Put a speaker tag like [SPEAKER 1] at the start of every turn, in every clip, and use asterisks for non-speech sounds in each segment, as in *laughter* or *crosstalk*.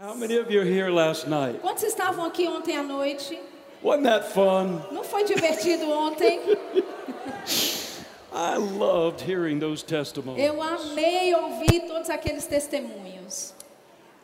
[SPEAKER 1] How many of you were here last night?
[SPEAKER 2] Quantos estavam aqui ontem à noite?
[SPEAKER 1] Wasn't that fun?
[SPEAKER 2] Não foi divertido ontem?
[SPEAKER 1] I loved hearing those testimonies.
[SPEAKER 2] Eu amei ouvir todos aqueles testemunhos.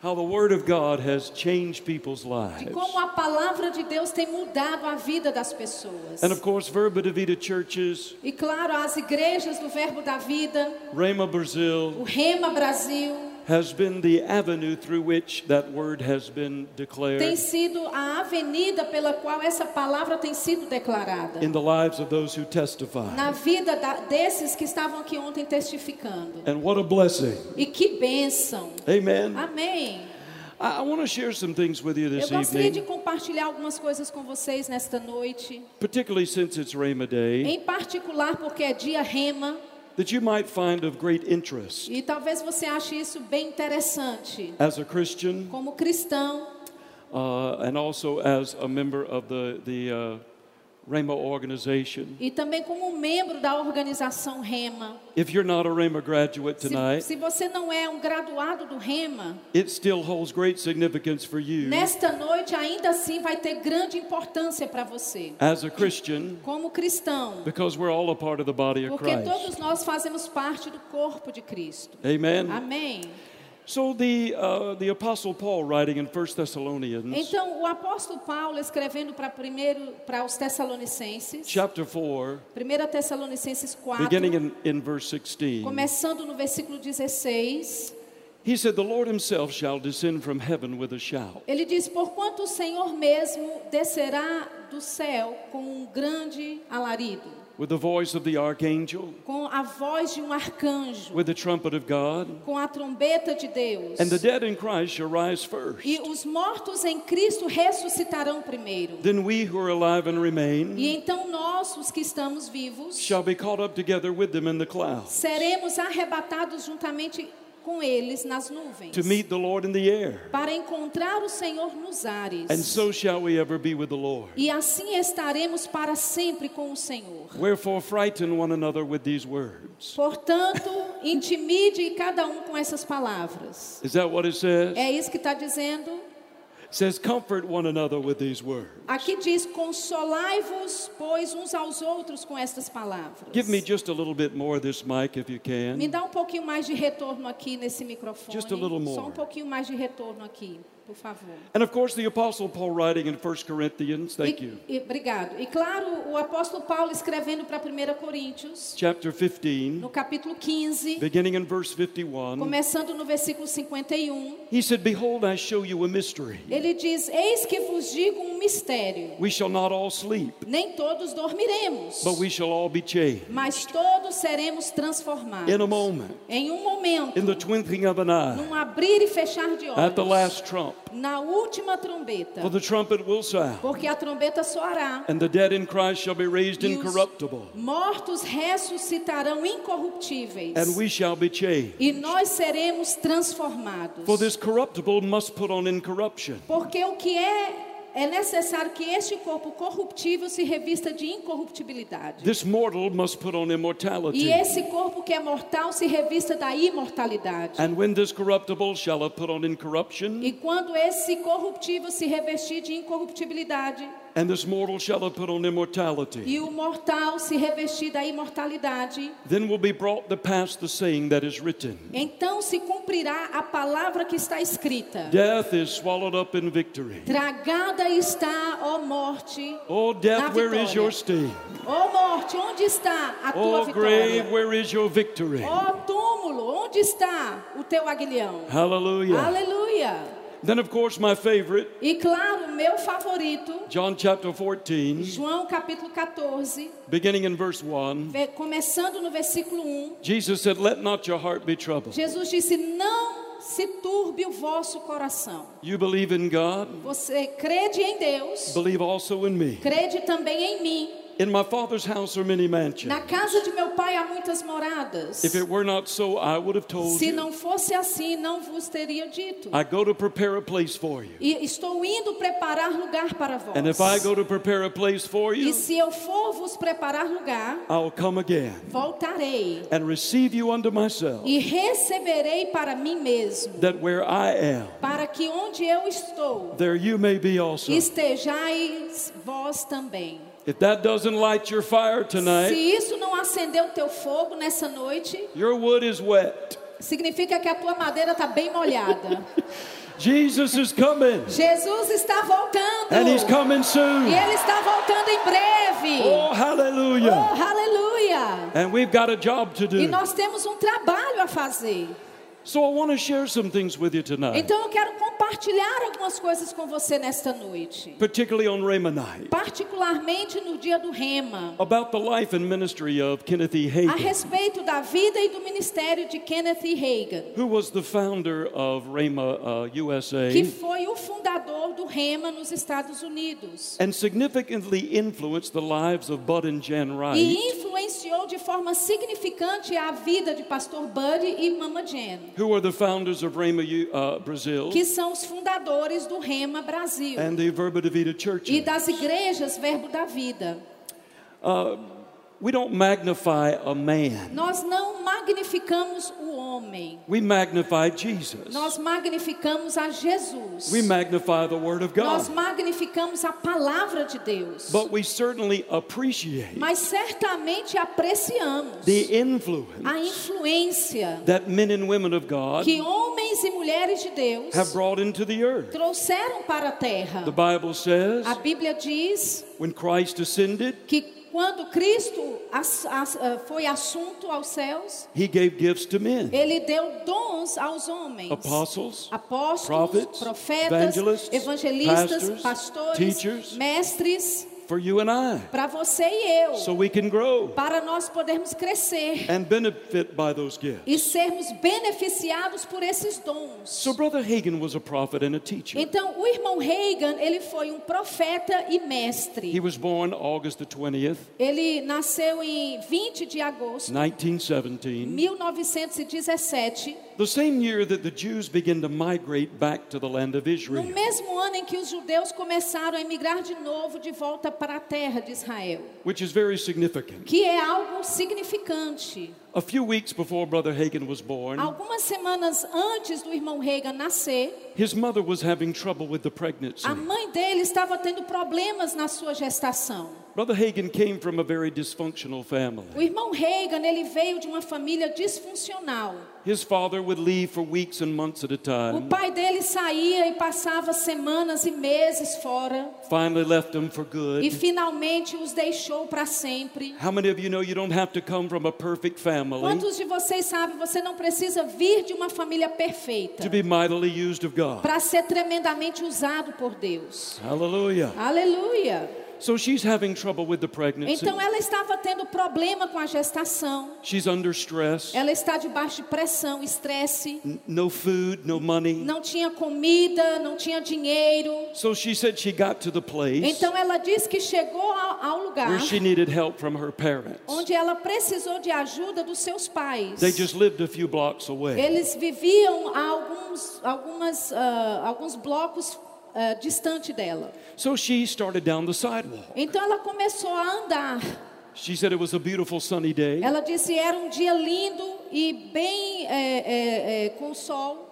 [SPEAKER 1] How the Word of God has changed people's
[SPEAKER 2] De
[SPEAKER 1] lives.
[SPEAKER 2] como a palavra de Deus tem mudado a vida das pessoas.
[SPEAKER 1] And of course, Verba de Vida churches,
[SPEAKER 2] E claro, as igrejas do Verbo da Vida,
[SPEAKER 1] Rhema Brazil,
[SPEAKER 2] o Rema Brasil,
[SPEAKER 1] has been the avenue through which that Word has been
[SPEAKER 2] tem
[SPEAKER 1] declared
[SPEAKER 2] sido a avenida pela qual essa palavra tem sido declarada.
[SPEAKER 1] in the lives of those who testify.
[SPEAKER 2] Na vida da- desses que estavam aqui ontem testificando.
[SPEAKER 1] And what a blessing.
[SPEAKER 2] E que bênção.
[SPEAKER 1] Amen.
[SPEAKER 2] Amém.
[SPEAKER 1] I, I want to share some things with you
[SPEAKER 2] Eu
[SPEAKER 1] this
[SPEAKER 2] gostaria de
[SPEAKER 1] evening,
[SPEAKER 2] compartilhar algumas coisas com vocês nesta noite,
[SPEAKER 1] particularly since it's Rhema Day,
[SPEAKER 2] em particular porque é dia rema
[SPEAKER 1] that you might find of great interest.
[SPEAKER 2] e talvez você ache isso bem interessante.
[SPEAKER 1] As a Christian,
[SPEAKER 2] Como cristão
[SPEAKER 1] uh, and also as a member of the, the uh, Rhema organization.
[SPEAKER 2] e também como um membro da organização Rema,
[SPEAKER 1] If you're not a Rhema graduate
[SPEAKER 2] se,
[SPEAKER 1] tonight,
[SPEAKER 2] se você não é um graduado do Rema,
[SPEAKER 1] it still holds great significance for you.
[SPEAKER 2] nesta noite ainda assim vai ter grande importância para você.
[SPEAKER 1] As a Christian,
[SPEAKER 2] Como cristão,
[SPEAKER 1] because we're all a part of the body of
[SPEAKER 2] porque
[SPEAKER 1] Christ.
[SPEAKER 2] todos nós fazemos parte do corpo de Cristo.
[SPEAKER 1] Amen.
[SPEAKER 2] Amém.
[SPEAKER 1] So the, uh, the Apostle Paul writing in 1 Thessalonians
[SPEAKER 2] Então, o apóstolo Paulo escrevendo para primeiro para os Tessalonicenses,
[SPEAKER 1] chapter 4,
[SPEAKER 2] 1 Tessalonicenses 4,
[SPEAKER 1] beginning in, in verse 16,
[SPEAKER 2] começando no versículo 16,
[SPEAKER 1] he said, The Lord himself shall descend from heaven with a shout,
[SPEAKER 2] ele diz: "Porquanto o Senhor mesmo descerá do céu com um grande alarido,
[SPEAKER 1] with the voice of the archangel,
[SPEAKER 2] com a voz de um arcanjo,
[SPEAKER 1] with the trumpet of God,
[SPEAKER 2] com a trombeta de Deus."
[SPEAKER 1] and the dead in Christ shall rise first.
[SPEAKER 2] E os mortos em Cristo ressuscitarão primeiro.
[SPEAKER 1] Then we who are alive and remain
[SPEAKER 2] E então nós, os que estamos vivos,
[SPEAKER 1] shall be caught up together with them in the clouds
[SPEAKER 2] seremos arrebatados juntamente com eles nas nuvens
[SPEAKER 1] to meet the Lord in the air.
[SPEAKER 2] para encontrar o Senhor nos ares.
[SPEAKER 1] And so shall we ever be with the Lord.
[SPEAKER 2] E assim estaremos para sempre com o Senhor.
[SPEAKER 1] Wherefore, frighten one another with these words.
[SPEAKER 2] Portanto, intimide cada um com essas palavras.
[SPEAKER 1] Is that what it says? It
[SPEAKER 2] É isso que está dizendo.
[SPEAKER 1] says, comfort one another with these words.
[SPEAKER 2] Aqui diz: consolai-vos, pois, uns aos outros com estas palavras.
[SPEAKER 1] Give me just a little bit more of this mic if you can.
[SPEAKER 2] Me dá um pouquinho mais de retorno aqui nesse microfone.
[SPEAKER 1] Just a little more.
[SPEAKER 2] Só um pouquinho mais de retorno aqui, por favor.
[SPEAKER 1] And of course, the Apostle Paul writing in 1 Corinthians, thank
[SPEAKER 2] E-
[SPEAKER 1] you,
[SPEAKER 2] e- obrigado. E claro, o apóstolo Paulo escrevendo para 1 Coríntios,
[SPEAKER 1] chapter 15,
[SPEAKER 2] no capítulo 15,
[SPEAKER 1] beginning in verse 51,
[SPEAKER 2] começando no versículo 51,
[SPEAKER 1] he said, Behold, I show you a mystery.
[SPEAKER 2] ele diz: Eis que vos digo um mistério:
[SPEAKER 1] We shall not all sleep,
[SPEAKER 2] nem todos dormiremos,
[SPEAKER 1] but we shall all be changed.
[SPEAKER 2] mas todos seremos transformados.
[SPEAKER 1] In a moment,
[SPEAKER 2] Em um momento,
[SPEAKER 1] in the twinkling of an eye,
[SPEAKER 2] num abrir e fechar de
[SPEAKER 1] at the
[SPEAKER 2] olhos,
[SPEAKER 1] last trump,
[SPEAKER 2] na última trombeta,
[SPEAKER 1] for the trumpet will sound,
[SPEAKER 2] porque a trombeta soará.
[SPEAKER 1] and the dead in Christ shall be raised
[SPEAKER 2] E os
[SPEAKER 1] incorruptible,
[SPEAKER 2] Mortos ressuscitarão incorruptíveis.
[SPEAKER 1] and we shall be changed.
[SPEAKER 2] E nós seremos transformados.
[SPEAKER 1] For this corruptible must put on incorruption,
[SPEAKER 2] Porque o que é é necessário que este corpo corruptível se revista de incorruptibilidade.
[SPEAKER 1] this mortal must put on
[SPEAKER 2] E
[SPEAKER 1] immortality.
[SPEAKER 2] esse corpo que é mortal se revista da imortalidade.
[SPEAKER 1] And when this corruptible shall have put on incorruption,
[SPEAKER 2] E quando esse corruptível se revestir de incorruptibilidade
[SPEAKER 1] and this mortal shall have put on immortality,
[SPEAKER 2] e o mortal se revestir da imortalidade,
[SPEAKER 1] then will be brought to pass the saying that is written
[SPEAKER 2] então se cumprirá a palavra que está escrita.
[SPEAKER 1] Death is swallowed up in victory.
[SPEAKER 2] Tragada está, ó morte.
[SPEAKER 1] O death, where is your sting?
[SPEAKER 2] Ó morte, onde está a tua Oh.
[SPEAKER 1] Oh, grave,
[SPEAKER 2] vitória?
[SPEAKER 1] where is your victory?
[SPEAKER 2] Ó túmulo, onde está o teu aguilhão?
[SPEAKER 1] Hallelujah.
[SPEAKER 2] Aleluia.
[SPEAKER 1] Then, of course, my favorite,
[SPEAKER 2] E claro, meu favorito,
[SPEAKER 1] John chapter 14,
[SPEAKER 2] João capítulo 14,
[SPEAKER 1] beginning in verse 1.
[SPEAKER 2] ve- começando no versículo 1.
[SPEAKER 1] Jesus said, Let not your heart be troubled.
[SPEAKER 2] Jesus disse: Não se turbe o vosso coração.
[SPEAKER 1] You believe in God,
[SPEAKER 2] Você crede em Deus,
[SPEAKER 1] believe also in me.
[SPEAKER 2] crede também em mim.
[SPEAKER 1] In my father's house are many mansions.
[SPEAKER 2] Na casa de meu pai há muitas moradas.
[SPEAKER 1] If it were not so, I would have told
[SPEAKER 2] Se
[SPEAKER 1] you.
[SPEAKER 2] não fosse assim, não vos teria dito.
[SPEAKER 1] I go to prepare a place for you.
[SPEAKER 2] E estou indo preparar lugar para vós.
[SPEAKER 1] And if I go to prepare a place for
[SPEAKER 2] E
[SPEAKER 1] you,
[SPEAKER 2] se eu for vos preparar lugar,
[SPEAKER 1] I'll come again
[SPEAKER 2] voltarei
[SPEAKER 1] and receive you unto myself,
[SPEAKER 2] e receberei para mim mesmo,
[SPEAKER 1] that where I am,
[SPEAKER 2] para que onde eu estou,
[SPEAKER 1] there you may be also.
[SPEAKER 2] estejais vós também.
[SPEAKER 1] If that doesn't light your fire
[SPEAKER 2] Se
[SPEAKER 1] tonight,
[SPEAKER 2] isso não é? acendeu o teu fogo nessa noite,
[SPEAKER 1] your wood is wet.
[SPEAKER 2] significa que a tua madeira está bem *laughs* molhada.
[SPEAKER 1] Jesus is coming,
[SPEAKER 2] Jesus está voltando.
[SPEAKER 1] and he's coming
[SPEAKER 2] E
[SPEAKER 1] soon.
[SPEAKER 2] ele está voltando em breve.
[SPEAKER 1] Oh, hallelujah.
[SPEAKER 2] Oh, aleluia.
[SPEAKER 1] And we've got a job to
[SPEAKER 2] E
[SPEAKER 1] do.
[SPEAKER 2] nós temos um trabalho a fazer.
[SPEAKER 1] So I want to share some things with you tonight,
[SPEAKER 2] Então eu quero compartilhar algumas coisas com você nesta noite.
[SPEAKER 1] particularly on Rhema night,
[SPEAKER 2] Particularmente no dia do Rema.
[SPEAKER 1] about the life and ministry of Kenneth E.
[SPEAKER 2] A
[SPEAKER 1] Hagin,
[SPEAKER 2] respeito da vida e do ministério de Kenneth E. Reagan,
[SPEAKER 1] who was the founder of Rhema uh,
[SPEAKER 2] que
[SPEAKER 1] USA
[SPEAKER 2] foi o fundador do Rema nos Estados Unidos.
[SPEAKER 1] and significantly influenced the lives of Bud and Jan
[SPEAKER 2] E
[SPEAKER 1] Wright,
[SPEAKER 2] influenciou de forma significante a vida de pastor Buddy e Mama Jen,
[SPEAKER 1] who are the founders of Rhema U- uh, Brazil
[SPEAKER 2] que são os fundadores do Rema Brasil
[SPEAKER 1] and the Verba Divina Church.
[SPEAKER 2] e das igrejas Verbo da Vida.
[SPEAKER 1] We don't magnify a man.
[SPEAKER 2] Nós não magnificamos o homem,
[SPEAKER 1] We magnify Jesus.
[SPEAKER 2] nós magnificamos a Jesus.
[SPEAKER 1] We magnify the Word of
[SPEAKER 2] Nós
[SPEAKER 1] God.
[SPEAKER 2] magnificamos a palavra de Deus.
[SPEAKER 1] But we certainly appreciate
[SPEAKER 2] Mas certamente apreciamos
[SPEAKER 1] the influence
[SPEAKER 2] a influência
[SPEAKER 1] that men and women of God
[SPEAKER 2] que homens e mulheres de Deus
[SPEAKER 1] have brought into the earth.
[SPEAKER 2] trouxeram para a terra.
[SPEAKER 1] The Bible says
[SPEAKER 2] A Bíblia diz
[SPEAKER 1] when Christ ascended,
[SPEAKER 2] que quando Cristo as- as- ah, foi assunto aos céus,
[SPEAKER 1] he gave gifts to men
[SPEAKER 2] ele deu dons aos homens.
[SPEAKER 1] apostles,
[SPEAKER 2] Apóstolos,
[SPEAKER 1] prophets,
[SPEAKER 2] profetas,
[SPEAKER 1] evangelists,
[SPEAKER 2] evangelistas,
[SPEAKER 1] pastors,
[SPEAKER 2] pastores,
[SPEAKER 1] teachers.
[SPEAKER 2] mestres,
[SPEAKER 1] for you and I,
[SPEAKER 2] para você e eu,
[SPEAKER 1] so we can grow
[SPEAKER 2] para nós podermos crescer
[SPEAKER 1] and benefit by those gifts.
[SPEAKER 2] e sermos beneficiados por esses dons.
[SPEAKER 1] So, Brother Hagin was a prophet and a teacher.
[SPEAKER 2] Então, o irmão Reagan, ele foi um profeta e
[SPEAKER 1] He
[SPEAKER 2] mestre.
[SPEAKER 1] was born August the 20th,
[SPEAKER 2] Ele nasceu em 20 de agosto
[SPEAKER 1] 1917.
[SPEAKER 2] 1917,
[SPEAKER 1] The same year that the Jews began to migrate back to the land of
[SPEAKER 2] no
[SPEAKER 1] Israel,
[SPEAKER 2] mesmo ano em que os judeus começaram a emigrar de novo de volta para a terra de Israel,
[SPEAKER 1] which is very significant.
[SPEAKER 2] que é algo significante.
[SPEAKER 1] A few weeks before Brother Hagin was born,
[SPEAKER 2] Algumas semanas antes do irmão Reagan nascer,
[SPEAKER 1] his mother was having trouble with the pregnancy.
[SPEAKER 2] a mãe dele estava tendo problemas na sua gestação.
[SPEAKER 1] Brother Hagin came from a very dysfunctional
[SPEAKER 2] O
[SPEAKER 1] family.
[SPEAKER 2] irmão Reagan, ele veio de uma família disfuncional.
[SPEAKER 1] His father would leave for weeks and months at a
[SPEAKER 2] O
[SPEAKER 1] time,
[SPEAKER 2] pai dele saía e passava semanas e meses fora
[SPEAKER 1] finally left him for
[SPEAKER 2] e
[SPEAKER 1] good.
[SPEAKER 2] finalmente os deixou para sempre.
[SPEAKER 1] How many of you know you don't have to come from a perfect family
[SPEAKER 2] Quantos de vocês sabem, você não precisa vir de uma família perfeita
[SPEAKER 1] to be mightily used of God?
[SPEAKER 2] para ser tremendamente usado por Deus.
[SPEAKER 1] Hallelujah.
[SPEAKER 2] Aleluia.
[SPEAKER 1] So she's having trouble with the pregnancy.
[SPEAKER 2] Então ela estava tendo problema com a gestação.
[SPEAKER 1] She's under stress.
[SPEAKER 2] Ela está debaixo de pressão, estresse,
[SPEAKER 1] N- No food, no money.
[SPEAKER 2] não tinha comida, não tinha dinheiro.
[SPEAKER 1] So she said she got to the place
[SPEAKER 2] Então ela diz que chegou ao ao lugar
[SPEAKER 1] where she needed help from her parents.
[SPEAKER 2] onde ela precisou de ajuda dos seus pais.
[SPEAKER 1] They just lived a few blocks away.
[SPEAKER 2] Eles viviam a alguns, algumas, ah, alguns blocos ah, distante dela.
[SPEAKER 1] So she started down the sidewalk.
[SPEAKER 2] Então ela começou a andar.
[SPEAKER 1] She said it was a beautiful sunny day.
[SPEAKER 2] Ela disse era um dia lindo e bem é, é, é, com sol,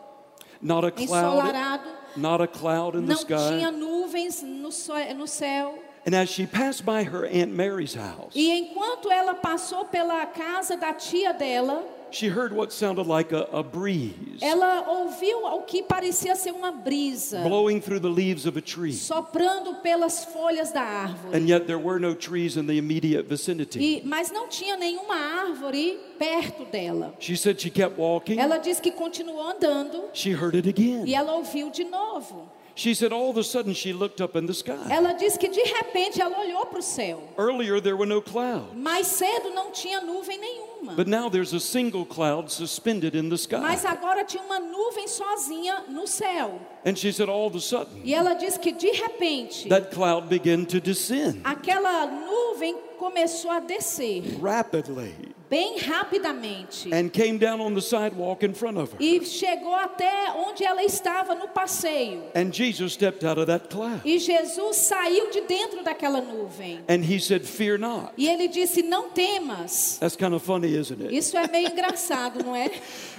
[SPEAKER 1] Not a cloud.
[SPEAKER 2] ensolarado.
[SPEAKER 1] Not a cloud in the
[SPEAKER 2] Não tinha
[SPEAKER 1] sky.
[SPEAKER 2] nuvens no, so- no céu.
[SPEAKER 1] And as she passed by her Aunt Mary's house,
[SPEAKER 2] E enquanto ela passou pela casa da tia dela,
[SPEAKER 1] she heard what sounded like a, a breeze
[SPEAKER 2] ela ouviu o que parecia ser uma brisa
[SPEAKER 1] blowing through the leaves of a tree.
[SPEAKER 2] soprando pelas folhas da árvore.
[SPEAKER 1] And yet there were no trees in the immediate vicinity.
[SPEAKER 2] E, mas não tinha nenhuma árvore perto dela.
[SPEAKER 1] She said she kept walking.
[SPEAKER 2] Ela disse que continuou andando
[SPEAKER 1] She heard it
[SPEAKER 2] e
[SPEAKER 1] again.
[SPEAKER 2] ela ouviu de novo.
[SPEAKER 1] She said all of a sudden she looked up in the sky.
[SPEAKER 2] Ela diz que de repente ela olhou para o céu.
[SPEAKER 1] Earlier there were no clouds,
[SPEAKER 2] Mais cedo não tinha nuvem nenhuma.
[SPEAKER 1] but now there's a single cloud suspended in the sky.
[SPEAKER 2] Mas agora tinha uma nuvem sozinha no céu.
[SPEAKER 1] And she said all of a sudden
[SPEAKER 2] E ela diz que de repente
[SPEAKER 1] that cloud began to descend
[SPEAKER 2] aquela nuvem começou a descer
[SPEAKER 1] rapidly
[SPEAKER 2] bem rapidamente
[SPEAKER 1] and came down on the sidewalk in front of her.
[SPEAKER 2] e chegou até onde ela estava no passeio.
[SPEAKER 1] And Jesus stepped out of that cloud
[SPEAKER 2] E Jesus saiu de dentro daquela nuvem.
[SPEAKER 1] and he said, Fear not.
[SPEAKER 2] E ele disse: Não temas.
[SPEAKER 1] That's kind of funny, isn't it?
[SPEAKER 2] Isso é meio engraçado, não é?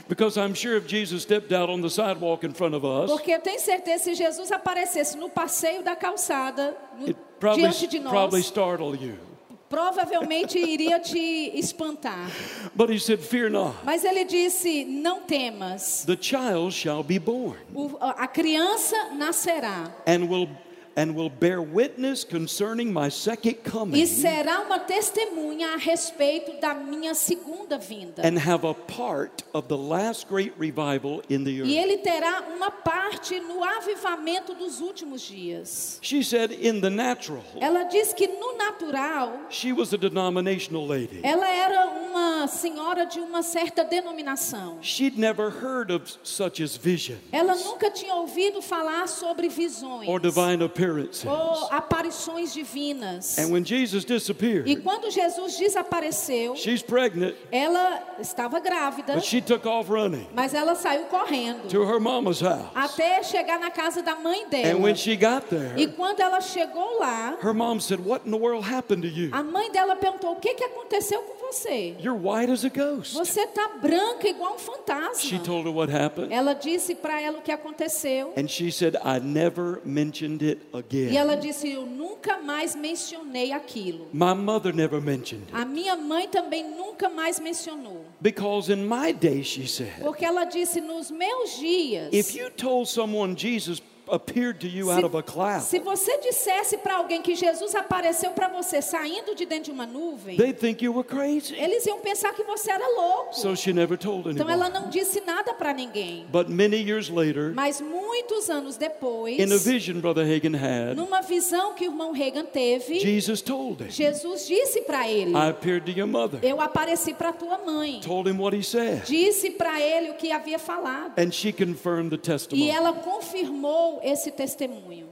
[SPEAKER 1] Because I'm sure if Jesus stepped out on the sidewalk in front of us,
[SPEAKER 2] Porque eu tenho certeza se Jesus aparecesse no passeio da calçada no-
[SPEAKER 1] it probably,
[SPEAKER 2] diante de nós,
[SPEAKER 1] probably startle you.
[SPEAKER 2] provavelmente iria te espantar.
[SPEAKER 1] But he said, Fear not.
[SPEAKER 2] Mas ele disse: Não temas.
[SPEAKER 1] The child shall be born
[SPEAKER 2] O- a criança nascerá
[SPEAKER 1] and will and will bear witness concerning my second coming
[SPEAKER 2] e será uma testemunha a respeito da minha segunda vinda.
[SPEAKER 1] and have a part of the last great revival in the
[SPEAKER 2] E
[SPEAKER 1] earth.
[SPEAKER 2] ele terá uma parte no avivamento dos últimos dias.
[SPEAKER 1] She said in the natural.
[SPEAKER 2] Ela diz que no natural
[SPEAKER 1] She was a denominational lady.
[SPEAKER 2] ela era uma senhora de uma certa denominação.
[SPEAKER 1] She'd never heard of such as vision
[SPEAKER 2] Ela nunca tinha ouvido falar sobre visões
[SPEAKER 1] or divine É um appearances.
[SPEAKER 2] ou aparições divinas.
[SPEAKER 1] And when Jesus
[SPEAKER 2] E
[SPEAKER 1] disappeared,
[SPEAKER 2] quando Jesus desapareceu,
[SPEAKER 1] she's pregnant,
[SPEAKER 2] ela estava grávida,
[SPEAKER 1] but she took off running
[SPEAKER 2] mas ela saiu correndo
[SPEAKER 1] to her mama's house.
[SPEAKER 2] até chegar na casa da mãe
[SPEAKER 1] And
[SPEAKER 2] dela.
[SPEAKER 1] when she got there,
[SPEAKER 2] E quando ela chegou lá,
[SPEAKER 1] her mom said, What in the world happened to you?
[SPEAKER 2] a mãe dela perguntou: "O que que aconteceu com você?
[SPEAKER 1] You're white as a ghost.
[SPEAKER 2] Você tá branca igual um
[SPEAKER 1] She
[SPEAKER 2] fantasma."
[SPEAKER 1] told her what happened.
[SPEAKER 2] Ela disse para ela o que aconteceu.
[SPEAKER 1] And she said, I never mentioned it
[SPEAKER 2] E
[SPEAKER 1] again.
[SPEAKER 2] ela disse: Eu nunca mais mencionei aquilo.
[SPEAKER 1] My mother never mentioned it.
[SPEAKER 2] A minha mãe também nunca mais mencionou.
[SPEAKER 1] Because in my day, she said,
[SPEAKER 2] Porque ela disse: Nos meus
[SPEAKER 1] if
[SPEAKER 2] dias,
[SPEAKER 1] you told someone Jesus appeared to you out of a cloud,
[SPEAKER 2] se você dissesse para alguém que Jesus apareceu para você saindo de dentro de uma nuvem,
[SPEAKER 1] they'd think you were crazy.
[SPEAKER 2] eles iam pensar que você era louco.
[SPEAKER 1] So she never told
[SPEAKER 2] Então ela
[SPEAKER 1] anyone.
[SPEAKER 2] não disse nada para ninguém.
[SPEAKER 1] But many years later,
[SPEAKER 2] Mas muitos anos depois,
[SPEAKER 1] in a vision Brother Hagen had,
[SPEAKER 2] numa visão que o irmão Reagan teve,
[SPEAKER 1] Jesus told him,
[SPEAKER 2] Jesus disse para ele:
[SPEAKER 1] I appeared to your mother.
[SPEAKER 2] Eu apareci para tua mãe.
[SPEAKER 1] Told him what he said.
[SPEAKER 2] Disse para ele o que havia falado.
[SPEAKER 1] And she confirmed the
[SPEAKER 2] E
[SPEAKER 1] testimony.
[SPEAKER 2] ela confirmou esse testemunho.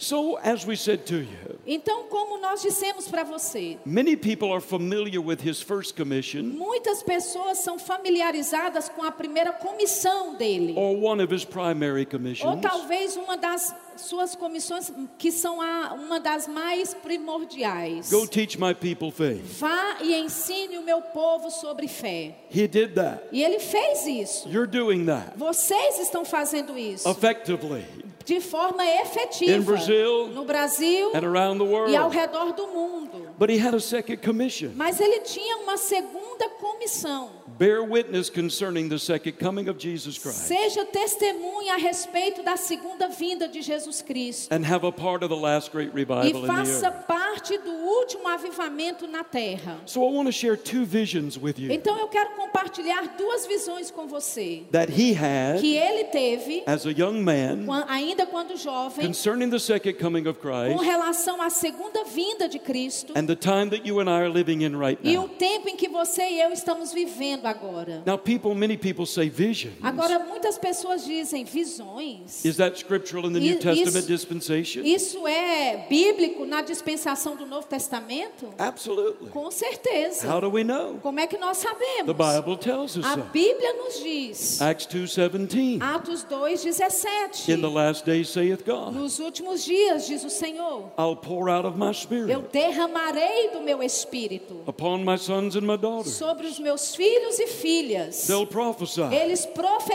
[SPEAKER 1] So, as we said to you,
[SPEAKER 2] Então, como nós dissemos para você,
[SPEAKER 1] many people are familiar with his first commission.
[SPEAKER 2] muitas pessoas são familiarizadas com a primeira comissão dele,
[SPEAKER 1] or one of his primary
[SPEAKER 2] ou
[SPEAKER 1] commissions.
[SPEAKER 2] talvez uma das suas comissões que são a, uma das mais primordiais.
[SPEAKER 1] Go teach my people faith.
[SPEAKER 2] Vá e ensine o meu povo sobre fé.
[SPEAKER 1] He did that.
[SPEAKER 2] E ele fez isso.
[SPEAKER 1] You're doing that
[SPEAKER 2] Vocês estão fazendo isso
[SPEAKER 1] effectively
[SPEAKER 2] de forma
[SPEAKER 1] In
[SPEAKER 2] efetiva
[SPEAKER 1] Brazil
[SPEAKER 2] no Brasil
[SPEAKER 1] and around the
[SPEAKER 2] e ao
[SPEAKER 1] world.
[SPEAKER 2] redor do mundo.
[SPEAKER 1] But he had a second commission.
[SPEAKER 2] Mas ele tinha uma segunda comissão.
[SPEAKER 1] Bear witness concerning the second coming of Jesus Christ
[SPEAKER 2] Seja testemunha a respeito da segunda vinda de Jesus Cristo
[SPEAKER 1] and have a part of the last great
[SPEAKER 2] e
[SPEAKER 1] revival in the
[SPEAKER 2] faça
[SPEAKER 1] earth.
[SPEAKER 2] parte do último avivamento na terra.
[SPEAKER 1] So I want to share two visions with you
[SPEAKER 2] Então eu quero compartilhar duas visões com você
[SPEAKER 1] that he had
[SPEAKER 2] que ele teve
[SPEAKER 1] as a young man
[SPEAKER 2] quan- ainda quando jovem
[SPEAKER 1] concerning the second coming of
[SPEAKER 2] com
[SPEAKER 1] Christ
[SPEAKER 2] relação à segunda vinda de Cristo
[SPEAKER 1] and the time that you and I are living in right
[SPEAKER 2] e o
[SPEAKER 1] now.
[SPEAKER 2] tempo em que você e eu estamos vivendo agora.
[SPEAKER 1] Now, people, many people say visions.
[SPEAKER 2] Agora muitas pessoas dizem visões.
[SPEAKER 1] Is that scriptural in the New
[SPEAKER 2] Is-
[SPEAKER 1] Testament
[SPEAKER 2] is-
[SPEAKER 1] dispensation?
[SPEAKER 2] Isso é bíblico na dispensação do Novo Testamento?
[SPEAKER 1] Ah. Absolutely.
[SPEAKER 2] Com certeza.
[SPEAKER 1] How do we know?
[SPEAKER 2] Como é que nós sabemos?
[SPEAKER 1] Ah. The Bible tells us
[SPEAKER 2] A
[SPEAKER 1] so. Ah.
[SPEAKER 2] Bíblia nos diz,
[SPEAKER 1] Acts 2:17.
[SPEAKER 2] Atos
[SPEAKER 1] In the
[SPEAKER 2] 2,17.
[SPEAKER 1] last days saith God,
[SPEAKER 2] Nos últimos dias, diz o Senhor,
[SPEAKER 1] I'll pour out of my
[SPEAKER 2] eu
[SPEAKER 1] spirit
[SPEAKER 2] derramarei do meu espírito
[SPEAKER 1] upon my sons and my daughters.
[SPEAKER 2] sobre os meus filhos e filhas.
[SPEAKER 1] They'll prophesy.
[SPEAKER 2] Eles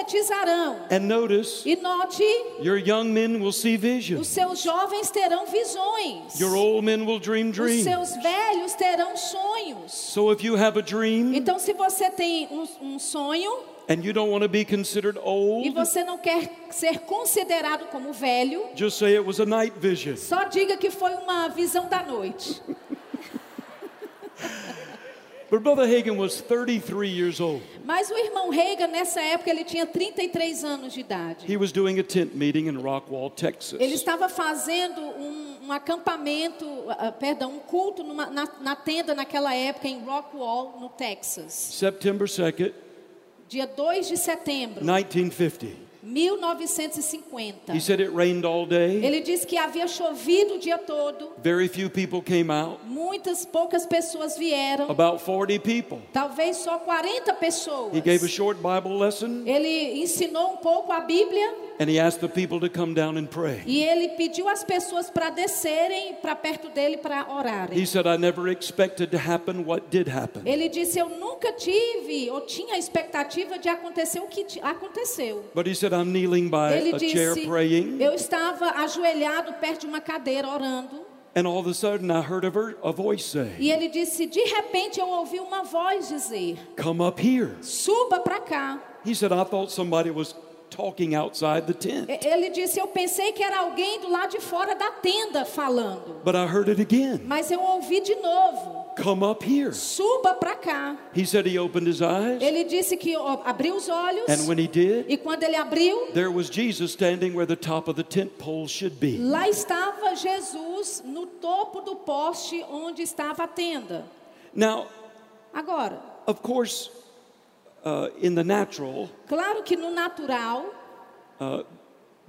[SPEAKER 2] profetizarão.
[SPEAKER 1] And notice,
[SPEAKER 2] E note,
[SPEAKER 1] your young men will see
[SPEAKER 2] os
[SPEAKER 1] visions.
[SPEAKER 2] seus jovens terão visões.
[SPEAKER 1] Your old men will dream
[SPEAKER 2] Os
[SPEAKER 1] dreams.
[SPEAKER 2] seus velhos terão sonhos.
[SPEAKER 1] So if you have a dream
[SPEAKER 2] Então, se você tem um, um sonho
[SPEAKER 1] and you don't want to be considered
[SPEAKER 2] e
[SPEAKER 1] old,
[SPEAKER 2] você não quer ser considerado como velho,
[SPEAKER 1] just say it was a night vision.
[SPEAKER 2] só diga que foi uma visão da noite.
[SPEAKER 1] But Brother Hagen was 33 years old.
[SPEAKER 2] Mas o irmão Reagan, nessa época, ele tinha 33 anos de idade.
[SPEAKER 1] He was doing a tent meeting in Rockwall, Texas.
[SPEAKER 2] Ele estava fazendo um, um acampamento, ah, perdão, um culto numa- na, na tenda naquela época em Rockwall, no Texas.
[SPEAKER 1] September 2nd,
[SPEAKER 2] Dia 2 de setembro,
[SPEAKER 1] 1950.
[SPEAKER 2] 1950.
[SPEAKER 1] He said it rained all day.
[SPEAKER 2] Ele disse que havia chovido o dia todo,
[SPEAKER 1] Very few people came out.
[SPEAKER 2] muitas poucas pessoas vieram,
[SPEAKER 1] About 40 people.
[SPEAKER 2] talvez só 40 pessoas.
[SPEAKER 1] He gave a short Bible lesson
[SPEAKER 2] Ele ensinou um pouco a Bíblia
[SPEAKER 1] and he asked the people to come down and pray.
[SPEAKER 2] e ele pediu às pessoas para descerem para perto dele para orarem.
[SPEAKER 1] He said, I never expected to happen what did happen.
[SPEAKER 2] Ele disse: Eu nunca tive ou tinha a expectativa de acontecer o que ti- aconteceu.
[SPEAKER 1] But he said, I'm kneeling by
[SPEAKER 2] Ele
[SPEAKER 1] a chair
[SPEAKER 2] disse:
[SPEAKER 1] praying,
[SPEAKER 2] Eu estava ajoelhado perto de uma cadeira orando.
[SPEAKER 1] and all of a sudden I heard a, ver- a voice say,
[SPEAKER 2] E ele disse: De repente eu ouvi uma voz dizer:
[SPEAKER 1] Come up here.
[SPEAKER 2] Suba para cá.
[SPEAKER 1] He said, I thought somebody was talking outside the tent,
[SPEAKER 2] E- Ele disse: Eu pensei que era alguém do lado de fora da tenda falando.
[SPEAKER 1] but I heard it again.
[SPEAKER 2] Mas eu ouvi de novo:
[SPEAKER 1] Come up here.
[SPEAKER 2] Suba para cá.
[SPEAKER 1] He said, He opened his eyes,
[SPEAKER 2] Ele disse que ó, abriu os olhos.
[SPEAKER 1] and when he did,
[SPEAKER 2] E quando ele abriu,
[SPEAKER 1] There was Jesus standing where the top of the tent pole should be.
[SPEAKER 2] Lá estava Jesus no topo do poste onde estava a tenda.
[SPEAKER 1] Now,
[SPEAKER 2] Agora,
[SPEAKER 1] of course, uh, in the natural,
[SPEAKER 2] claro que no natural,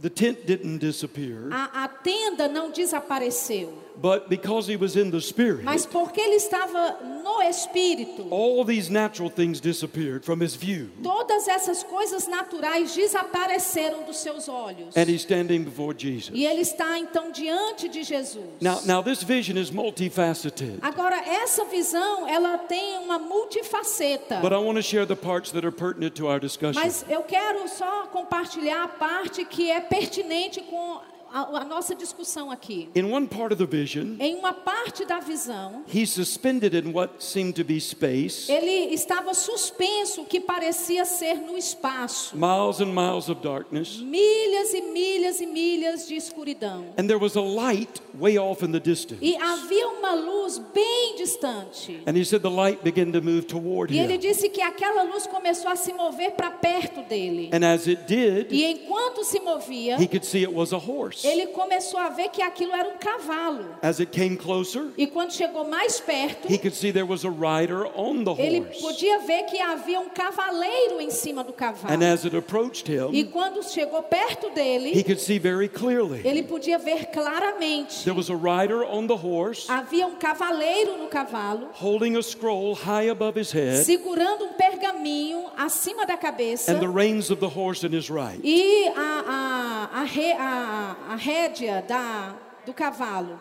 [SPEAKER 1] the tent didn't disappear,
[SPEAKER 2] a, a tenda não desapareceu.
[SPEAKER 1] but because he was in the
[SPEAKER 2] Mas
[SPEAKER 1] spirit,
[SPEAKER 2] porque ele estava no espírito,
[SPEAKER 1] all these natural things disappeared from his view,
[SPEAKER 2] todas essas coisas naturais desapareceram dos seus olhos.
[SPEAKER 1] and he's standing before Jesus.
[SPEAKER 2] E ele está então diante de Jesus.
[SPEAKER 1] Now, now this vision is multifaceted,
[SPEAKER 2] Agora, essa visão, ela tem uma multifaceta.
[SPEAKER 1] but I want to share the parts that are pertinent to our discussion.
[SPEAKER 2] Mas eu quero só compartilhar a parte que é pertinente com a, a nossa discussão aqui.
[SPEAKER 1] In one part of the vision,
[SPEAKER 2] Em uma parte da visão,
[SPEAKER 1] he's suspended in what seemed to be space,
[SPEAKER 2] ele estava suspenso o que parecia ser no espaço.
[SPEAKER 1] miles and miles of darkness.
[SPEAKER 2] Milhas e milhas e milhas de escuridão.
[SPEAKER 1] And there was a light way off in the distance.
[SPEAKER 2] E havia uma luz bem distante.
[SPEAKER 1] And he said the light began to move toward
[SPEAKER 2] E ele
[SPEAKER 1] him.
[SPEAKER 2] disse que aquela luz começou a se mover para perto dele.
[SPEAKER 1] And as it did,
[SPEAKER 2] E enquanto se movia,
[SPEAKER 1] he could see it was a horse.
[SPEAKER 2] ele começou a ver que aquilo era um cavalo.
[SPEAKER 1] As it came closer,
[SPEAKER 2] E quando chegou mais perto,
[SPEAKER 1] he could see there was a rider on the
[SPEAKER 2] Ele
[SPEAKER 1] horse.
[SPEAKER 2] podia ver que havia um cavaleiro em cima do cavalo.
[SPEAKER 1] And as it approached
[SPEAKER 2] E
[SPEAKER 1] him,
[SPEAKER 2] quando chegou perto
[SPEAKER 1] he
[SPEAKER 2] dele,
[SPEAKER 1] could see very clearly.
[SPEAKER 2] ele podia ver claramente.
[SPEAKER 1] There was a rider on the horse
[SPEAKER 2] Havia um cavaleiro no cavalo,
[SPEAKER 1] holding a scroll high above his head
[SPEAKER 2] segurando um pergaminho acima da cabeça.
[SPEAKER 1] and the reins of the horse in his right.
[SPEAKER 2] E a, a, a, re, a, a rédea da, do cavalo.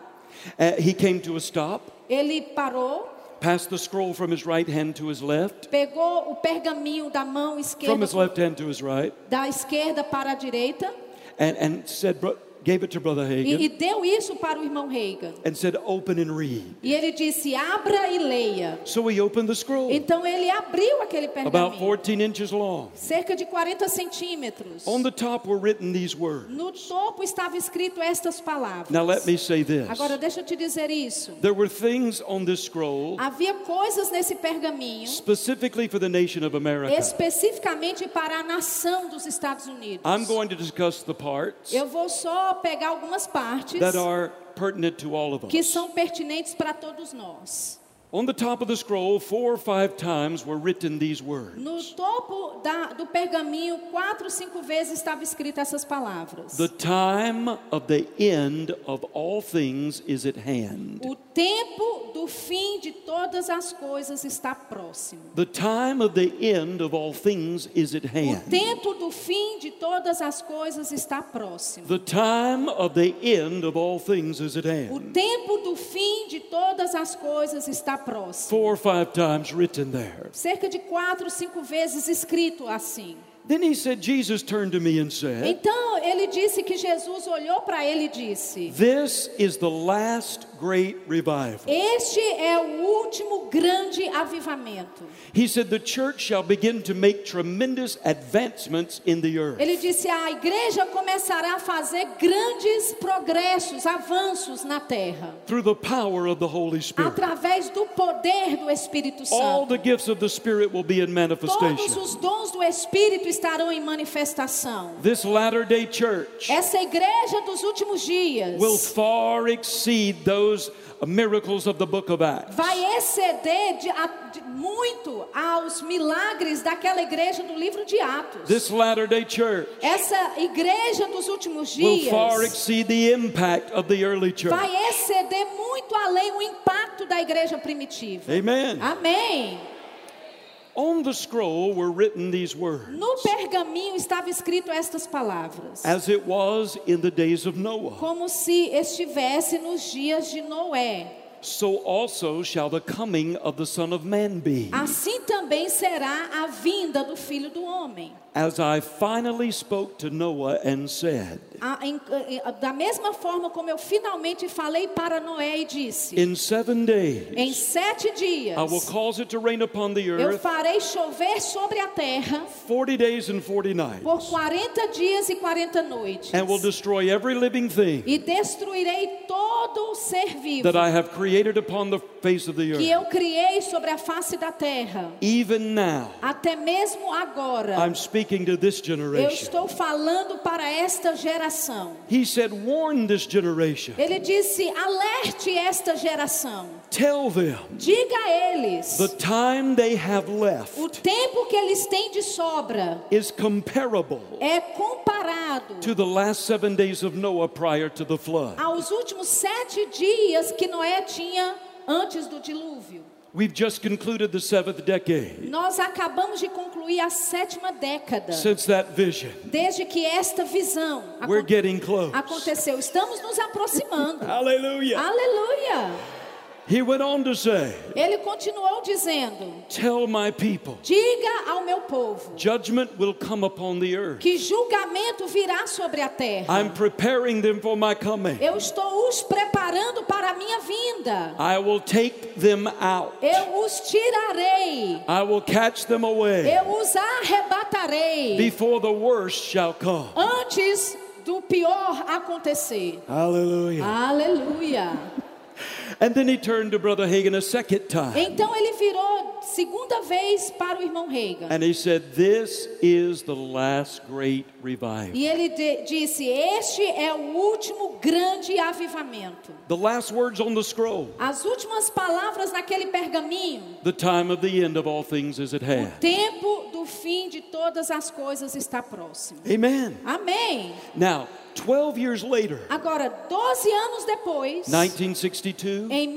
[SPEAKER 1] Uh, he came to a stop,
[SPEAKER 2] Ele parou,
[SPEAKER 1] passed the scroll from his right hand to his left,
[SPEAKER 2] pegou o pergaminho da mão
[SPEAKER 1] from his
[SPEAKER 2] esquerda,
[SPEAKER 1] left hand to his right,
[SPEAKER 2] da esquerda para a direita,
[SPEAKER 1] and, and said, bro- gave it to Brother Hagen.
[SPEAKER 2] e, e deu isso para o irmão Reagan.
[SPEAKER 1] and said, Open and read.
[SPEAKER 2] E ele disse: abra e leia.
[SPEAKER 1] So he opened the scroll,
[SPEAKER 2] Então ele abriu aquele
[SPEAKER 1] about
[SPEAKER 2] pergaminho,
[SPEAKER 1] 14 inches long.
[SPEAKER 2] cerca de 40 centímetros.
[SPEAKER 1] On the top were written these words.
[SPEAKER 2] No topo estava escrito estas palavras.
[SPEAKER 1] Now let me say this
[SPEAKER 2] Agora deixa eu te dizer isso.
[SPEAKER 1] there were things on this scroll
[SPEAKER 2] Havia coisas nesse pergaminho
[SPEAKER 1] specifically for the nation of America.
[SPEAKER 2] especificamente para a nação dos Estados Unidos.
[SPEAKER 1] I'm going to discuss the parts
[SPEAKER 2] Eu vou só pegar algumas partes
[SPEAKER 1] that are pertinent to all of
[SPEAKER 2] que
[SPEAKER 1] us.
[SPEAKER 2] são pertinentes para todos nós.
[SPEAKER 1] On the top of the scroll, four or five times were written these words
[SPEAKER 2] No topo da- do pergaminho, quatro, cinco vezes estava escrito essas palavras.
[SPEAKER 1] The time of the end of all things is at hand.
[SPEAKER 2] O tempo do fim de todas as coisas está próximo.
[SPEAKER 1] The time of the end of all things is at
[SPEAKER 2] O
[SPEAKER 1] hand.
[SPEAKER 2] tempo do fim de todas as coisas está próximo.
[SPEAKER 1] The time of the end of all things is at
[SPEAKER 2] O
[SPEAKER 1] hand.
[SPEAKER 2] tempo do fim de todas as coisas está próximo.
[SPEAKER 1] Four or five times written there.
[SPEAKER 2] Cerca de quatro, cinco vezes escrito assim.
[SPEAKER 1] Then he said, Jesus turned to me and said,
[SPEAKER 2] Então ele disse que Jesus olhou para ele e disse:
[SPEAKER 1] This is the last great revival.
[SPEAKER 2] Este é o último grande avivamento.
[SPEAKER 1] He said, The church shall begin to make tremendous advancements in the earth.
[SPEAKER 2] Ele disse: a igreja começará a fazer grandes progressos, avanços na terra,
[SPEAKER 1] through the power of the Holy Spirit.
[SPEAKER 2] através do poder do Espírito
[SPEAKER 1] All
[SPEAKER 2] Santo.
[SPEAKER 1] the gifts of the Spirit will be in
[SPEAKER 2] Todos
[SPEAKER 1] manifestation.
[SPEAKER 2] os dons do Espírito estarão em manifestação.
[SPEAKER 1] This latter day church
[SPEAKER 2] Essa igreja dos últimos dias
[SPEAKER 1] will far exceed those miracles of the book of Acts.
[SPEAKER 2] vai exceder de- a- de- muito aos milagres daquela igreja do livro de Atos.
[SPEAKER 1] This latter day church
[SPEAKER 2] Essa igreja dos últimos
[SPEAKER 1] will far
[SPEAKER 2] dias
[SPEAKER 1] exceed the impact of the early church.
[SPEAKER 2] vai exceder muito além o impacto da igreja primitiva.
[SPEAKER 1] Amen.
[SPEAKER 2] Amém.
[SPEAKER 1] On the scroll were written these words
[SPEAKER 2] No pergaminho estava escrito estas palavras.
[SPEAKER 1] as it was in the days of Noah,
[SPEAKER 2] Como se estivesse nos dias de Noé.
[SPEAKER 1] so also shall the coming of the Son of Man be.
[SPEAKER 2] Assim também será a vinda do filho do homem.
[SPEAKER 1] As I finally spoke to Noah and said,
[SPEAKER 2] A- em- em- da mesma forma como eu finalmente falei para Noé e disse:
[SPEAKER 1] In seven
[SPEAKER 2] Em
[SPEAKER 1] days
[SPEAKER 2] sete dias
[SPEAKER 1] I will cause it to rain upon the
[SPEAKER 2] eu
[SPEAKER 1] earth
[SPEAKER 2] farei chover sobre a terra
[SPEAKER 1] 40 days and 40 nights,
[SPEAKER 2] por 40 dias e 40 noites.
[SPEAKER 1] and will destroy every living thing
[SPEAKER 2] E destruirei todo o ser vivo
[SPEAKER 1] that I have created upon the face of the
[SPEAKER 2] que
[SPEAKER 1] earth.
[SPEAKER 2] eu criei sobre a face da terra.
[SPEAKER 1] Even now,
[SPEAKER 2] Até mesmo agora,
[SPEAKER 1] I'm speaking to this
[SPEAKER 2] eu
[SPEAKER 1] generation.
[SPEAKER 2] estou falando para esta geração.
[SPEAKER 1] He said, Warn this generation,
[SPEAKER 2] Ele disse: alerte esta geração.
[SPEAKER 1] tell them
[SPEAKER 2] Diga a eles:
[SPEAKER 1] the time they have left
[SPEAKER 2] o tempo que eles têm de sobra
[SPEAKER 1] is comparable
[SPEAKER 2] é comparado
[SPEAKER 1] to the last seven days of Noah prior to the flood.
[SPEAKER 2] aos últimos sete dias que Noé tinha antes do dilúvio.
[SPEAKER 1] We've just concluded the seventh decade
[SPEAKER 2] Nós acabamos de concluir a sétima década
[SPEAKER 1] since that vision.
[SPEAKER 2] desde que esta visão
[SPEAKER 1] We're
[SPEAKER 2] acon-
[SPEAKER 1] getting close.
[SPEAKER 2] aconteceu. Estamos nos aproximando.
[SPEAKER 1] Hallelujah.
[SPEAKER 2] Aleluia!
[SPEAKER 1] He went on to say,
[SPEAKER 2] Ele continuou dizendo:
[SPEAKER 1] Tell my people,
[SPEAKER 2] Diga ao meu povo
[SPEAKER 1] judgment will come upon the earth.
[SPEAKER 2] que julgamento virá sobre a terra.
[SPEAKER 1] I'm preparing them for my coming.
[SPEAKER 2] Eu estou os preparando para a minha vinda.
[SPEAKER 1] I will take them out.
[SPEAKER 2] Eu os tirarei.
[SPEAKER 1] I will catch them away
[SPEAKER 2] Eu os arrebatarei
[SPEAKER 1] before the worst shall come.
[SPEAKER 2] antes do pior acontecer.
[SPEAKER 1] Hallelujah.
[SPEAKER 2] Aleluia.
[SPEAKER 1] And then he turned to Brother Hagan a second time
[SPEAKER 2] Então ele virou segunda vez para o irmão Reagan.
[SPEAKER 1] and he said, This is the last great revival.
[SPEAKER 2] E ele de- disse: Este é o último grande avivamento.
[SPEAKER 1] The last words on the scroll.
[SPEAKER 2] As últimas palavras naquele pergaminho.
[SPEAKER 1] The time of the end of all things is at hand.
[SPEAKER 2] O tempo do fim de todas as coisas está próximo.
[SPEAKER 1] Amen.
[SPEAKER 2] Amém.
[SPEAKER 1] Now, 12 years later,
[SPEAKER 2] Agora, 12 anos depois,
[SPEAKER 1] 1962,
[SPEAKER 2] em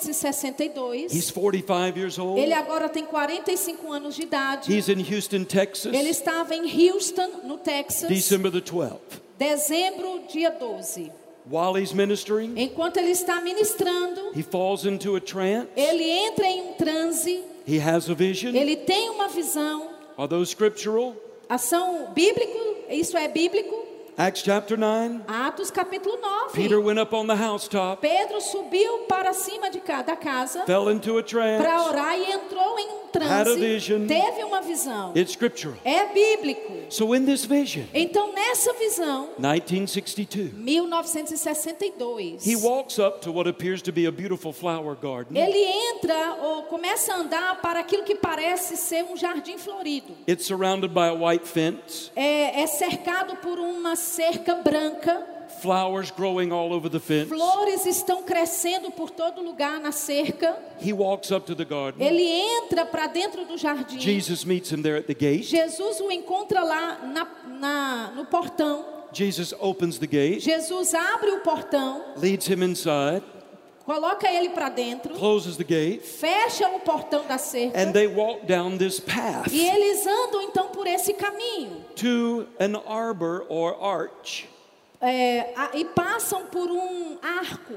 [SPEAKER 2] 1962,
[SPEAKER 1] he's 45 years old.
[SPEAKER 2] Ele agora tem 45 anos de idade.
[SPEAKER 1] He's in Houston,
[SPEAKER 2] Ele
[SPEAKER 1] Texas,
[SPEAKER 2] estava em Houston, no Texas,
[SPEAKER 1] December the 12th.
[SPEAKER 2] dezembro, dia 12.
[SPEAKER 1] While he's ministering,
[SPEAKER 2] Enquanto ele está ministrando,
[SPEAKER 1] he falls into a trance.
[SPEAKER 2] ele entra em um transe,
[SPEAKER 1] He has a vision.
[SPEAKER 2] ele tem uma visão,
[SPEAKER 1] Are those scriptural?
[SPEAKER 2] ação bíblico, isso é bíblico,
[SPEAKER 1] Acts chapter 9.
[SPEAKER 2] Atos capítulo 9.
[SPEAKER 1] Peter went up on the housetop,
[SPEAKER 2] Pedro subiu para cima de ca- da casa
[SPEAKER 1] fell into a
[SPEAKER 2] para
[SPEAKER 1] trance.
[SPEAKER 2] orar e entrou em um
[SPEAKER 1] Had a
[SPEAKER 2] transe,
[SPEAKER 1] vision.
[SPEAKER 2] teve uma visão.
[SPEAKER 1] It's scriptural.
[SPEAKER 2] É bíblico.
[SPEAKER 1] So, in this vision,
[SPEAKER 2] Então, nessa visão,
[SPEAKER 1] 1962,
[SPEAKER 2] 1962.
[SPEAKER 1] he walks up to what appears to be a beautiful flower garden.
[SPEAKER 2] Ele entra ou começa a andar para aquilo que parece ser um jardim florido.
[SPEAKER 1] It's surrounded by a white fence,
[SPEAKER 2] É, é cercado por uma cerca branca.
[SPEAKER 1] flowers growing all over the fence.
[SPEAKER 2] Flores estão crescendo por todo lugar na cerca.
[SPEAKER 1] He walks up to the garden.
[SPEAKER 2] Ele entra para dentro do jardim.
[SPEAKER 1] Jesus meets him there at the gate.
[SPEAKER 2] Jesus o encontra lá na- na- no portão.
[SPEAKER 1] Jesus opens the gate,
[SPEAKER 2] Jesus abre o portão,
[SPEAKER 1] leads him inside,
[SPEAKER 2] coloca ele para dentro,
[SPEAKER 1] closes the gate,
[SPEAKER 2] fecha o portão da cerca.
[SPEAKER 1] and they walk down this path
[SPEAKER 2] E eles andam então por esse caminho.
[SPEAKER 1] to an arbor or arch.
[SPEAKER 2] É, a- e passam por um arco.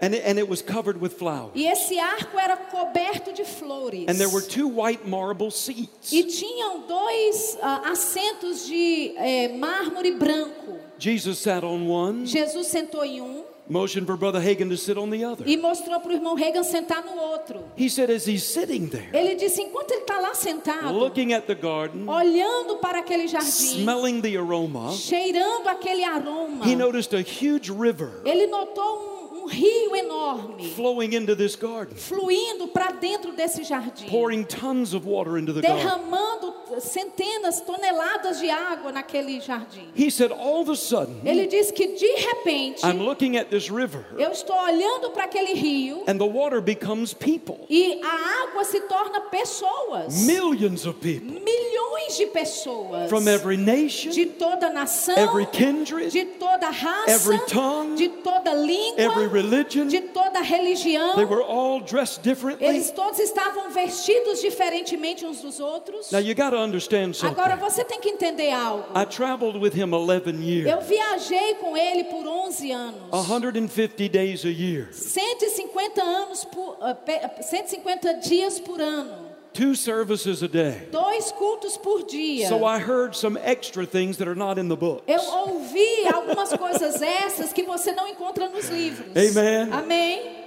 [SPEAKER 1] And it, and it was covered with flowers.
[SPEAKER 2] E esse arco era coberto de flores.
[SPEAKER 1] And there were two white marble seats.
[SPEAKER 2] E tinham dois ah, assentos de eh, mármore branco.
[SPEAKER 1] Jesus sat on one,
[SPEAKER 2] Jesus sentou em um,
[SPEAKER 1] motioned for Brother Hagan to sit on the other.
[SPEAKER 2] e mostrou para o irmão Reagan sentar no outro.
[SPEAKER 1] He said, as he's sitting there,
[SPEAKER 2] Ele disse: enquanto ele está lá sentado,
[SPEAKER 1] looking at the garden,
[SPEAKER 2] olhando para aquele jardim,
[SPEAKER 1] smelling the aroma,
[SPEAKER 2] cheirando aquele aroma,
[SPEAKER 1] he noticed a huge river
[SPEAKER 2] ele notou um, um rio enorme
[SPEAKER 1] flowing into this garden,
[SPEAKER 2] fluindo para dentro desse jardim,
[SPEAKER 1] pouring tons of water into the garden.
[SPEAKER 2] derramando centenas, toneladas de água naquele jardim.
[SPEAKER 1] He said, all of a sudden,
[SPEAKER 2] Ele diz que de repente
[SPEAKER 1] I'm looking at this river,
[SPEAKER 2] eu estou olhando para aquele rio
[SPEAKER 1] and the water becomes people,
[SPEAKER 2] e a água se torna pessoas,
[SPEAKER 1] millions of people
[SPEAKER 2] milhões de pessoas
[SPEAKER 1] from every nation,
[SPEAKER 2] de toda nação,
[SPEAKER 1] every kindred,
[SPEAKER 2] de toda raça,
[SPEAKER 1] every tongue,
[SPEAKER 2] de toda língua,
[SPEAKER 1] every religion.
[SPEAKER 2] de toda religião.
[SPEAKER 1] They were all dressed differently.
[SPEAKER 2] Eles todos estavam vestidos diferentemente uns dos outros.
[SPEAKER 1] Now you got to understand
[SPEAKER 2] Agora
[SPEAKER 1] something.
[SPEAKER 2] você tem que entender algo.
[SPEAKER 1] I traveled with him 11
[SPEAKER 2] Eu
[SPEAKER 1] years,
[SPEAKER 2] viajei com ele por 11 anos.
[SPEAKER 1] 150 days a year,
[SPEAKER 2] 150 anos por ah, pe- 150 dias por ano.
[SPEAKER 1] two services a day.
[SPEAKER 2] Dois cultos por dia.
[SPEAKER 1] So I heard some extra things that are not in the books.
[SPEAKER 2] Eu ouvi algumas coisas essas que você não encontra nos livros.
[SPEAKER 1] Amen.
[SPEAKER 2] Amém.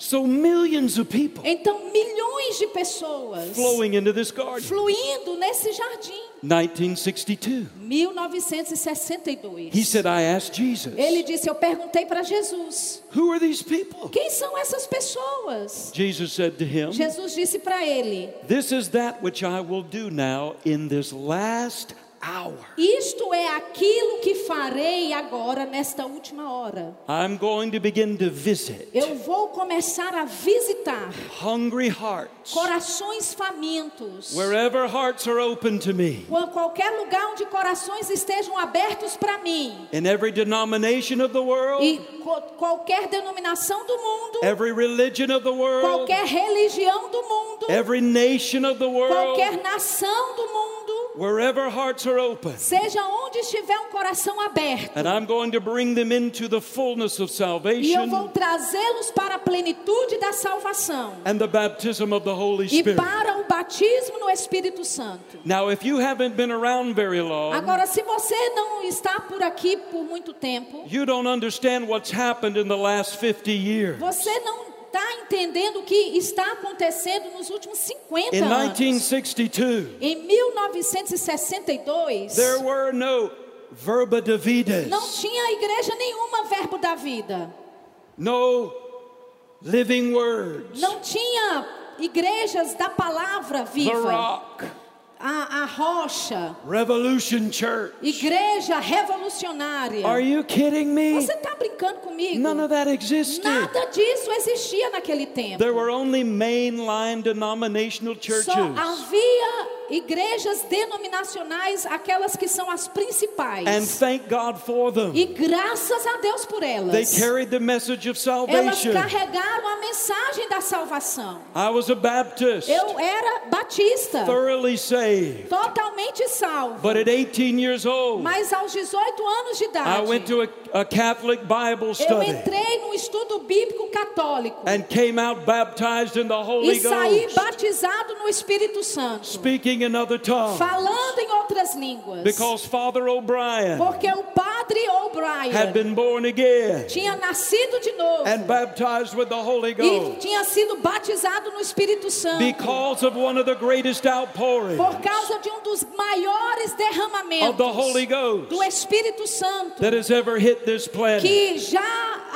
[SPEAKER 1] So millions of people
[SPEAKER 2] Então milhões de pessoas
[SPEAKER 1] flowing into this garden.
[SPEAKER 2] fluindo nesse jardim.
[SPEAKER 1] 1962.
[SPEAKER 2] 1962.
[SPEAKER 1] He said, I asked Jesus,
[SPEAKER 2] Ele disse: Eu perguntei para Jesus,
[SPEAKER 1] Who are these people?
[SPEAKER 2] quem são essas pessoas?
[SPEAKER 1] Jesus said to him,
[SPEAKER 2] Jesus disse para ele:
[SPEAKER 1] This is that which I will do now in this last hour.
[SPEAKER 2] Isto é aquilo que farei agora nesta última hora.
[SPEAKER 1] I'm going to begin to visit
[SPEAKER 2] Eu vou começar a visitar
[SPEAKER 1] hungry hearts.
[SPEAKER 2] corações famintos.
[SPEAKER 1] Wherever hearts are open to me,
[SPEAKER 2] Qua- Qualquer lugar onde corações estejam abertos para mim.
[SPEAKER 1] in every denomination of the
[SPEAKER 2] E
[SPEAKER 1] world,
[SPEAKER 2] co- qualquer denominação do mundo,
[SPEAKER 1] every religion of the world,
[SPEAKER 2] qualquer religião do mundo,
[SPEAKER 1] every nation of the world,
[SPEAKER 2] qualquer nação do mundo,
[SPEAKER 1] wherever hearts are open.
[SPEAKER 2] seja onde estiver um coração aberto.
[SPEAKER 1] And I'm going to bring them into the fullness of
[SPEAKER 2] E eu vou
[SPEAKER 1] salvation
[SPEAKER 2] trazê-los para a plenitude da salvação
[SPEAKER 1] and the baptism of the Holy
[SPEAKER 2] e
[SPEAKER 1] Spirit.
[SPEAKER 2] para o batismo no Espírito Santo.
[SPEAKER 1] Now, if you haven't been around very long,
[SPEAKER 2] Agora, se você não está por aqui por muito tempo,
[SPEAKER 1] you don't understand what's happened in the last 50 years.
[SPEAKER 2] você não está entendendo o que está acontecendo nos últimos 50
[SPEAKER 1] In
[SPEAKER 2] anos.
[SPEAKER 1] 1962,
[SPEAKER 2] Em 1962,
[SPEAKER 1] there were no verba divides.
[SPEAKER 2] não tinha igreja nenhuma Verbo da Vida.
[SPEAKER 1] No living words.
[SPEAKER 2] Não tinha igrejas da palavra
[SPEAKER 1] The
[SPEAKER 2] viva.
[SPEAKER 1] Rock.
[SPEAKER 2] A, a rocha.
[SPEAKER 1] Revolution Church.
[SPEAKER 2] Igreja revolucionária.
[SPEAKER 1] Are you kidding me?
[SPEAKER 2] Você está brincando comigo?
[SPEAKER 1] None of that existed.
[SPEAKER 2] Nada disso existia naquele tempo.
[SPEAKER 1] There were only mainline denominational churches.
[SPEAKER 2] Só havia igrejas denominacionais, aquelas que são as principais.
[SPEAKER 1] And thank God for them.
[SPEAKER 2] E graças a Deus por
[SPEAKER 1] They
[SPEAKER 2] elas.
[SPEAKER 1] carried the message of
[SPEAKER 2] Elas
[SPEAKER 1] salvation.
[SPEAKER 2] carregaram a mensagem da salvação.
[SPEAKER 1] I was a Baptist,
[SPEAKER 2] Eu era batista,
[SPEAKER 1] thoroughly saved.
[SPEAKER 2] totalmente salvo.
[SPEAKER 1] But at 18 years old,
[SPEAKER 2] Mas aos 18 anos de
[SPEAKER 1] I went
[SPEAKER 2] idade,
[SPEAKER 1] to a, a Catholic Bible
[SPEAKER 2] eu
[SPEAKER 1] study
[SPEAKER 2] entrei num estudo bíblico católico
[SPEAKER 1] and came out baptized in the
[SPEAKER 2] e
[SPEAKER 1] Holy
[SPEAKER 2] saí
[SPEAKER 1] Ghost,
[SPEAKER 2] batizado no Espírito Santo,
[SPEAKER 1] speaking in other tongues.
[SPEAKER 2] falando em outras línguas.
[SPEAKER 1] Because Father O'Brien
[SPEAKER 2] Porque o padre
[SPEAKER 1] had
[SPEAKER 2] O'Brien
[SPEAKER 1] been born again
[SPEAKER 2] tinha nascido de novo
[SPEAKER 1] and baptized with the Holy
[SPEAKER 2] e
[SPEAKER 1] Ghost
[SPEAKER 2] tinha sido batizado no Espírito Santo
[SPEAKER 1] because of one of the greatest outpourings
[SPEAKER 2] por causa de um dos maiores
[SPEAKER 1] of the Holy
[SPEAKER 2] derramamentos do
[SPEAKER 1] Ghost
[SPEAKER 2] Espírito Santo
[SPEAKER 1] that has ever hit this planet.
[SPEAKER 2] que já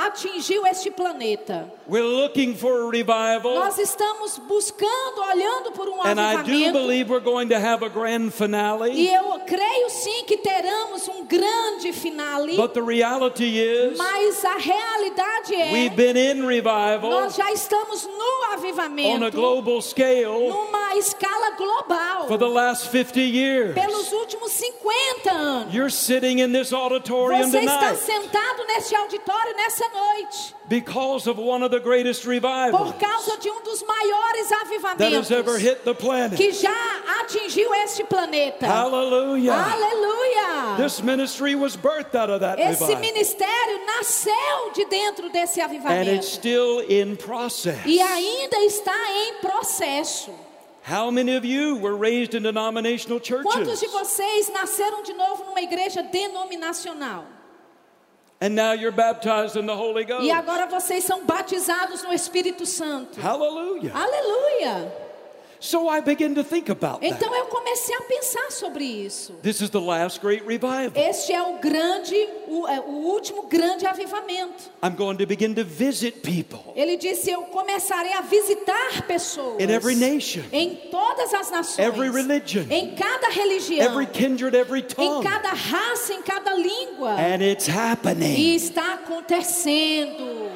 [SPEAKER 2] atingiu este planeta.
[SPEAKER 1] We're looking for a revival,
[SPEAKER 2] Nós estamos buscando, olhando por um
[SPEAKER 1] and I do
[SPEAKER 2] avivamento.
[SPEAKER 1] believe we're going to have a grand
[SPEAKER 2] E
[SPEAKER 1] finale.
[SPEAKER 2] eu creio sim que teremos um grande finale,
[SPEAKER 1] But the reality is,
[SPEAKER 2] mas a realidade
[SPEAKER 1] we've
[SPEAKER 2] é
[SPEAKER 1] been in revival
[SPEAKER 2] nós já estamos no
[SPEAKER 1] on a
[SPEAKER 2] avivamento
[SPEAKER 1] global scale
[SPEAKER 2] numa escala global
[SPEAKER 1] for the last 50 years.
[SPEAKER 2] pelos últimos 50 anos.
[SPEAKER 1] You're sitting in this auditorium
[SPEAKER 2] Você está
[SPEAKER 1] tonight.
[SPEAKER 2] sentado neste auditório nessa noite
[SPEAKER 1] because of one of the greatest
[SPEAKER 2] por
[SPEAKER 1] revivals
[SPEAKER 2] causa de um dos maiores
[SPEAKER 1] that has ever
[SPEAKER 2] avivamentos
[SPEAKER 1] hit the planet.
[SPEAKER 2] que já atingiu este planeta.
[SPEAKER 1] Hallelujah.
[SPEAKER 2] Aleluia!
[SPEAKER 1] This ministry was birthed out of that
[SPEAKER 2] Esse
[SPEAKER 1] revival.
[SPEAKER 2] ministério nasceu de dentro desse
[SPEAKER 1] And it's
[SPEAKER 2] avivamento
[SPEAKER 1] still in process.
[SPEAKER 2] e ainda está em processo.
[SPEAKER 1] How many of you were raised in denominational
[SPEAKER 2] Quantos
[SPEAKER 1] churches?
[SPEAKER 2] de vocês nasceram de novo numa igreja denominacional?
[SPEAKER 1] And now you're baptized in the Holy Ghost.
[SPEAKER 2] E agora vocês são batizados no Espírito Santo.
[SPEAKER 1] Hallelujah.
[SPEAKER 2] Aleluia!
[SPEAKER 1] So I begin to think about that.
[SPEAKER 2] Então eu comecei a pensar sobre isso.
[SPEAKER 1] This is the last great revival.
[SPEAKER 2] Este é o grande, o, é, o último grande avivamento.
[SPEAKER 1] I'm going to begin to visit people
[SPEAKER 2] Ele disse: Eu começarei a visitar pessoas
[SPEAKER 1] in every nation,
[SPEAKER 2] em todas as nações,
[SPEAKER 1] Every religion.
[SPEAKER 2] em cada religião,
[SPEAKER 1] every kindred, every
[SPEAKER 2] em
[SPEAKER 1] tongue.
[SPEAKER 2] cada raça, em cada língua.
[SPEAKER 1] And it's
[SPEAKER 2] E
[SPEAKER 1] happening.
[SPEAKER 2] está acontecendo.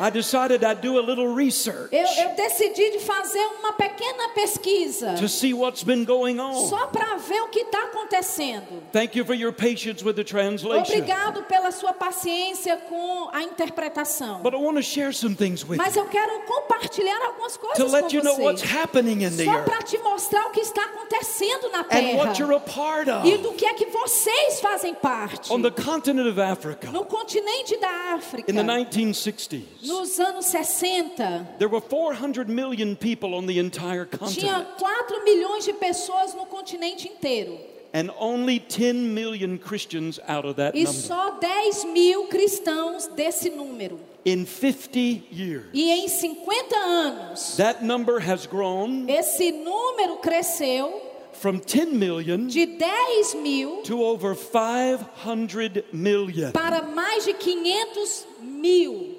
[SPEAKER 1] I decided I'd do a little research
[SPEAKER 2] Eu, eu decidi de fazer uma pequena pesquisa
[SPEAKER 1] to see what's been going on.
[SPEAKER 2] só para ver o que está acontecendo.
[SPEAKER 1] Thank you for your patience with the translation.
[SPEAKER 2] Obrigado pela sua paciência com a interpretação.
[SPEAKER 1] But I want to share some things with
[SPEAKER 2] Mas
[SPEAKER 1] you
[SPEAKER 2] eu quero compartilhar algumas coisas
[SPEAKER 1] to
[SPEAKER 2] com
[SPEAKER 1] let you know what's
[SPEAKER 2] vocês.
[SPEAKER 1] happening in the
[SPEAKER 2] Só
[SPEAKER 1] earth
[SPEAKER 2] para te mostrar o que está acontecendo na
[SPEAKER 1] and what you're
[SPEAKER 2] Terra
[SPEAKER 1] a part
[SPEAKER 2] e
[SPEAKER 1] of
[SPEAKER 2] do que é que vocês fazem parte.
[SPEAKER 1] on the continent of Africa
[SPEAKER 2] No continente da África,
[SPEAKER 1] in the 1960s.
[SPEAKER 2] nos anos 60,
[SPEAKER 1] There were 400 million people on the entire
[SPEAKER 2] tinha
[SPEAKER 1] continent
[SPEAKER 2] 4 milhões de pessoas no continente inteiro.
[SPEAKER 1] and only 10 million Christians out of that
[SPEAKER 2] E
[SPEAKER 1] number
[SPEAKER 2] só 10 mil cristãos desse número.
[SPEAKER 1] in 50 years.
[SPEAKER 2] E em 50 anos,
[SPEAKER 1] That number has grown
[SPEAKER 2] esse número cresceu
[SPEAKER 1] from 10 million
[SPEAKER 2] de 10 mil
[SPEAKER 1] to over 500 million.
[SPEAKER 2] para mais de 500 mil.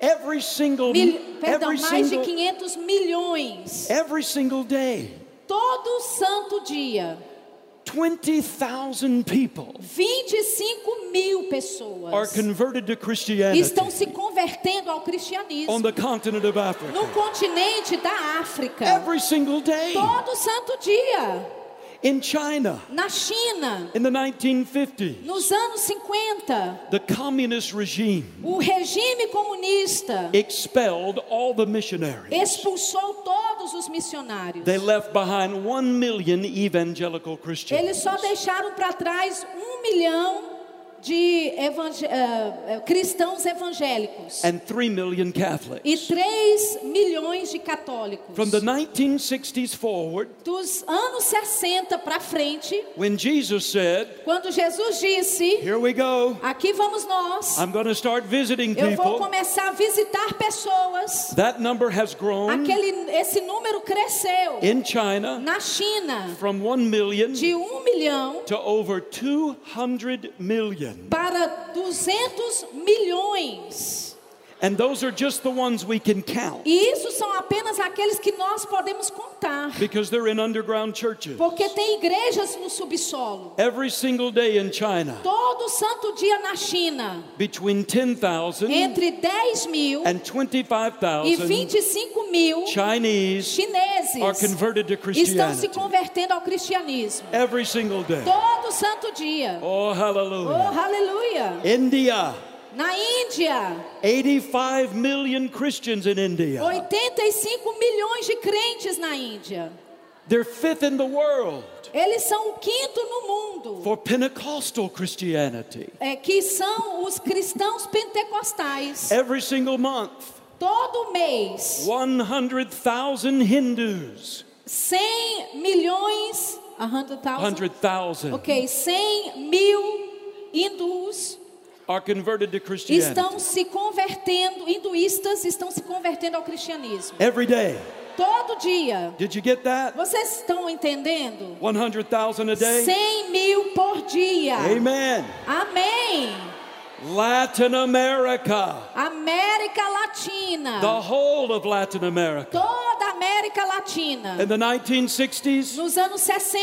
[SPEAKER 1] Every single
[SPEAKER 2] Mil- perdão,
[SPEAKER 1] every
[SPEAKER 2] mais de
[SPEAKER 1] single É-
[SPEAKER 2] 500 milhões.
[SPEAKER 1] every single day,
[SPEAKER 2] Todo santo dia,
[SPEAKER 1] 20,000 people
[SPEAKER 2] 25 mil
[SPEAKER 1] are
[SPEAKER 2] pessoas
[SPEAKER 1] converted to Christianity
[SPEAKER 2] estão se convertendo ao cristianismo
[SPEAKER 1] on the continent of
[SPEAKER 2] no
[SPEAKER 1] Africa.
[SPEAKER 2] continente da África.
[SPEAKER 1] Every single day
[SPEAKER 2] Todo santo dia,
[SPEAKER 1] in China
[SPEAKER 2] na China,
[SPEAKER 1] in the 1950s,
[SPEAKER 2] nos anos 50.
[SPEAKER 1] the communist regime
[SPEAKER 2] O regime comunista
[SPEAKER 1] expelled all the missionaries.
[SPEAKER 2] expulsou todos os missionários.
[SPEAKER 1] They left behind 1 million evangelical Christians.
[SPEAKER 2] Eles só deixaram para trás um milhão de evangé- eh, eh, cristãos evangélicos
[SPEAKER 1] and 3 million Catholics.
[SPEAKER 2] e 3 milhões de católicos.
[SPEAKER 1] From the 1960s forward,
[SPEAKER 2] Dos anos 60 para frente,
[SPEAKER 1] when Jesus said,
[SPEAKER 2] quando Jesus disse:
[SPEAKER 1] Here we go,
[SPEAKER 2] Aqui vamos nós,
[SPEAKER 1] I'm going to start visiting
[SPEAKER 2] eu vou
[SPEAKER 1] people,
[SPEAKER 2] começar a visitar pessoas.
[SPEAKER 1] that number has grown
[SPEAKER 2] Aquele, esse número cresceu
[SPEAKER 1] in China
[SPEAKER 2] na China
[SPEAKER 1] from 1 million
[SPEAKER 2] de um milhão
[SPEAKER 1] to over 200 million.
[SPEAKER 2] para 200 milhões.
[SPEAKER 1] And those are just the ones we can count
[SPEAKER 2] E isso são apenas aqueles que nós podemos contar,
[SPEAKER 1] because they're in underground churches.
[SPEAKER 2] porque tem igrejas no subsolo.
[SPEAKER 1] Every single day in China,
[SPEAKER 2] Todo santo dia na China,
[SPEAKER 1] between 10,000
[SPEAKER 2] entre 10 mil
[SPEAKER 1] and
[SPEAKER 2] e
[SPEAKER 1] 25,000
[SPEAKER 2] 25 mil
[SPEAKER 1] Chinese are
[SPEAKER 2] chineses
[SPEAKER 1] converted to
[SPEAKER 2] estão
[SPEAKER 1] Christianity
[SPEAKER 2] se convertendo ao cristianismo.
[SPEAKER 1] every single day.
[SPEAKER 2] Todo santo dia.
[SPEAKER 1] Oh,
[SPEAKER 2] Oh,
[SPEAKER 1] hallelujah.
[SPEAKER 2] aleluia!
[SPEAKER 1] India,
[SPEAKER 2] Na Índia,
[SPEAKER 1] 85 million Christians in India.
[SPEAKER 2] 85 milhões de crentes na Índia.
[SPEAKER 1] They're fifth in the world
[SPEAKER 2] Eles são o quinto no mundo.
[SPEAKER 1] for Pentecostal Christianity.
[SPEAKER 2] é, que são os cristãos pentecostais.
[SPEAKER 1] Every single month,
[SPEAKER 2] Todo mês,
[SPEAKER 1] 100,000 Hindus,
[SPEAKER 2] 100 milhões, 100,000,
[SPEAKER 1] 100,000
[SPEAKER 2] ok, 100 mil hindus
[SPEAKER 1] are converted to Christianity
[SPEAKER 2] estão se convertendo, hinduístas estão se convertendo ao cristianismo.
[SPEAKER 1] every day.
[SPEAKER 2] Todo dia.
[SPEAKER 1] Did you get that?
[SPEAKER 2] Vocês estão entendendo?
[SPEAKER 1] 100,000 a day.
[SPEAKER 2] 100 mil por dia.
[SPEAKER 1] Amen.
[SPEAKER 2] Amém.
[SPEAKER 1] Latin America,
[SPEAKER 2] América Latina.
[SPEAKER 1] the whole of Latin America.
[SPEAKER 2] Toda a América Latina.
[SPEAKER 1] In the 1960s,
[SPEAKER 2] Nos anos 60,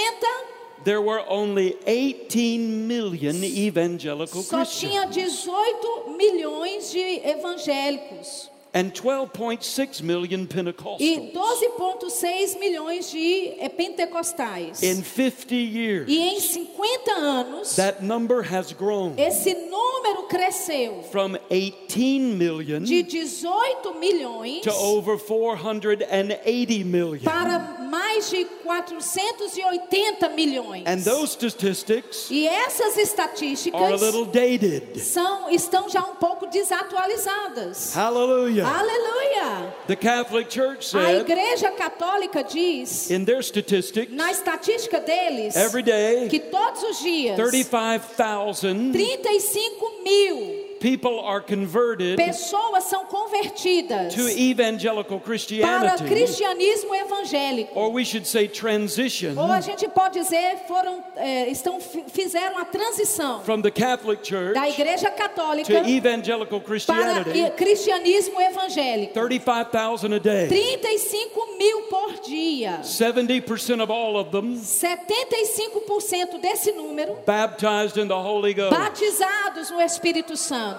[SPEAKER 1] There were only 18 million evangelical
[SPEAKER 2] Só tinha
[SPEAKER 1] Christians
[SPEAKER 2] 18 milhões de evangélicos
[SPEAKER 1] and 12.6 million
[SPEAKER 2] e
[SPEAKER 1] Pentecostals
[SPEAKER 2] 12,6 milhões de eh, pentecostais.
[SPEAKER 1] in 50 years.
[SPEAKER 2] E em 50 anos,
[SPEAKER 1] That number has grown
[SPEAKER 2] esse número cresceu
[SPEAKER 1] from 18 million
[SPEAKER 2] de
[SPEAKER 1] to
[SPEAKER 2] 18 milhões
[SPEAKER 1] Hmm. over 480 million.
[SPEAKER 2] para mais de 480 milhões.
[SPEAKER 1] And those statistics
[SPEAKER 2] E essas
[SPEAKER 1] are a
[SPEAKER 2] estatísticas
[SPEAKER 1] little dated.
[SPEAKER 2] são, estão já um pouco desatualizadas.
[SPEAKER 1] Hallelujah.
[SPEAKER 2] Aleluia!
[SPEAKER 1] The Catholic Church
[SPEAKER 2] A
[SPEAKER 1] said
[SPEAKER 2] igreja católica diz,
[SPEAKER 1] in their statistics
[SPEAKER 2] na estatística deles,
[SPEAKER 1] every day
[SPEAKER 2] que todos os dias
[SPEAKER 1] 35,000
[SPEAKER 2] 35 mil
[SPEAKER 1] people are converted
[SPEAKER 2] pessoas são convertidas
[SPEAKER 1] to evangelical
[SPEAKER 2] para
[SPEAKER 1] Christianity
[SPEAKER 2] cristianismo evangélico.
[SPEAKER 1] or we should say transition
[SPEAKER 2] Ou a gente pode dizer, foram, é, estão, fi- fizeram a transição
[SPEAKER 1] from the Catholic Church
[SPEAKER 2] da igreja católica
[SPEAKER 1] to evangelical
[SPEAKER 2] para
[SPEAKER 1] Christianity
[SPEAKER 2] e- cristianismo evangélico.
[SPEAKER 1] 35,000 a day
[SPEAKER 2] 35 mil por dia.
[SPEAKER 1] 70% of all of them
[SPEAKER 2] 75% desse número
[SPEAKER 1] baptized in the Holy Ghost
[SPEAKER 2] batizados no Espírito Santo.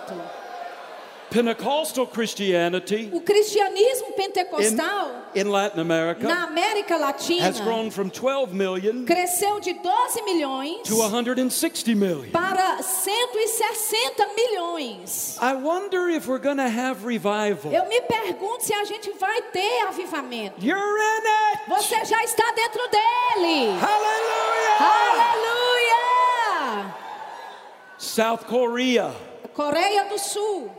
[SPEAKER 1] Pentecostal Christianity
[SPEAKER 2] O cristianismo
[SPEAKER 1] in,
[SPEAKER 2] pentecostal
[SPEAKER 1] in Latin
[SPEAKER 2] na
[SPEAKER 1] America
[SPEAKER 2] América Latina
[SPEAKER 1] has grown from 12 million
[SPEAKER 2] cresceu de 12 milhões
[SPEAKER 1] to 160 million
[SPEAKER 2] para 160 milhões.
[SPEAKER 1] I wonder if we're going to have revival
[SPEAKER 2] Eu me pergunto se a gente vai ter avivamento.
[SPEAKER 1] You're in it
[SPEAKER 2] Você já está dentro dele.
[SPEAKER 1] Hallelujah
[SPEAKER 2] Aleluia!
[SPEAKER 1] South Korea
[SPEAKER 2] Coreia do Sul,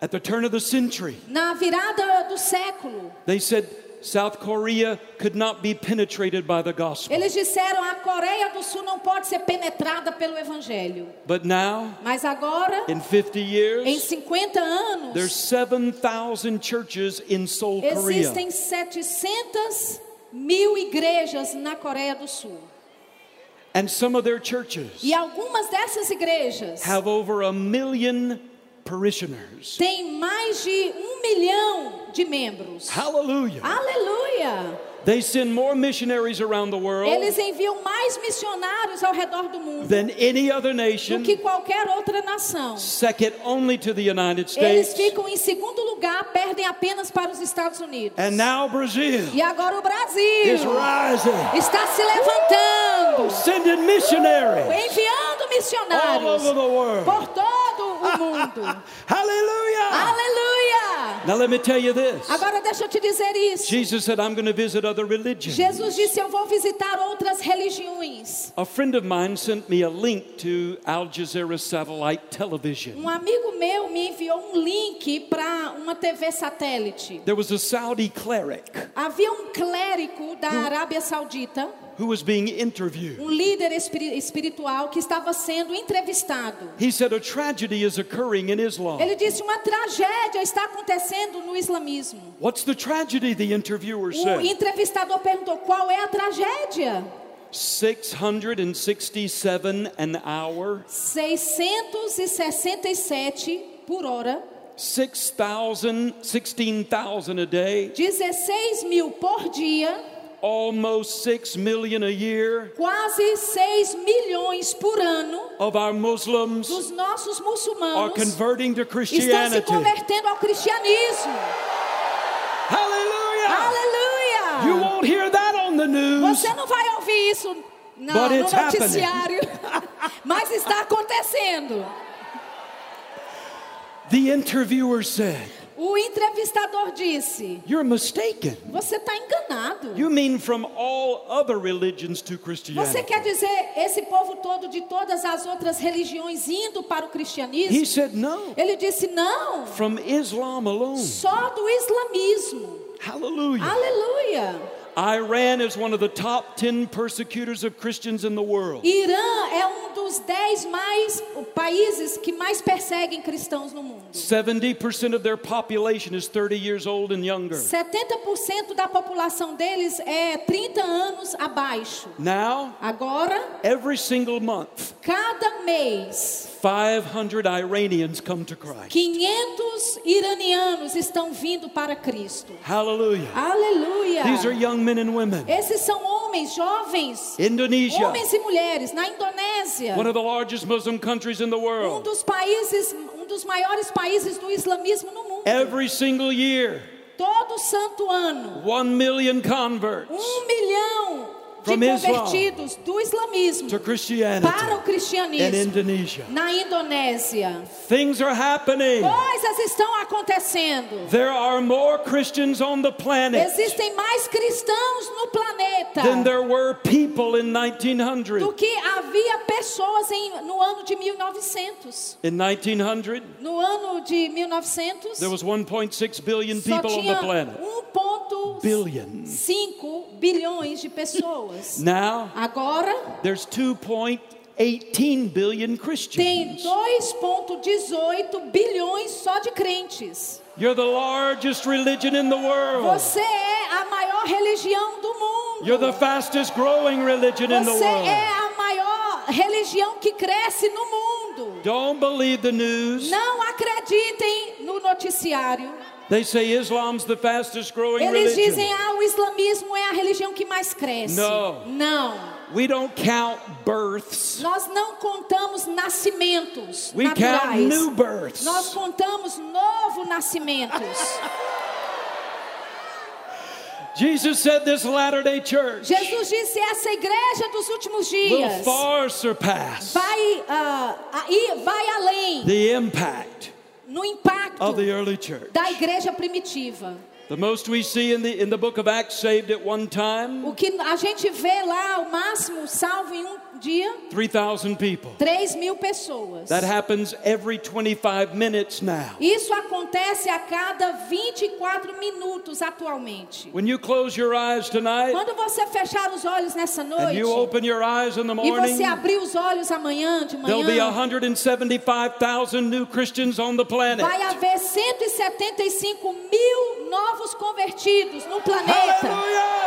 [SPEAKER 1] at the turn of the century
[SPEAKER 2] na virada do século,
[SPEAKER 1] They said South Korea could not be penetrated by the gospel.
[SPEAKER 2] eles disseram a Coreia do Sul não pode ser penetrada pelo evangelho.
[SPEAKER 1] But now,
[SPEAKER 2] Mas agora,
[SPEAKER 1] in 50
[SPEAKER 2] em
[SPEAKER 1] years,
[SPEAKER 2] 50
[SPEAKER 1] there's
[SPEAKER 2] anos,
[SPEAKER 1] 7,000 churches in Seoul, Korea.
[SPEAKER 2] existem 700 mil igrejas na Coreia do Sul.
[SPEAKER 1] And some of their churches
[SPEAKER 2] E algumas dessas igrejas
[SPEAKER 1] have over a million parishioners.
[SPEAKER 2] têm mais de um milhão de membros.
[SPEAKER 1] Hallelujah.
[SPEAKER 2] Aleluia!
[SPEAKER 1] They send more missionaries around the world
[SPEAKER 2] Eles enviam mais missionários ao redor do mundo
[SPEAKER 1] than any other
[SPEAKER 2] do
[SPEAKER 1] nation,
[SPEAKER 2] que qualquer outra nação.
[SPEAKER 1] second only to the United
[SPEAKER 2] Eles
[SPEAKER 1] States.
[SPEAKER 2] ficam em segundo lugar, perdem apenas para os Estados Unidos.
[SPEAKER 1] And now Brazil
[SPEAKER 2] E agora o
[SPEAKER 1] is
[SPEAKER 2] Brasil
[SPEAKER 1] rising,
[SPEAKER 2] está se levantando,
[SPEAKER 1] sending missionaries
[SPEAKER 2] enviando
[SPEAKER 1] all
[SPEAKER 2] missionários
[SPEAKER 1] over the world.
[SPEAKER 2] por todo
[SPEAKER 1] Ah,
[SPEAKER 2] o mundo.
[SPEAKER 1] *laughs* Hallelujah.
[SPEAKER 2] Aleluia!
[SPEAKER 1] Now let me tell you this.
[SPEAKER 2] Agora deixa eu te dizer isso.
[SPEAKER 1] Jesus said, I'm going to visit other religions.
[SPEAKER 2] Jesus disse: Eu vou visitar outras religiões.
[SPEAKER 1] A friend of mine sent me a link to Al Jazeera satellite television.
[SPEAKER 2] Um amigo meu me enviou um link para uma TV satélite.
[SPEAKER 1] There was a Saudi cleric
[SPEAKER 2] Havia um clérigo da Arábia Saudita,
[SPEAKER 1] who was being interviewed.
[SPEAKER 2] um líder espiri- espiritual que estava sendo entrevistado.
[SPEAKER 1] He said, A tragedy is occurring in Islam.
[SPEAKER 2] Ele disse: Uma tragédia está acontecendo no islamismo.
[SPEAKER 1] What's the tragedy? The interviewer
[SPEAKER 2] O
[SPEAKER 1] said.
[SPEAKER 2] entrevistador perguntou: Qual é a tragédia?
[SPEAKER 1] 667 an hour,
[SPEAKER 2] 667 por hora,
[SPEAKER 1] 6,000, 16,000 a day,
[SPEAKER 2] 16 mil por dia,
[SPEAKER 1] almost 6 million a year
[SPEAKER 2] quase 6 milhões por ano
[SPEAKER 1] of our Muslims
[SPEAKER 2] dos nossos
[SPEAKER 1] are
[SPEAKER 2] muçulmanos
[SPEAKER 1] converting to
[SPEAKER 2] estão se
[SPEAKER 1] Christianity.
[SPEAKER 2] convertendo ao cristianismo.
[SPEAKER 1] Hallelujah! Ah. You
[SPEAKER 2] Aleluia!
[SPEAKER 1] won't hear that on the news.
[SPEAKER 2] Você não vai ouvir isso na-
[SPEAKER 1] But
[SPEAKER 2] no
[SPEAKER 1] it's happening.
[SPEAKER 2] noticiário, *laughs* mas está acontecendo.
[SPEAKER 1] The interviewer said,
[SPEAKER 2] O entrevistador disse:
[SPEAKER 1] You're mistaken.
[SPEAKER 2] Você está enganado.
[SPEAKER 1] You mean from all other religions to
[SPEAKER 2] Você
[SPEAKER 1] Christianity?
[SPEAKER 2] quer dizer esse povo todo de todas as outras religiões indo para o
[SPEAKER 1] He
[SPEAKER 2] cristianismo?
[SPEAKER 1] said, No,
[SPEAKER 2] Ele disse não,
[SPEAKER 1] from Islam alone.
[SPEAKER 2] só do islamismo.
[SPEAKER 1] Hallelujah.
[SPEAKER 2] Aleluia.
[SPEAKER 1] Iran is one of the top 10 persecutors of Christians in the world.
[SPEAKER 2] Irã é um dos dez mais países que mais perseguem cristãos no mundo.
[SPEAKER 1] 70% of their population is 30 years old and younger.
[SPEAKER 2] 70% da população deles é 30 anos abaixo.
[SPEAKER 1] Now,
[SPEAKER 2] Agora,
[SPEAKER 1] every single month,
[SPEAKER 2] cada mês,
[SPEAKER 1] 500 Iranians come to Christ.
[SPEAKER 2] 500 iranianos estão vindo para Cristo.
[SPEAKER 1] Hallelujah.
[SPEAKER 2] Aleluia.
[SPEAKER 1] These are young men and women.
[SPEAKER 2] Esses são homens, jovens,
[SPEAKER 1] Indonesia,
[SPEAKER 2] homens e mulheres na Indonésia,
[SPEAKER 1] one of the largest Muslim countries in the
[SPEAKER 2] um
[SPEAKER 1] world.
[SPEAKER 2] dos países, um dos maiores países do islamismo no mundo.
[SPEAKER 1] Every single year,
[SPEAKER 2] Todo santo ano,
[SPEAKER 1] one million converts.
[SPEAKER 2] um milhão de
[SPEAKER 1] From Islam
[SPEAKER 2] convertidos do islamismo
[SPEAKER 1] to Christianity
[SPEAKER 2] para o
[SPEAKER 1] in
[SPEAKER 2] cristianismo
[SPEAKER 1] Indonesia.
[SPEAKER 2] na Indonésia.
[SPEAKER 1] Things are happening.
[SPEAKER 2] Coisas estão acontecendo.
[SPEAKER 1] There are more Christians on the planet
[SPEAKER 2] Existem mais cristãos no planeta
[SPEAKER 1] than there were people in
[SPEAKER 2] do
[SPEAKER 1] 1900.
[SPEAKER 2] que havia pessoas em- no ano de 1900.
[SPEAKER 1] In 1900,
[SPEAKER 2] No ano de 1900,
[SPEAKER 1] there was 1.6 billion
[SPEAKER 2] só
[SPEAKER 1] people on the
[SPEAKER 2] tinha
[SPEAKER 1] planet.
[SPEAKER 2] 1,5
[SPEAKER 1] Billion.
[SPEAKER 2] bilhões de pessoas.
[SPEAKER 1] Now,
[SPEAKER 2] Agora
[SPEAKER 1] there's 2.18 billion
[SPEAKER 2] tem
[SPEAKER 1] Christians.
[SPEAKER 2] 2,18 bilhões só de crentes.
[SPEAKER 1] You're the largest religion in the world.
[SPEAKER 2] Você é a maior religião do mundo.
[SPEAKER 1] You're the fastest growing religion in the
[SPEAKER 2] Você é
[SPEAKER 1] world.
[SPEAKER 2] a maior religião que cresce no mundo.
[SPEAKER 1] Don't believe the news.
[SPEAKER 2] Não acreditem no noticiário.
[SPEAKER 1] They say Islam's the fastest growing
[SPEAKER 2] Eles
[SPEAKER 1] religion.
[SPEAKER 2] dizem, ah, o islamismo é a religião que mais cresce.
[SPEAKER 1] Não.
[SPEAKER 2] Não.
[SPEAKER 1] We don't count births.
[SPEAKER 2] Nós não contamos nascimentos
[SPEAKER 1] We count
[SPEAKER 2] naturais.
[SPEAKER 1] new births.
[SPEAKER 2] Nós contamos novo
[SPEAKER 1] *laughs*
[SPEAKER 2] nascimentos.
[SPEAKER 1] Jesus said this Latter day Church
[SPEAKER 2] Jesus disse, essa igreja dos últimos
[SPEAKER 1] will
[SPEAKER 2] dias
[SPEAKER 1] far surpass
[SPEAKER 2] vai, ah, aí, vai além
[SPEAKER 1] the impact
[SPEAKER 2] no impacto
[SPEAKER 1] of the early church.
[SPEAKER 2] da igreja primitiva.
[SPEAKER 1] The most we see in the, in the book of Acts saved at one time,
[SPEAKER 2] O que a gente vê lá, o máximo salvo em um dia,
[SPEAKER 1] 3,000 people.
[SPEAKER 2] 3 mil pessoas.
[SPEAKER 1] That happens every 25 minutes now.
[SPEAKER 2] Isso acontece a cada 24 minutos atualmente.
[SPEAKER 1] When you close your eyes tonight
[SPEAKER 2] Quando você fechar os olhos nessa
[SPEAKER 1] and
[SPEAKER 2] noite
[SPEAKER 1] you open your eyes in the
[SPEAKER 2] e você
[SPEAKER 1] morning,
[SPEAKER 2] abrir os olhos amanhã de
[SPEAKER 1] there'll be
[SPEAKER 2] manhã,
[SPEAKER 1] 175,000 new Christians on the planet.
[SPEAKER 2] vai haver 175 mil novos convertidos no planeta.
[SPEAKER 1] Hallelujah!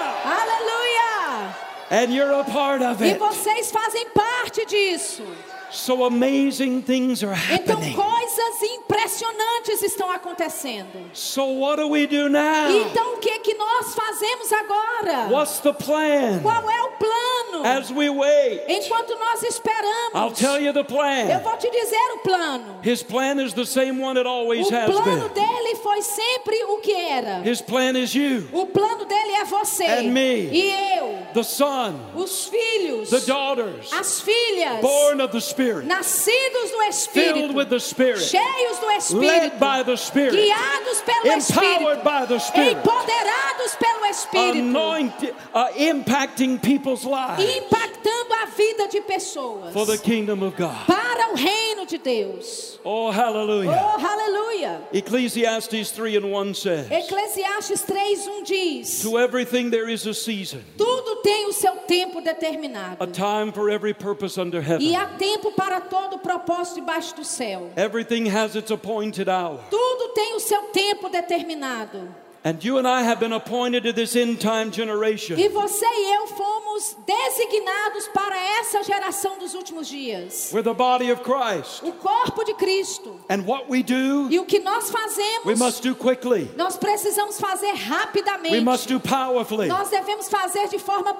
[SPEAKER 2] Aleluia!
[SPEAKER 1] And you're a part of
[SPEAKER 2] E
[SPEAKER 1] it.
[SPEAKER 2] vocês fazem parte disso.
[SPEAKER 1] So amazing things are
[SPEAKER 2] Então
[SPEAKER 1] happening.
[SPEAKER 2] coisas impressionantes estão acontecendo.
[SPEAKER 1] So what do we do now?
[SPEAKER 2] Então o que que nós fazemos agora?
[SPEAKER 1] What's the plan?
[SPEAKER 2] Qual é o plano?
[SPEAKER 1] As we wait,
[SPEAKER 2] Enquanto nós
[SPEAKER 1] I'll
[SPEAKER 2] esperamos,
[SPEAKER 1] tell you the
[SPEAKER 2] eu
[SPEAKER 1] plan.
[SPEAKER 2] vou te dizer o plano.
[SPEAKER 1] His plan is the same one it always
[SPEAKER 2] O
[SPEAKER 1] has
[SPEAKER 2] plano
[SPEAKER 1] been.
[SPEAKER 2] dele foi sempre o que era.
[SPEAKER 1] His plan is you,
[SPEAKER 2] O plano dele é você
[SPEAKER 1] And me.
[SPEAKER 2] e eu,
[SPEAKER 1] the son,
[SPEAKER 2] os filhos,
[SPEAKER 1] the daughters,
[SPEAKER 2] as filhas,
[SPEAKER 1] born of the Spirit,
[SPEAKER 2] nascidos do
[SPEAKER 1] filled with
[SPEAKER 2] Espírito,
[SPEAKER 1] the Spirit,
[SPEAKER 2] cheios do
[SPEAKER 1] led
[SPEAKER 2] Espírito,
[SPEAKER 1] by the Spirit,
[SPEAKER 2] guiados pelo Espírito,
[SPEAKER 1] empowered by the Spirit,
[SPEAKER 2] empoderados pelo Espírito,
[SPEAKER 1] anointed, uh, impacting people's lives
[SPEAKER 2] impactando a vida de pessoas
[SPEAKER 1] for the kingdom of God.
[SPEAKER 2] para o reino de Deus.
[SPEAKER 1] Oh, hallelujah.
[SPEAKER 2] Oh, aleluia!
[SPEAKER 1] Ecclesiastes 3 and 1 says,
[SPEAKER 2] Eclesiastes 3:1 diz:
[SPEAKER 1] To everything there is a season,
[SPEAKER 2] Tudo tem o seu tempo
[SPEAKER 1] a
[SPEAKER 2] determinado.
[SPEAKER 1] time for every purpose under
[SPEAKER 2] E
[SPEAKER 1] heaven.
[SPEAKER 2] há tempo para todo propósito debaixo do céu.
[SPEAKER 1] Everything has its appointed hour.
[SPEAKER 2] Tudo tem o seu tempo determinado.
[SPEAKER 1] And you and I have been appointed to this end time generation.
[SPEAKER 2] E você e eu fomos designados para essa geração dos últimos dias.
[SPEAKER 1] We're the body of Christ.
[SPEAKER 2] O corpo de Cristo.
[SPEAKER 1] And what we do,
[SPEAKER 2] E o que
[SPEAKER 1] we
[SPEAKER 2] nós fazemos,
[SPEAKER 1] must do quickly,
[SPEAKER 2] nós precisamos fazer
[SPEAKER 1] we must
[SPEAKER 2] rapidamente.
[SPEAKER 1] do powerfully,
[SPEAKER 2] Nós devemos fazer de forma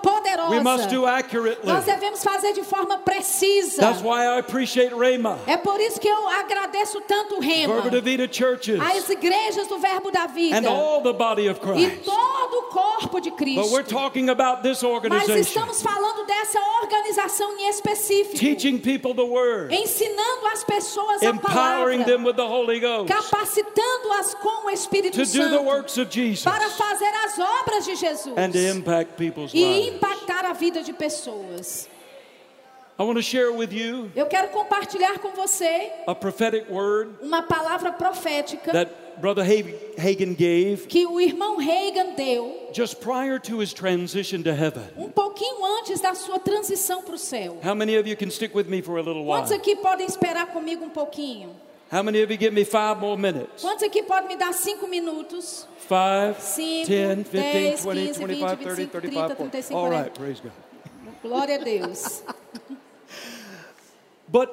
[SPEAKER 1] we must do
[SPEAKER 2] poderosa.
[SPEAKER 1] accurately.
[SPEAKER 2] Nós devemos fazer de forma precisa.
[SPEAKER 1] That's why I appreciate Rhema,
[SPEAKER 2] É por isso que eu agradeço tanto o Rema,
[SPEAKER 1] Verba Vida churches,
[SPEAKER 2] as igrejas do Verbo da Vida
[SPEAKER 1] and all the body of
[SPEAKER 2] e
[SPEAKER 1] Christ.
[SPEAKER 2] todo o corpo de
[SPEAKER 1] But we're
[SPEAKER 2] Cristo.
[SPEAKER 1] talking about this
[SPEAKER 2] Mas
[SPEAKER 1] organization,
[SPEAKER 2] estamos falando dessa organização em específico,
[SPEAKER 1] teaching people the word,
[SPEAKER 2] ensinando as pessoas a
[SPEAKER 1] empowering
[SPEAKER 2] palavra,
[SPEAKER 1] them with the Holy Ghost
[SPEAKER 2] capacitando-as com o Espírito
[SPEAKER 1] to do the
[SPEAKER 2] Santo
[SPEAKER 1] works of Jesus
[SPEAKER 2] para fazer as obras de Jesus
[SPEAKER 1] and to impact people's
[SPEAKER 2] e
[SPEAKER 1] lives.
[SPEAKER 2] impactar a vida de pessoas.
[SPEAKER 1] I want to share with you
[SPEAKER 2] Eu quero compartilhar com você
[SPEAKER 1] a prophetic word
[SPEAKER 2] uma palavra profética
[SPEAKER 1] that Brother Ha- Hagen gave
[SPEAKER 2] que o irmão Reagan deu
[SPEAKER 1] just prior to his transition to heaven.
[SPEAKER 2] um pouquinho antes da sua transição para o céu.
[SPEAKER 1] How many of you can stick with me for a little while?
[SPEAKER 2] Quantos aqui podem esperar comigo um pouquinho?
[SPEAKER 1] How many of you give me five more minutes?
[SPEAKER 2] Quantos aqui podem me dar cinco minutos?
[SPEAKER 1] Five,
[SPEAKER 2] Cinco,
[SPEAKER 1] 10, 15,
[SPEAKER 2] dez,
[SPEAKER 1] 20,
[SPEAKER 2] quinze,
[SPEAKER 1] 25,
[SPEAKER 2] vinte,
[SPEAKER 1] 30,
[SPEAKER 2] vinte e cinco,
[SPEAKER 1] 35,
[SPEAKER 2] trinta, trinta e
[SPEAKER 1] 40.
[SPEAKER 2] cinco,
[SPEAKER 1] All right,
[SPEAKER 2] quarenta.
[SPEAKER 1] praise God.
[SPEAKER 2] Glória a Deus.
[SPEAKER 1] But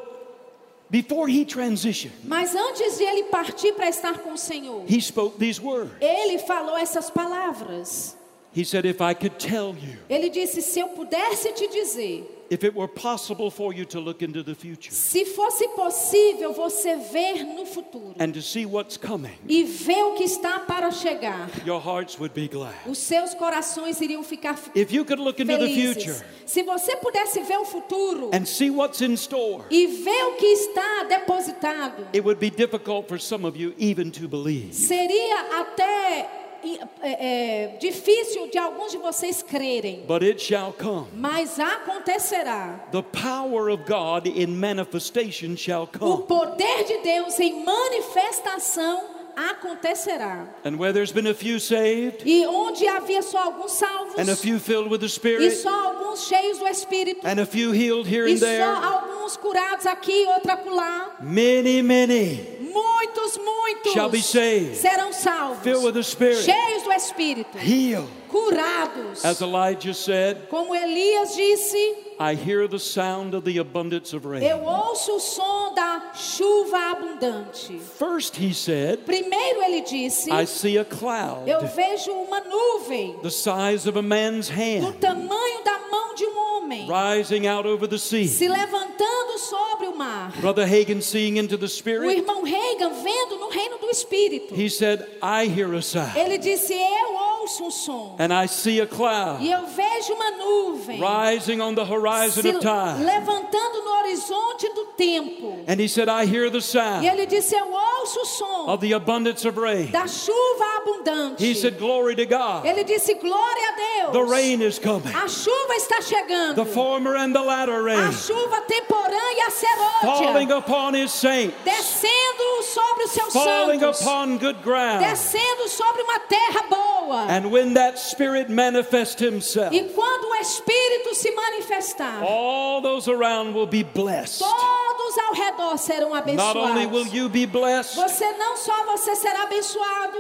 [SPEAKER 1] before he transitioned,
[SPEAKER 2] Mas antes de ele partir para estar com o Senhor,
[SPEAKER 1] he spoke these words.
[SPEAKER 2] ele falou essas palavras.
[SPEAKER 1] He said, If I could tell you,
[SPEAKER 2] Ele disse: Se eu pudesse te dizer,
[SPEAKER 1] if it were possible for you to look into the future
[SPEAKER 2] se fosse possível você ver no futuro
[SPEAKER 1] and to see what's coming,
[SPEAKER 2] e ver o que está para chegar,
[SPEAKER 1] your hearts would be glad.
[SPEAKER 2] os seus corações iriam ficar f-
[SPEAKER 1] If you could look into the future
[SPEAKER 2] felizes. Se você pudesse ver o futuro
[SPEAKER 1] and see what's in store,
[SPEAKER 2] e ver o que está depositado,
[SPEAKER 1] it would be difficult for some of you even to believe.
[SPEAKER 2] seria até i- é, é, difícil de alguns de vocês crerem,
[SPEAKER 1] But it shall come.
[SPEAKER 2] mas acontecerá.
[SPEAKER 1] The power of God in manifestation shall
[SPEAKER 2] O
[SPEAKER 1] come.
[SPEAKER 2] poder de Deus em manifestação acontecerá.
[SPEAKER 1] And where there's been a few saved
[SPEAKER 2] E onde havia só alguns salvos,
[SPEAKER 1] and a few filled with the
[SPEAKER 2] e
[SPEAKER 1] Spirit
[SPEAKER 2] só alguns cheios do Espírito,
[SPEAKER 1] and a few healed here
[SPEAKER 2] e
[SPEAKER 1] and
[SPEAKER 2] só
[SPEAKER 1] there,
[SPEAKER 2] alguns curados aqui, outra acolá,
[SPEAKER 1] many, many
[SPEAKER 2] muitos, muitos
[SPEAKER 1] Shall be saved.
[SPEAKER 2] serão salvos,
[SPEAKER 1] filled with the Spirit,
[SPEAKER 2] cheios do Espírito,
[SPEAKER 1] healed.
[SPEAKER 2] curados.
[SPEAKER 1] As Elijah said,
[SPEAKER 2] Como Elias disse,
[SPEAKER 1] I hear the sound of the abundance of rain.
[SPEAKER 2] eu ouço o som da chuva abundante.
[SPEAKER 1] First, he said,
[SPEAKER 2] Primeiro ele disse,
[SPEAKER 1] I see a
[SPEAKER 2] eu
[SPEAKER 1] cloud
[SPEAKER 2] vejo uma nuvem
[SPEAKER 1] the size of a man's
[SPEAKER 2] do
[SPEAKER 1] hand
[SPEAKER 2] tamanho da mão de um homem
[SPEAKER 1] rising out over the sea.
[SPEAKER 2] se levantando sobre o mar.
[SPEAKER 1] Brother Hagen seeing into the
[SPEAKER 2] O
[SPEAKER 1] Spirit,
[SPEAKER 2] irmão Reagan vendo no reino do Espírito.
[SPEAKER 1] he said, I hear a sound
[SPEAKER 2] Ele disse, eu ouço um som
[SPEAKER 1] and I see a cloud.
[SPEAKER 2] e eu vejo uma nuvem
[SPEAKER 1] rising on the horizon
[SPEAKER 2] se
[SPEAKER 1] of time.
[SPEAKER 2] levantando no horizonte do tempo.
[SPEAKER 1] And he said, I hear the
[SPEAKER 2] E
[SPEAKER 1] sound
[SPEAKER 2] ele disse, eu ouço o som
[SPEAKER 1] of the abundance of rain.
[SPEAKER 2] da chuva abundante.
[SPEAKER 1] He said, Glory to God.
[SPEAKER 2] Ele disse: Glória a Deus.
[SPEAKER 1] The rain is coming,
[SPEAKER 2] A chuva está chegando.
[SPEAKER 1] the former and the latter
[SPEAKER 2] A
[SPEAKER 1] rain,
[SPEAKER 2] chuva temporã e a
[SPEAKER 1] falling
[SPEAKER 2] serôdia.
[SPEAKER 1] upon his saint,
[SPEAKER 2] Descendo sobre os seus
[SPEAKER 1] falling
[SPEAKER 2] santos.
[SPEAKER 1] upon good ground.
[SPEAKER 2] Descendo sobre uma terra boa.
[SPEAKER 1] And when that spirit manifests himself,
[SPEAKER 2] E quando o Espírito se manifestar,
[SPEAKER 1] all those around will be blessed.
[SPEAKER 2] todos ao redor serão
[SPEAKER 1] Not only will
[SPEAKER 2] abençoados.
[SPEAKER 1] you be blessed
[SPEAKER 2] Você não só você será abençoado,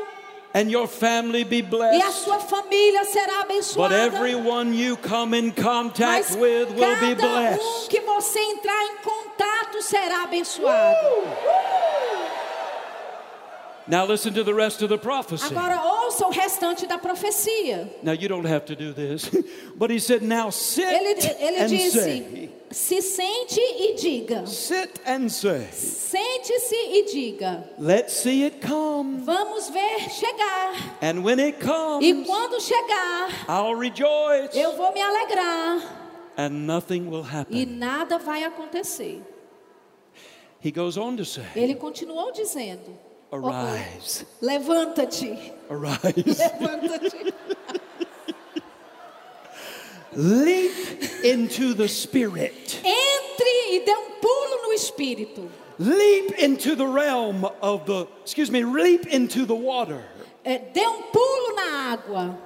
[SPEAKER 1] and your family be
[SPEAKER 2] e a
[SPEAKER 1] blessed,
[SPEAKER 2] sua família será
[SPEAKER 1] but
[SPEAKER 2] abençoada.
[SPEAKER 1] everyone you come in
[SPEAKER 2] Mas
[SPEAKER 1] contact with will be
[SPEAKER 2] cada um
[SPEAKER 1] blessed.
[SPEAKER 2] que você entrar em contato será abençoado.
[SPEAKER 1] Now listen to the rest of the prophecy.
[SPEAKER 2] Agora ouça o restante da profecia.
[SPEAKER 1] Now you don't have to do this, *laughs* but he said, "Now sit
[SPEAKER 2] Ele, ele
[SPEAKER 1] and
[SPEAKER 2] disse:
[SPEAKER 1] say,
[SPEAKER 2] se sente e diga.
[SPEAKER 1] sit and say,
[SPEAKER 2] Sente-se e diga.
[SPEAKER 1] let's see it come,
[SPEAKER 2] Vamos ver chegar.
[SPEAKER 1] and when it comes,
[SPEAKER 2] E quando chegar,
[SPEAKER 1] I'll rejoice,
[SPEAKER 2] eu vou me alegrar.
[SPEAKER 1] and nothing will
[SPEAKER 2] E
[SPEAKER 1] happen."
[SPEAKER 2] nada vai acontecer.
[SPEAKER 1] He goes on to say,
[SPEAKER 2] Ele continuou dizendo: "Oh, oh,
[SPEAKER 1] "Arise,
[SPEAKER 2] Levanta-te. *laughs*
[SPEAKER 1] arise,
[SPEAKER 2] Levanta-te.
[SPEAKER 1] leap into the Spirit,
[SPEAKER 2] Entre e dê um pulo no espírito.
[SPEAKER 1] leap into the realm of the, excuse me, leap into the water,
[SPEAKER 2] É, dê um pulo na água.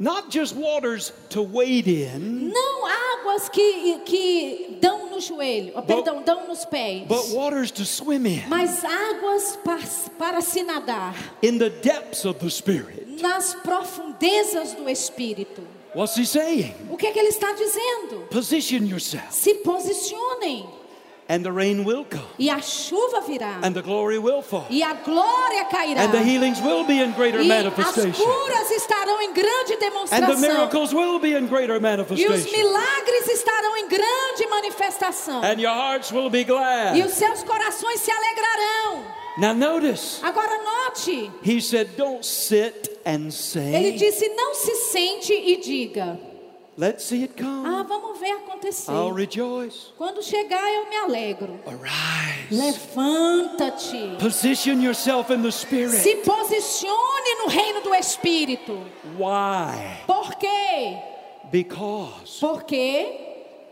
[SPEAKER 1] not just waters to wade in."
[SPEAKER 2] Não águas que, que dão no joelho, oh, perdão, dão nos pés,
[SPEAKER 1] But waters to swim in,
[SPEAKER 2] mas águas pa- para se nadar
[SPEAKER 1] in the depths of the Spirit.
[SPEAKER 2] nas profundezas do Espírito.
[SPEAKER 1] What's he saying?
[SPEAKER 2] O que é que ele está dizendo?
[SPEAKER 1] Position yourself,
[SPEAKER 2] Se posicionem
[SPEAKER 1] and the rain will come,
[SPEAKER 2] e a chuva virá
[SPEAKER 1] and the glory will fall,
[SPEAKER 2] e a glória cairá
[SPEAKER 1] and the healings will be in greater
[SPEAKER 2] e as
[SPEAKER 1] manifestation,
[SPEAKER 2] curas estarão em grande
[SPEAKER 1] and the
[SPEAKER 2] demonstração
[SPEAKER 1] miracles will be in greater
[SPEAKER 2] e os
[SPEAKER 1] manifestation,
[SPEAKER 2] milagres estarão em grande manifestação
[SPEAKER 1] and your hearts will be
[SPEAKER 2] e
[SPEAKER 1] glad.
[SPEAKER 2] os seus corações se alegrarão.
[SPEAKER 1] Now, notice,
[SPEAKER 2] Agora note.
[SPEAKER 1] he said, Don't sit and
[SPEAKER 2] Ele
[SPEAKER 1] say,
[SPEAKER 2] disse: Não se sente e diga.
[SPEAKER 1] Let's see it
[SPEAKER 2] Ah,
[SPEAKER 1] come.
[SPEAKER 2] vamos ver acontecer.
[SPEAKER 1] I'll rejoice.
[SPEAKER 2] Quando chegar, eu me alegro.
[SPEAKER 1] Arise.
[SPEAKER 2] Levanta-te.
[SPEAKER 1] Position yourself in the Spirit.
[SPEAKER 2] Se posicione no reino do Espírito.
[SPEAKER 1] Why?
[SPEAKER 2] Por quê?
[SPEAKER 1] Because
[SPEAKER 2] Porque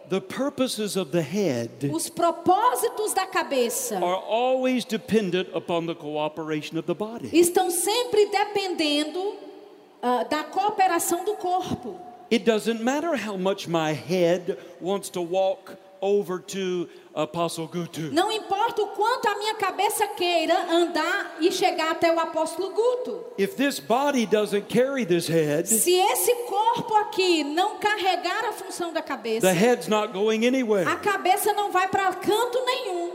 [SPEAKER 1] the purposes of the head
[SPEAKER 2] os propósitos da cabeça
[SPEAKER 1] are always dependent upon the cooperation of the body.
[SPEAKER 2] estão sempre dependendo ah, da cooperação do corpo.
[SPEAKER 1] It doesn't matter how much my head wants to walk over to Apostle Gutu.
[SPEAKER 2] Não importa o quanto a minha cabeça queira andar e chegar até o apóstolo Guto.
[SPEAKER 1] If this body doesn't carry this head,
[SPEAKER 2] Se esse corpo aqui não carregar a função da cabeça,
[SPEAKER 1] the head's not going
[SPEAKER 2] a
[SPEAKER 1] anywhere.
[SPEAKER 2] cabeça não vai para canto nenhum.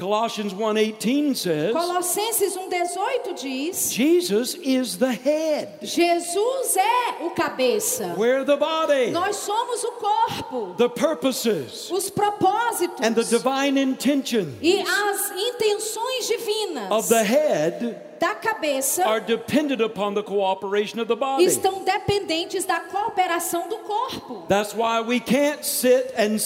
[SPEAKER 1] Colossians 1:18 says,
[SPEAKER 2] Colossenses 1,18 diz:
[SPEAKER 1] Jesus is the head.
[SPEAKER 2] Jesus é o cabeça.
[SPEAKER 1] We're the body,
[SPEAKER 2] Nós somos o corpo,
[SPEAKER 1] the purposes,
[SPEAKER 2] os propósitos
[SPEAKER 1] and the divine intention
[SPEAKER 2] e as intenções
[SPEAKER 1] of
[SPEAKER 2] divinas
[SPEAKER 1] the head
[SPEAKER 2] da cabeça
[SPEAKER 1] are dependent upon the cooperation of the body.
[SPEAKER 2] estão dependentes da cooperação do corpo.
[SPEAKER 1] That's why we can't sit and
[SPEAKER 2] É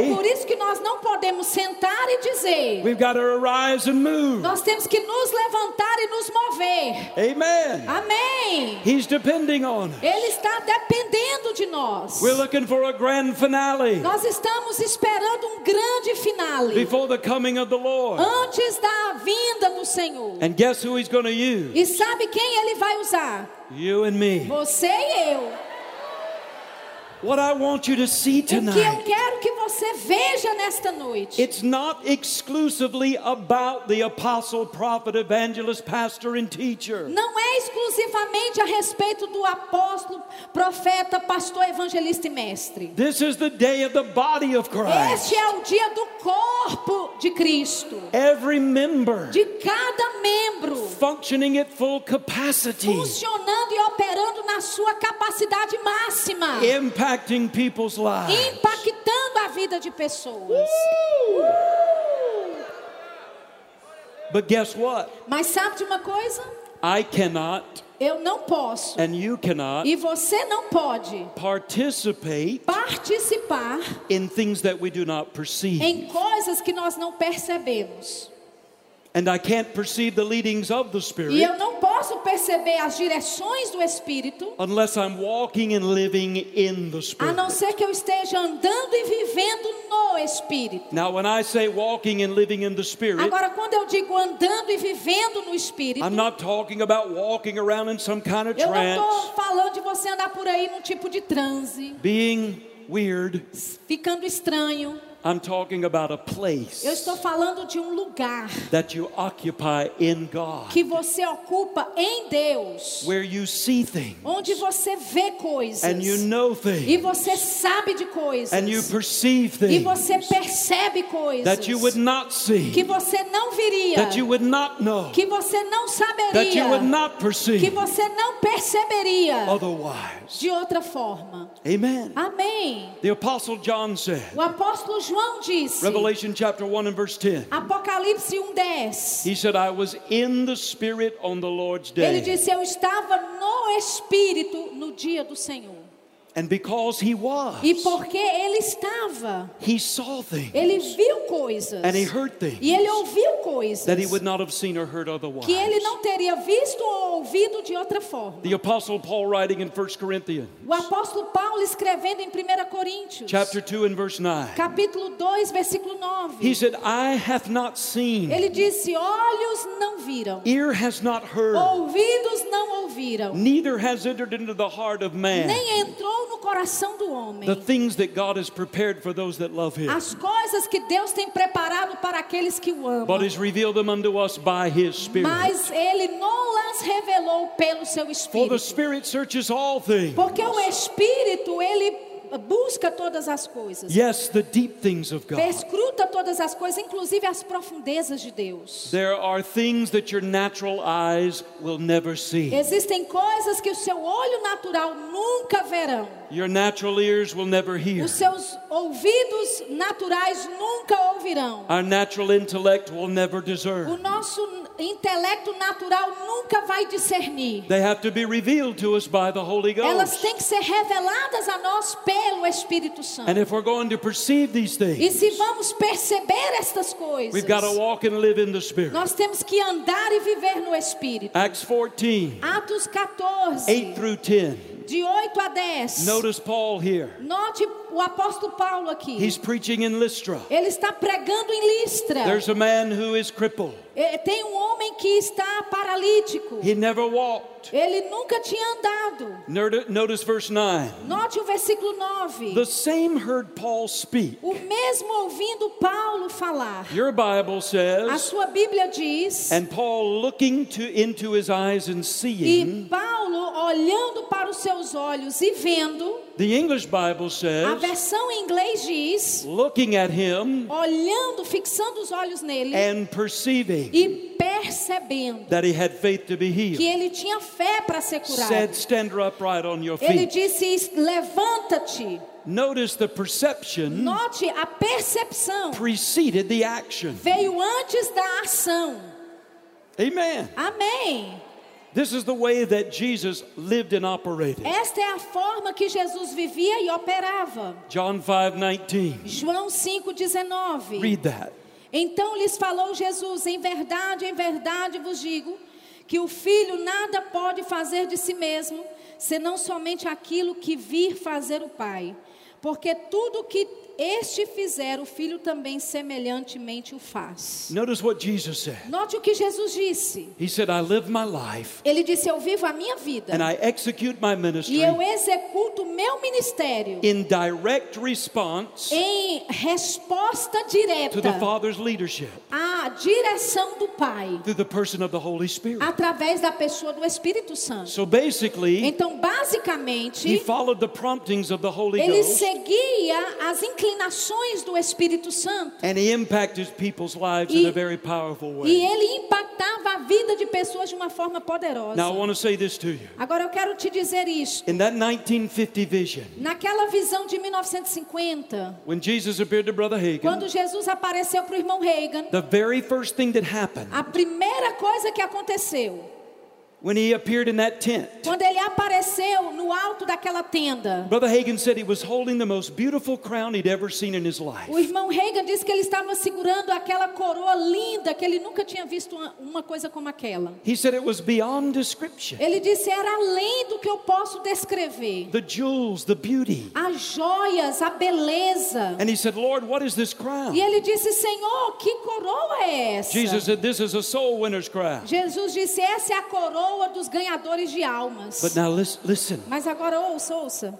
[SPEAKER 1] say
[SPEAKER 2] por isso que nós não podemos sentar e dizer.
[SPEAKER 1] we've got to arise and move.
[SPEAKER 2] Nós temos que nos levantar e nos mover.
[SPEAKER 1] Amen.
[SPEAKER 2] Amém.
[SPEAKER 1] He's depending on us.
[SPEAKER 2] Ele está dependendo de nós.
[SPEAKER 1] We're looking for a grand finale
[SPEAKER 2] Nós estamos esperando um grande finale
[SPEAKER 1] before the coming of the Lord.
[SPEAKER 2] antes da vinda do Senhor.
[SPEAKER 1] And guess who he's going to use?
[SPEAKER 2] E sabe quem ele vai usar?
[SPEAKER 1] You and me.
[SPEAKER 2] Você e eu.
[SPEAKER 1] What I want you to see
[SPEAKER 2] O que eu
[SPEAKER 1] tonight,
[SPEAKER 2] quero que você veja nesta noite
[SPEAKER 1] it's not exclusively about the apostle, prophet, evangelist, pastor, and teacher.
[SPEAKER 2] não é exclusivamente a respeito do apóstolo, profeta, pastor, evangelista e mestre.
[SPEAKER 1] This is the day of the body of Christ.
[SPEAKER 2] Este é o dia do corpo de Cristo,
[SPEAKER 1] Every member
[SPEAKER 2] de cada membro
[SPEAKER 1] functioning at full capacity,
[SPEAKER 2] funcionando e operando na sua capacidade máxima,
[SPEAKER 1] impacting people's lives.
[SPEAKER 2] impactando a vida de pessoas.
[SPEAKER 1] But guess what?
[SPEAKER 2] Mas sabe de uma coisa?
[SPEAKER 1] I cannot,
[SPEAKER 2] Eu não posso
[SPEAKER 1] and you cannot,
[SPEAKER 2] e você não pode
[SPEAKER 1] participate
[SPEAKER 2] participar
[SPEAKER 1] in things that we do not perceive.
[SPEAKER 2] em coisas que nós não percebemos.
[SPEAKER 1] And I can't perceive the leadings of the
[SPEAKER 2] E
[SPEAKER 1] Spirit
[SPEAKER 2] eu não posso perceber as direções do Espírito,
[SPEAKER 1] unless I'm walking and living in the
[SPEAKER 2] a
[SPEAKER 1] Spirit.
[SPEAKER 2] não ser que eu esteja andando e vivendo no Espírito.
[SPEAKER 1] Now, when I say walking and living in the Spirit,
[SPEAKER 2] Agora, quando eu digo andando e vivendo no Espírito,
[SPEAKER 1] I'm not talking about walking around in some kind of
[SPEAKER 2] eu não
[SPEAKER 1] trance,
[SPEAKER 2] estou falando de você andar por aí num tipo de transe,
[SPEAKER 1] being weird.
[SPEAKER 2] ficando estranho.
[SPEAKER 1] I'm talking about a
[SPEAKER 2] Eu
[SPEAKER 1] place
[SPEAKER 2] estou falando de um lugar
[SPEAKER 1] that you occupy in God,
[SPEAKER 2] que você ocupa em Deus,
[SPEAKER 1] where you see things
[SPEAKER 2] onde você vê coisas
[SPEAKER 1] and you know
[SPEAKER 2] e
[SPEAKER 1] things
[SPEAKER 2] você sabe de coisas.
[SPEAKER 1] and you perceive
[SPEAKER 2] E
[SPEAKER 1] things
[SPEAKER 2] você percebe coisas
[SPEAKER 1] that you would not
[SPEAKER 2] que
[SPEAKER 1] see,
[SPEAKER 2] você não viria,
[SPEAKER 1] that you would not know,
[SPEAKER 2] que você não
[SPEAKER 1] that you
[SPEAKER 2] saberia,
[SPEAKER 1] would not
[SPEAKER 2] que
[SPEAKER 1] perceive
[SPEAKER 2] você não perceberia
[SPEAKER 1] otherwise.
[SPEAKER 2] de outra forma.
[SPEAKER 1] Amen.
[SPEAKER 2] Amém.
[SPEAKER 1] The Apostle John said,
[SPEAKER 2] O apóstolo João disse,
[SPEAKER 1] Revelation chapter 1 and verse 10.
[SPEAKER 2] Apocalipse 1:10.
[SPEAKER 1] He said, I was in the Spirit on the Lord's day.
[SPEAKER 2] Ele disse: Eu estava no espírito no dia do Senhor.
[SPEAKER 1] And because he was,
[SPEAKER 2] E porque ele estava,
[SPEAKER 1] he saw things
[SPEAKER 2] ele viu coisas.
[SPEAKER 1] and he heard
[SPEAKER 2] E ele
[SPEAKER 1] things
[SPEAKER 2] ouviu coisas
[SPEAKER 1] that he would not have seen or heard otherwise.
[SPEAKER 2] que ele não teria visto ou ouvido de outra forma.
[SPEAKER 1] The Apostle Paul writing in 1 Corinthians
[SPEAKER 2] O apóstolo Paulo escrevendo em 1 Coríntios,
[SPEAKER 1] chapter 2 and verse 9.
[SPEAKER 2] capítulo 2, versículo 9,
[SPEAKER 1] He said, I have not seen,
[SPEAKER 2] ele disse: Olhos não viram,
[SPEAKER 1] ear has not heard,
[SPEAKER 2] Oh." ouvidos não ouviram,
[SPEAKER 1] neither has entered into the heart of man
[SPEAKER 2] nem entrou no coração do homem
[SPEAKER 1] the things that God has prepared for those that love him,
[SPEAKER 2] as coisas que Deus tem preparado para aqueles que o amam.
[SPEAKER 1] but has revealed them unto us by his Spirit.
[SPEAKER 2] Mas ele não las revelou pelo seu
[SPEAKER 1] For the
[SPEAKER 2] espírito,
[SPEAKER 1] Spirit searches all things.
[SPEAKER 2] porque o espírito ele busca todas as coisas.
[SPEAKER 1] Yes, the deep things
[SPEAKER 2] é
[SPEAKER 1] of God.
[SPEAKER 2] Perscruta todas as coisas, inclusive as profundezas de Deus.
[SPEAKER 1] There are things that your natural eyes will never see.
[SPEAKER 2] Existem coisas que o seu olho natural nunca verão.
[SPEAKER 1] Your natural ears will never hear.
[SPEAKER 2] Os seus ouvidos naturais nunca ouvirão.
[SPEAKER 1] Our natural intellect will never
[SPEAKER 2] O
[SPEAKER 1] discern.
[SPEAKER 2] nosso intelecto natural nunca vai discernir.
[SPEAKER 1] They have to be revealed to us by the Holy
[SPEAKER 2] Elas
[SPEAKER 1] Ghost.
[SPEAKER 2] têm que ser reveladas a nós pelo Espírito Santo.
[SPEAKER 1] And if we're going to perceive these
[SPEAKER 2] E
[SPEAKER 1] things,
[SPEAKER 2] se vamos perceber estas coisas,
[SPEAKER 1] we've got to walk and live in the Spirit.
[SPEAKER 2] nós temos que andar e viver no Espírito.
[SPEAKER 1] Acts 14,
[SPEAKER 2] Atos
[SPEAKER 1] 8
[SPEAKER 2] 14,
[SPEAKER 1] through 10.
[SPEAKER 2] de 8 a 10.
[SPEAKER 1] Notice Paul here.
[SPEAKER 2] Note o apóstolo Paulo aqui.
[SPEAKER 1] He's preaching in Lystra.
[SPEAKER 2] Ele está pregando em Listra.
[SPEAKER 1] There's a man who is crippled.
[SPEAKER 2] É, Tem um homem que está paralítico.
[SPEAKER 1] He never walked.
[SPEAKER 2] Ele nunca tinha andado.
[SPEAKER 1] Nerd- Notice verse 9.
[SPEAKER 2] Note o versículo 9.
[SPEAKER 1] The same heard Paul speak.
[SPEAKER 2] O mesmo ouvindo Paulo falar.
[SPEAKER 1] Your Bible
[SPEAKER 2] A
[SPEAKER 1] says,
[SPEAKER 2] sua Bíblia diz.
[SPEAKER 1] and Paul looking to into his eyes and seeing,
[SPEAKER 2] E Paulo olhando para os seus olhos e vendo.
[SPEAKER 1] The English Bible
[SPEAKER 2] a
[SPEAKER 1] says,
[SPEAKER 2] versão em inglês diz,
[SPEAKER 1] looking at him
[SPEAKER 2] olhando, fixando os olhos nele
[SPEAKER 1] and perceiving
[SPEAKER 2] e percebendo
[SPEAKER 1] that he had faith to be
[SPEAKER 2] que
[SPEAKER 1] healed,
[SPEAKER 2] ele tinha fé para ser curado.
[SPEAKER 1] said, Stand upright on your
[SPEAKER 2] Ele
[SPEAKER 1] feet.
[SPEAKER 2] disse: Levanta-te.
[SPEAKER 1] Notice the perception
[SPEAKER 2] Note a percepção
[SPEAKER 1] preceded the action.
[SPEAKER 2] veio antes da ação.
[SPEAKER 1] Amen.
[SPEAKER 2] Amém.
[SPEAKER 1] This is the way that Jesus lived and operated.
[SPEAKER 2] Esta é a forma que Jesus vivia e operava.
[SPEAKER 1] John 5 19.
[SPEAKER 2] João 5:19.
[SPEAKER 1] Read that.
[SPEAKER 2] Então lhes falou Jesus: Em verdade, em verdade vos digo que o filho nada pode fazer de si mesmo, senão somente aquilo que vir fazer o Pai. Porque tudo que este fizer, o filho também semelhantemente o faz.
[SPEAKER 1] Notice what Jesus said.
[SPEAKER 2] Note o que Jesus disse.
[SPEAKER 1] He said, I live my life
[SPEAKER 2] Ele disse: Eu vivo a minha
[SPEAKER 1] and
[SPEAKER 2] vida
[SPEAKER 1] I execute my
[SPEAKER 2] e
[SPEAKER 1] ministry
[SPEAKER 2] eu executo o meu ministério
[SPEAKER 1] in direct response
[SPEAKER 2] em resposta
[SPEAKER 1] to the
[SPEAKER 2] direta
[SPEAKER 1] Father's leadership
[SPEAKER 2] à direção do Pai,
[SPEAKER 1] through the person of the Holy
[SPEAKER 2] Ah.
[SPEAKER 1] Spirit.
[SPEAKER 2] através da pessoa do Espírito Santo.
[SPEAKER 1] So basically,
[SPEAKER 2] Então,
[SPEAKER 1] he
[SPEAKER 2] basicamente,
[SPEAKER 1] followed the promptings of the Holy
[SPEAKER 2] ele
[SPEAKER 1] Ghost
[SPEAKER 2] seguia as inclinações do Espírito Santo
[SPEAKER 1] and he impacted people's lives in a very powerful
[SPEAKER 2] e
[SPEAKER 1] way.
[SPEAKER 2] ele impactava a vida de pessoas de uma forma poderosa.
[SPEAKER 1] Now, I want to say this to you.
[SPEAKER 2] Agora, eu quero te dizer isso.
[SPEAKER 1] In that 1950 vision,
[SPEAKER 2] Naquela visão de 1950,
[SPEAKER 1] when Jesus appeared to Brother Hagin,
[SPEAKER 2] quando Jesus apareceu para o irmão Reagan,
[SPEAKER 1] the very first thing that happened
[SPEAKER 2] a primeira coisa que aconteceu,
[SPEAKER 1] when he appeared in that tent,
[SPEAKER 2] quando ele apareceu no alto daquela tenda,
[SPEAKER 1] Brother Hagin said he was holding the most beautiful crown he'd ever seen in his life.
[SPEAKER 2] O irmão Reagan disse que ele estava segurando aquela coroa linda, que ele nunca tinha visto uma, uma coisa como aquela.
[SPEAKER 1] He said it was beyond description.
[SPEAKER 2] Ele disse: era além do que eu posso descrever.
[SPEAKER 1] The jewels, the beauty.
[SPEAKER 2] As joias, a beleza.
[SPEAKER 1] And he said, Lord, what is this crown?
[SPEAKER 2] E ele disse: Senhor, que coroa é essa?
[SPEAKER 1] Jesus said, This is a soul winner's crown.
[SPEAKER 2] Jesus disse: essa é a coroa dos ganhadores de almas.
[SPEAKER 1] But now lis- listen.
[SPEAKER 2] Mas agora ouça, ouça.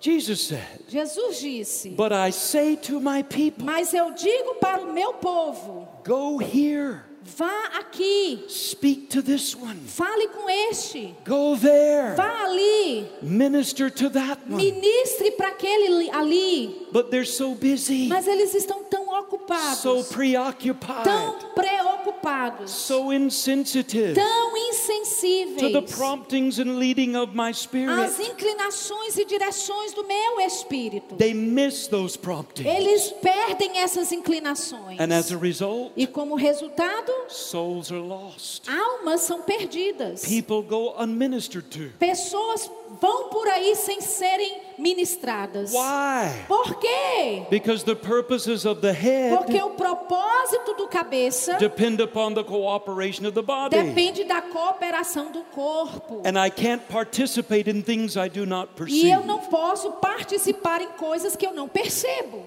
[SPEAKER 1] Jesus said,
[SPEAKER 2] Jesus disse:
[SPEAKER 1] But I say to my people,
[SPEAKER 2] Mas eu digo para o meu povo:
[SPEAKER 1] go here,
[SPEAKER 2] vá aqui,
[SPEAKER 1] speak to this one,
[SPEAKER 2] fale com este,
[SPEAKER 1] go there,
[SPEAKER 2] vá ali.
[SPEAKER 1] minister to that one.
[SPEAKER 2] Ministre para aquele li- ali,
[SPEAKER 1] But they're so busy,
[SPEAKER 2] mas eles estão tão ocupados,
[SPEAKER 1] so preoccupied,
[SPEAKER 2] tão preocupados,
[SPEAKER 1] so insensitive
[SPEAKER 2] tão
[SPEAKER 1] to the
[SPEAKER 2] insensíveis
[SPEAKER 1] promptings and leading of my spirit.
[SPEAKER 2] às inclinações e direções do meu espírito.
[SPEAKER 1] They miss those promptings.
[SPEAKER 2] Eles perdem essas inclinações.
[SPEAKER 1] And as a result,
[SPEAKER 2] E como resultado,
[SPEAKER 1] souls are lost.
[SPEAKER 2] almas são perdidas.
[SPEAKER 1] People go unministered to.
[SPEAKER 2] Pessoas vão por aí sem serem ministradas.
[SPEAKER 1] Why?
[SPEAKER 2] Por quê?
[SPEAKER 1] Because the purposes of the
[SPEAKER 2] Porque
[SPEAKER 1] head
[SPEAKER 2] o propósito do cabeça
[SPEAKER 1] depend upon the cooperation of the body.
[SPEAKER 2] Depende da cooperação do corpo.
[SPEAKER 1] And I can't participate in things I do not
[SPEAKER 2] E
[SPEAKER 1] perceive.
[SPEAKER 2] eu não posso participar em coisas que eu não percebo.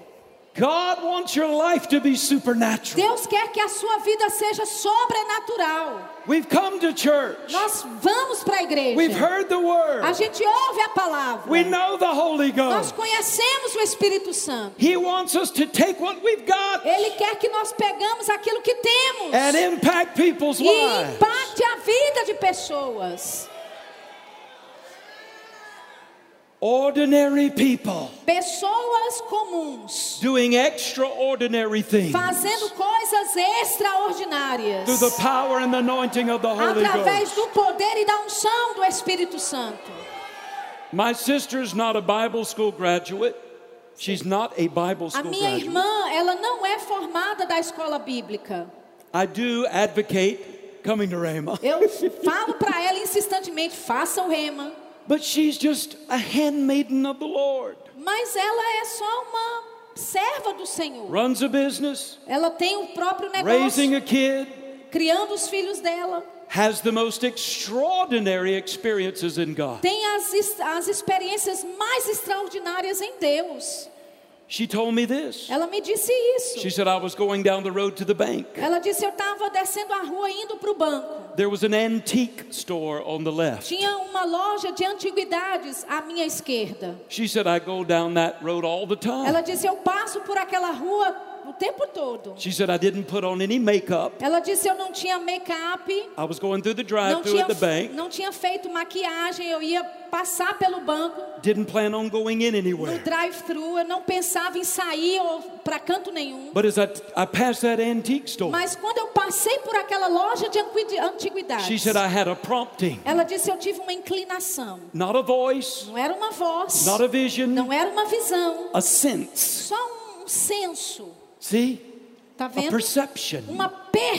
[SPEAKER 1] God wants your life to be supernatural.
[SPEAKER 2] Deus quer que a sua vida seja sobrenatural.
[SPEAKER 1] We've come to church.
[SPEAKER 2] Nós vamos para a
[SPEAKER 1] We've
[SPEAKER 2] igreja.
[SPEAKER 1] heard the
[SPEAKER 2] A
[SPEAKER 1] word.
[SPEAKER 2] gente ouve a palavra.
[SPEAKER 1] We know the Holy
[SPEAKER 2] Nós
[SPEAKER 1] Ghost.
[SPEAKER 2] conhecemos o Espírito Santo.
[SPEAKER 1] He wants us to take what we've got
[SPEAKER 2] Ele quer que nós pegamos aquilo que temos
[SPEAKER 1] and impact people's
[SPEAKER 2] e
[SPEAKER 1] lives.
[SPEAKER 2] impacte a vida de pessoas.
[SPEAKER 1] Ordinary people
[SPEAKER 2] Pessoas comuns
[SPEAKER 1] doing extraordinary things
[SPEAKER 2] fazendo coisas extraordinárias.
[SPEAKER 1] through the power and the anointing of the Holy
[SPEAKER 2] através
[SPEAKER 1] Ghost.
[SPEAKER 2] do poder e da unção do Espírito Santo.
[SPEAKER 1] My sister's not a Bible school graduate. She's not a Bible
[SPEAKER 2] A
[SPEAKER 1] school
[SPEAKER 2] minha
[SPEAKER 1] graduate.
[SPEAKER 2] irmã, ela não é formada da escola bíblica.
[SPEAKER 1] I do advocate coming to Rhema,
[SPEAKER 2] Eu falo para ela insistentemente, faça o rema.
[SPEAKER 1] but she's just a handmaiden of the Lord.
[SPEAKER 2] Mas ela é só uma serva do Senhor.
[SPEAKER 1] Runs a business,
[SPEAKER 2] Ela tem o próprio
[SPEAKER 1] raising
[SPEAKER 2] negócio,
[SPEAKER 1] a kid,
[SPEAKER 2] criando os filhos dela.
[SPEAKER 1] has the most extraordinary experiences in God.
[SPEAKER 2] Tem as, es- as experiências mais extraordinárias em Deus.
[SPEAKER 1] She told me this.
[SPEAKER 2] Ela me disse
[SPEAKER 1] She
[SPEAKER 2] isso.
[SPEAKER 1] said, I was going down the road to the bank.
[SPEAKER 2] Ela disse: Eu estava descendo a rua indo para o banco.
[SPEAKER 1] There was an antique store on the left.
[SPEAKER 2] Tinha uma loja de antiguidades à minha esquerda.
[SPEAKER 1] She said, I go down that road all the time.
[SPEAKER 2] Ela disse: Eu passo por aquela rua o tempo todo.
[SPEAKER 1] She said, I didn't put on any makeup.
[SPEAKER 2] Ela disse: Eu não tinha make-up,
[SPEAKER 1] I was going through the
[SPEAKER 2] não
[SPEAKER 1] drive through
[SPEAKER 2] tinha,
[SPEAKER 1] Ah, at the bank.
[SPEAKER 2] não tinha feito maquiagem, eu ia passar pelo banco.
[SPEAKER 1] Didn't plan on going in
[SPEAKER 2] No
[SPEAKER 1] anywhere.
[SPEAKER 2] drive-thru, eu não pensava em sair ou para canto nenhum.
[SPEAKER 1] But as I, I passed that antique store,
[SPEAKER 2] Mas quando eu passei por aquela loja de anqui- antiguidades,
[SPEAKER 1] she said, I had a prompting.
[SPEAKER 2] ela disse: Eu tive uma inclinação.
[SPEAKER 1] Not a voice,
[SPEAKER 2] Não era uma voz,
[SPEAKER 1] not a vision,
[SPEAKER 2] não era uma visão,
[SPEAKER 1] a sense.
[SPEAKER 2] só um senso,
[SPEAKER 1] See?
[SPEAKER 2] tá
[SPEAKER 1] A
[SPEAKER 2] vendo?
[SPEAKER 1] perception
[SPEAKER 2] Uma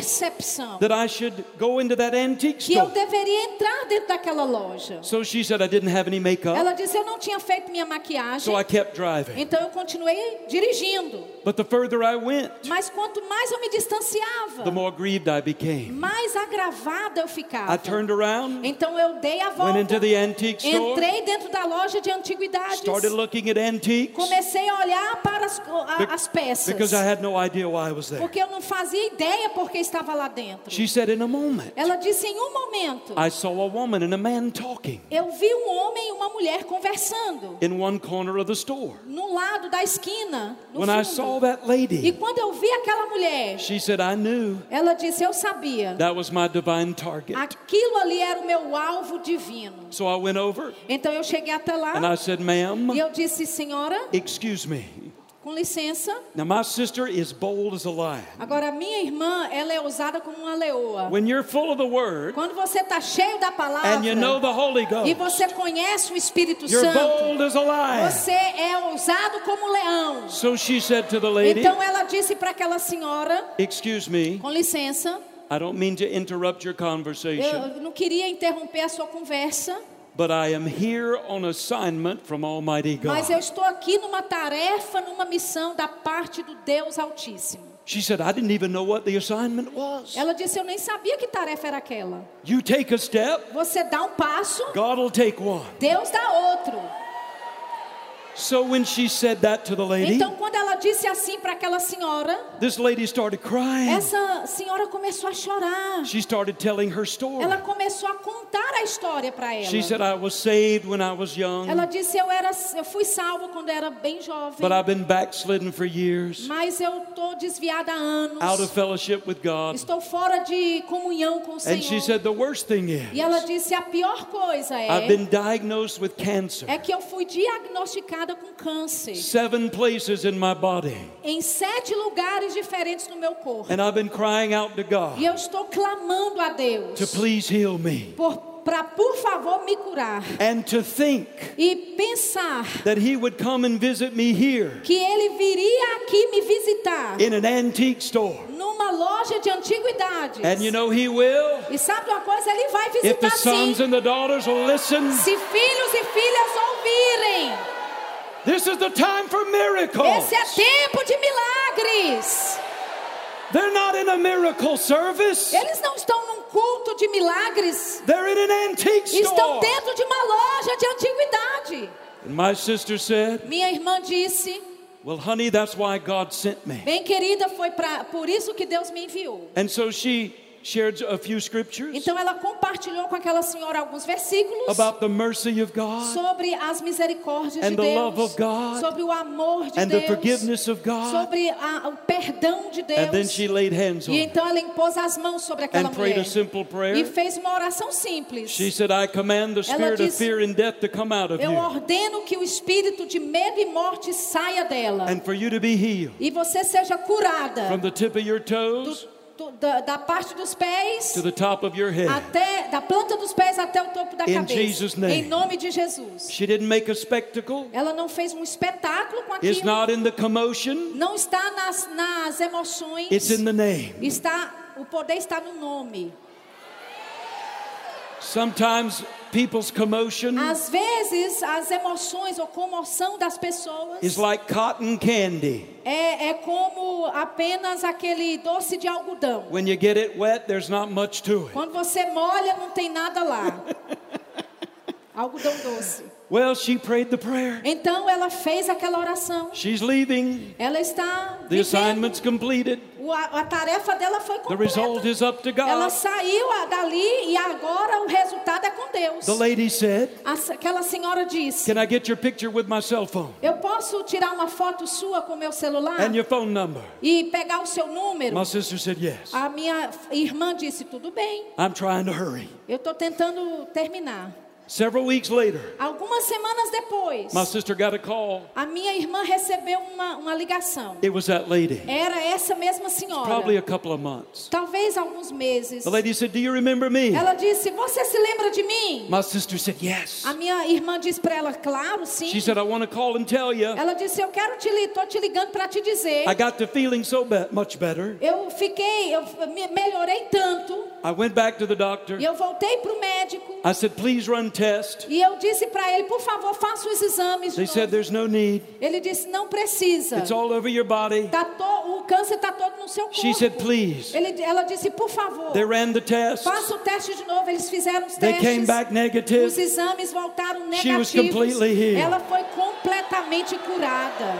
[SPEAKER 2] percepção
[SPEAKER 1] that I should go into that antique
[SPEAKER 2] que eu
[SPEAKER 1] store.
[SPEAKER 2] deveria entrar dentro daquela loja.
[SPEAKER 1] So she said, I didn't have any makeup,
[SPEAKER 2] Ela disse: Eu não tinha feito minha maquiagem,
[SPEAKER 1] so I kept driving.
[SPEAKER 2] então eu continuei dirigindo.
[SPEAKER 1] But the further I went,
[SPEAKER 2] Mas quanto mais eu me
[SPEAKER 1] the
[SPEAKER 2] distanciava,
[SPEAKER 1] more grieved I became.
[SPEAKER 2] mais agravada eu
[SPEAKER 1] I
[SPEAKER 2] ficava.
[SPEAKER 1] turned around,
[SPEAKER 2] Então eu dei a
[SPEAKER 1] went into
[SPEAKER 2] volta,
[SPEAKER 1] the antique store,
[SPEAKER 2] entrei dentro da loja de antiguidades,
[SPEAKER 1] started looking at antiques
[SPEAKER 2] comecei a olhar para as, a-
[SPEAKER 1] Be-
[SPEAKER 2] as peças,
[SPEAKER 1] because I had no idea why I was there.
[SPEAKER 2] porque eu não fazia ideia porque estava lá dentro.
[SPEAKER 1] She said, In a moment,
[SPEAKER 2] Ela disse: em um momento,
[SPEAKER 1] I saw a woman and a man talking
[SPEAKER 2] eu vi um homem e uma mulher conversando
[SPEAKER 1] in one corner of the store.
[SPEAKER 2] no lado da esquina, no
[SPEAKER 1] When I saw
[SPEAKER 2] fundo.
[SPEAKER 1] that
[SPEAKER 2] E
[SPEAKER 1] lady,
[SPEAKER 2] quando eu vi aquela mulher,
[SPEAKER 1] she said, I knew
[SPEAKER 2] ela disse: eu sabia,
[SPEAKER 1] that was my divine target.
[SPEAKER 2] aquilo ali era o meu alvo divino.
[SPEAKER 1] So I went over
[SPEAKER 2] Então eu cheguei até
[SPEAKER 1] and
[SPEAKER 2] lá
[SPEAKER 1] I said,
[SPEAKER 2] e
[SPEAKER 1] Ma'am,
[SPEAKER 2] eu disse: senhora,
[SPEAKER 1] excuse me.
[SPEAKER 2] com licença.
[SPEAKER 1] Now, my sister is bold as a lion.
[SPEAKER 2] Agora, minha irmã, ela é usada como uma leoa.
[SPEAKER 1] When you're full of the word
[SPEAKER 2] Quando você está cheio da palavra
[SPEAKER 1] and you know the Holy
[SPEAKER 2] e
[SPEAKER 1] Ghost,
[SPEAKER 2] você conhece o Espírito
[SPEAKER 1] you're
[SPEAKER 2] Santo,
[SPEAKER 1] bold as a lion.
[SPEAKER 2] você é ousado como um leão.
[SPEAKER 1] So she said to the lady,
[SPEAKER 2] Então ela disse para aquela senhora,
[SPEAKER 1] Excuse me,
[SPEAKER 2] com licença,
[SPEAKER 1] I don't mean to interrupt your
[SPEAKER 2] eu
[SPEAKER 1] conversation,
[SPEAKER 2] eu não queria interromper a sua conversa,
[SPEAKER 1] but I am here on assignment from Almighty
[SPEAKER 2] mas eu
[SPEAKER 1] God.
[SPEAKER 2] estou aqui numa tarefa, numa missão da parte do Deus Altíssimo.
[SPEAKER 1] She said, I didn't even know what the assignment was.
[SPEAKER 2] Ela disse, eu nem sabia que tarefa era aquela.
[SPEAKER 1] You take a step,
[SPEAKER 2] Você dá um passo,
[SPEAKER 1] God will take one.
[SPEAKER 2] Deus dá outro.
[SPEAKER 1] So when she said that to the lady,
[SPEAKER 2] Então quando ela disse assim para aquela senhora,
[SPEAKER 1] this lady started crying.
[SPEAKER 2] Essa senhora começou a chorar.
[SPEAKER 1] She started telling her story.
[SPEAKER 2] Ela começou a contar a história para
[SPEAKER 1] She
[SPEAKER 2] ela.
[SPEAKER 1] said, I was saved when I was
[SPEAKER 2] Ela
[SPEAKER 1] young,
[SPEAKER 2] disse: eu, era, eu fui salva quando era bem jovem,
[SPEAKER 1] but I've been backslidden for years,
[SPEAKER 2] mas eu estou desviada há
[SPEAKER 1] out of
[SPEAKER 2] anos.
[SPEAKER 1] fellowship with God.
[SPEAKER 2] Estou fora de comunhão com o
[SPEAKER 1] And she
[SPEAKER 2] Senhor.
[SPEAKER 1] said, The worst thing
[SPEAKER 2] E
[SPEAKER 1] is,
[SPEAKER 2] ela disse: a pior coisa
[SPEAKER 1] I've
[SPEAKER 2] é,
[SPEAKER 1] been diagnosed with cancer.
[SPEAKER 2] é que eu fui diagnosticada com câncer
[SPEAKER 1] seven places in my body.
[SPEAKER 2] em sete lugares diferentes no meu corpo.
[SPEAKER 1] And I've been crying out to
[SPEAKER 2] E
[SPEAKER 1] God
[SPEAKER 2] eu estou clamando a Deus
[SPEAKER 1] to please heal me.
[SPEAKER 2] por, para, por favor, me curar.
[SPEAKER 1] And to think
[SPEAKER 2] E pensar
[SPEAKER 1] that He would come and visit me here
[SPEAKER 2] que ele viria aqui me visitar
[SPEAKER 1] in an antique store.
[SPEAKER 2] numa loja de antiguidades.
[SPEAKER 1] And you know He will
[SPEAKER 2] E sabe de uma coisa? Ele vai
[SPEAKER 1] if the
[SPEAKER 2] visitar sim.
[SPEAKER 1] sons and the daughters will listen.
[SPEAKER 2] Se filhos e filhas ouvirem,
[SPEAKER 1] This is the time for miracles.
[SPEAKER 2] esse é tempo de milagres.
[SPEAKER 1] They're not in a miracle service,
[SPEAKER 2] Eles não estão num culto de milagres,
[SPEAKER 1] they're in an antique
[SPEAKER 2] estão
[SPEAKER 1] store.
[SPEAKER 2] dentro de uma loja de antiguidade.
[SPEAKER 1] And my sister said,
[SPEAKER 2] Minha irmã disse:
[SPEAKER 1] Well, honey, that's why God sent me.
[SPEAKER 2] Bem querida, foi pra, por isso que Deus me enviou.
[SPEAKER 1] And so she shared a few scriptures
[SPEAKER 2] Então ela compartilhou com aquela senhora alguns versículos.
[SPEAKER 1] about the mercy of God.
[SPEAKER 2] sobre as misericórdias
[SPEAKER 1] And
[SPEAKER 2] de
[SPEAKER 1] the
[SPEAKER 2] Deus,
[SPEAKER 1] love of God.
[SPEAKER 2] sobre o amor de
[SPEAKER 1] and the
[SPEAKER 2] Deus,
[SPEAKER 1] forgiveness of God.
[SPEAKER 2] sobre a- o perdão de Deus.
[SPEAKER 1] And then she laid hands on
[SPEAKER 2] e
[SPEAKER 1] it
[SPEAKER 2] então ela impôs as mãos sobre aquela
[SPEAKER 1] and prayed
[SPEAKER 2] mulher
[SPEAKER 1] a simple
[SPEAKER 2] e
[SPEAKER 1] prayer.
[SPEAKER 2] fez uma oração simples.
[SPEAKER 1] She said, I command the spirit of
[SPEAKER 2] disse,
[SPEAKER 1] fear and death to come out of
[SPEAKER 2] Eu
[SPEAKER 1] you
[SPEAKER 2] ordeno que o espírito de medo e morte saia dela
[SPEAKER 1] and for you to be healed
[SPEAKER 2] e você seja curada
[SPEAKER 1] from the tip of your
[SPEAKER 2] do-
[SPEAKER 1] toes
[SPEAKER 2] do- da, da parte dos pés
[SPEAKER 1] to the top of your head.
[SPEAKER 2] até da planta dos pés até o topo da
[SPEAKER 1] In
[SPEAKER 2] cabeça.
[SPEAKER 1] Jesus' name.
[SPEAKER 2] Em nome de Jesus.
[SPEAKER 1] She didn't make a spectacle,
[SPEAKER 2] Ela não fez um espetáculo com
[SPEAKER 1] it's
[SPEAKER 2] aquilo.
[SPEAKER 1] not in the commotion,
[SPEAKER 2] Não está nas, nas emoções.
[SPEAKER 1] it's in the name.
[SPEAKER 2] Está, o poder está no nome.
[SPEAKER 1] Sometimes people's commotion
[SPEAKER 2] Às vezes, as emoções ou comoção das pessoas
[SPEAKER 1] is like cotton candy.
[SPEAKER 2] é, é como apenas aquele doce de algodão.
[SPEAKER 1] When you get it wet, there's not much to it.
[SPEAKER 2] Quando você molha, não tem
[SPEAKER 1] *laughs*
[SPEAKER 2] nada lá. algodão doce.
[SPEAKER 1] Well, she prayed the prayer.
[SPEAKER 2] Então, ela fez aquela oração.
[SPEAKER 1] She's leaving.
[SPEAKER 2] Ela está
[SPEAKER 1] The
[SPEAKER 2] vivendo.
[SPEAKER 1] assignment's completed.
[SPEAKER 2] O o- a, a tarefa dela foi
[SPEAKER 1] The result
[SPEAKER 2] completa.
[SPEAKER 1] is up to
[SPEAKER 2] Ela
[SPEAKER 1] God.
[SPEAKER 2] saiu a- dali e agora o resultado é com Deus.
[SPEAKER 1] The lady said,
[SPEAKER 2] As- Aquela senhora disse:
[SPEAKER 1] Can I get your picture with my cell phone
[SPEAKER 2] Eu posso tirar uma foto sua com meu celular
[SPEAKER 1] and your phone number?
[SPEAKER 2] e pegar o seu número?
[SPEAKER 1] My sister said, Yes.
[SPEAKER 2] A minha irmã disse: Tudo bem,
[SPEAKER 1] I'm trying to hurry.
[SPEAKER 2] eu estou tentando terminar.
[SPEAKER 1] Several weeks later,
[SPEAKER 2] Algumas semanas depois,
[SPEAKER 1] my sister got a call.
[SPEAKER 2] a minha irmã recebeu uma, uma ligação.
[SPEAKER 1] It was that lady,
[SPEAKER 2] Era essa mesma senhora.
[SPEAKER 1] probably a couple of months.
[SPEAKER 2] Talvez alguns meses.
[SPEAKER 1] The lady said, Do you remember me?
[SPEAKER 2] Ela disse: Você se lembra de mim?
[SPEAKER 1] My sister said, Yes.
[SPEAKER 2] A minha irmã disse para ela: Claro, sim.
[SPEAKER 1] She said, I want to call and tell you.
[SPEAKER 2] Ela disse: Eu quero te, li- tô te ligando para te dizer.
[SPEAKER 1] I got to feeling so be- much better.
[SPEAKER 2] Eu fiquei, eu me melhorei tanto.
[SPEAKER 1] I went back to the doctor.
[SPEAKER 2] E eu voltei para o médico.
[SPEAKER 1] I said, Please run test.
[SPEAKER 2] E eu disse para ele: Por favor, faça os exames. de
[SPEAKER 1] They said,
[SPEAKER 2] novo."
[SPEAKER 1] There's no need.
[SPEAKER 2] Ele disse: Não precisa.
[SPEAKER 1] It's all over your body.
[SPEAKER 2] Tá to- o câncer está todo no seu corpo.
[SPEAKER 1] She said, Please.
[SPEAKER 2] Ele- ela disse, por favor,
[SPEAKER 1] They ran the test.
[SPEAKER 2] faça o teste de novo. Eles fizeram os
[SPEAKER 1] They
[SPEAKER 2] testes.
[SPEAKER 1] came back
[SPEAKER 2] Os
[SPEAKER 1] negative.
[SPEAKER 2] exames voltaram
[SPEAKER 1] She was
[SPEAKER 2] negativos.
[SPEAKER 1] completely healed.
[SPEAKER 2] Ela foi completamente curada.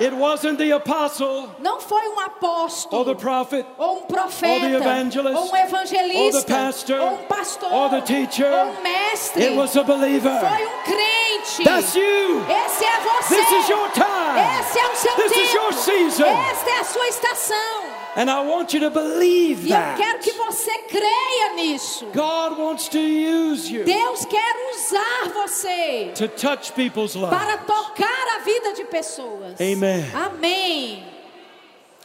[SPEAKER 1] It wasn't the apostle
[SPEAKER 2] Não foi um apóstolo.
[SPEAKER 1] or the prophet
[SPEAKER 2] ou um profeta,
[SPEAKER 1] or the evangelist,
[SPEAKER 2] ou um evangelista,
[SPEAKER 1] or the pastor,
[SPEAKER 2] ou um pastor,
[SPEAKER 1] or the teacher.
[SPEAKER 2] ou um mestre,
[SPEAKER 1] It was a believer.
[SPEAKER 2] foi um crente.
[SPEAKER 1] That's you.
[SPEAKER 2] Esse é você.
[SPEAKER 1] This is your time.
[SPEAKER 2] Esse é o seu
[SPEAKER 1] This
[SPEAKER 2] tempo.
[SPEAKER 1] is your season.
[SPEAKER 2] Esta é a sua estação.
[SPEAKER 1] And I want you to believe
[SPEAKER 2] E eu quero que
[SPEAKER 1] that.
[SPEAKER 2] você creia nisso.
[SPEAKER 1] God wants to use you
[SPEAKER 2] Deus quer usar você
[SPEAKER 1] to touch people's lives.
[SPEAKER 2] para tocar a vida de pessoas.
[SPEAKER 1] Amen.
[SPEAKER 2] Amém.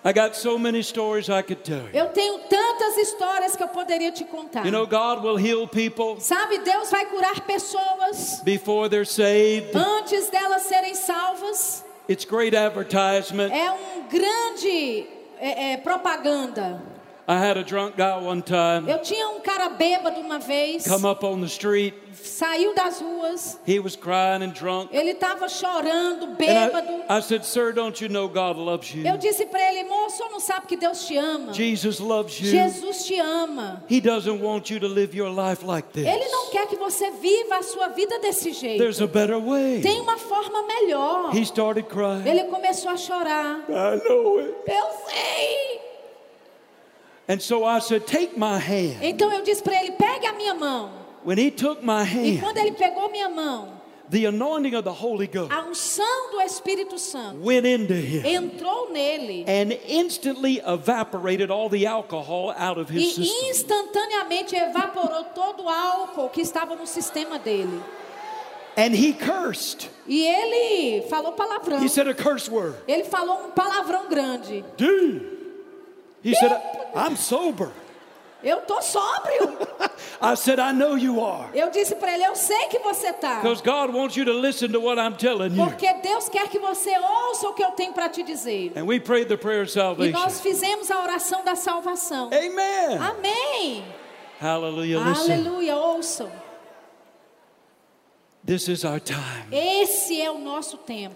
[SPEAKER 1] I got so many stories I could tell you.
[SPEAKER 2] Eu tenho tantas histórias que eu poderia te contar.
[SPEAKER 1] You know, God will heal people
[SPEAKER 2] Sabe, Deus vai curar pessoas
[SPEAKER 1] before they're saved.
[SPEAKER 2] antes delas serem salvas.
[SPEAKER 1] It's great advertisement.
[SPEAKER 2] É um grande é, é, propaganda.
[SPEAKER 1] I had a drunk guy one time
[SPEAKER 2] Eu tinha um cara bêbado uma vez,
[SPEAKER 1] come up on the street.
[SPEAKER 2] saiu das ruas,
[SPEAKER 1] He was crying and drunk.
[SPEAKER 2] ele estava chorando,
[SPEAKER 1] And
[SPEAKER 2] bêbado.
[SPEAKER 1] I, I said, Sir, don't you know God loves you?
[SPEAKER 2] Eu disse para ele, moço, o senhor não sabe que Deus te ama.
[SPEAKER 1] Jesus loves you.
[SPEAKER 2] Jesus te ama.
[SPEAKER 1] He doesn't want you to live your life like this.
[SPEAKER 2] Ele não quer que você viva a sua vida desse jeito.
[SPEAKER 1] There's a better way.
[SPEAKER 2] Tem uma forma melhor.
[SPEAKER 1] He started crying.
[SPEAKER 2] Ele começou a chorar.
[SPEAKER 1] I know it.
[SPEAKER 2] Eu sei.
[SPEAKER 1] And so I said, Take my hand.
[SPEAKER 2] Então eu disse para ele, pegue a minha mão.
[SPEAKER 1] When he took my
[SPEAKER 2] E
[SPEAKER 1] hand,
[SPEAKER 2] quando ele pegou minha mão,
[SPEAKER 1] the anointing of the Holy Ghost
[SPEAKER 2] a unção do Espírito Santo
[SPEAKER 1] went into him
[SPEAKER 2] entrou nele
[SPEAKER 1] and instantly evaporated all the alcohol out of his
[SPEAKER 2] e
[SPEAKER 1] system.
[SPEAKER 2] instantaneamente evaporou todo o álcool que estava no sistema dele.
[SPEAKER 1] And he cursed.
[SPEAKER 2] E ele falou palavrão.
[SPEAKER 1] He said a curse word.
[SPEAKER 2] Ele falou um palavrão grande.
[SPEAKER 1] Dude. He said, I'm sober.
[SPEAKER 2] Eu tô sóbrio.
[SPEAKER 1] I said, I know you are.
[SPEAKER 2] Eu disse para ele, eu sei que você tá.
[SPEAKER 1] Because God wants you to listen to what I'm telling you.
[SPEAKER 2] Porque Deus quer que você ouça o que eu tenho para te dizer.
[SPEAKER 1] And we prayed the prayer of
[SPEAKER 2] E
[SPEAKER 1] salvation.
[SPEAKER 2] nós fizemos a oração da salvação.
[SPEAKER 1] É. Amen.
[SPEAKER 2] Amém.
[SPEAKER 1] Hallelujah. Listen,
[SPEAKER 2] Aleluia, ouçam.
[SPEAKER 1] this is our time.
[SPEAKER 2] Esse é o nosso tempo.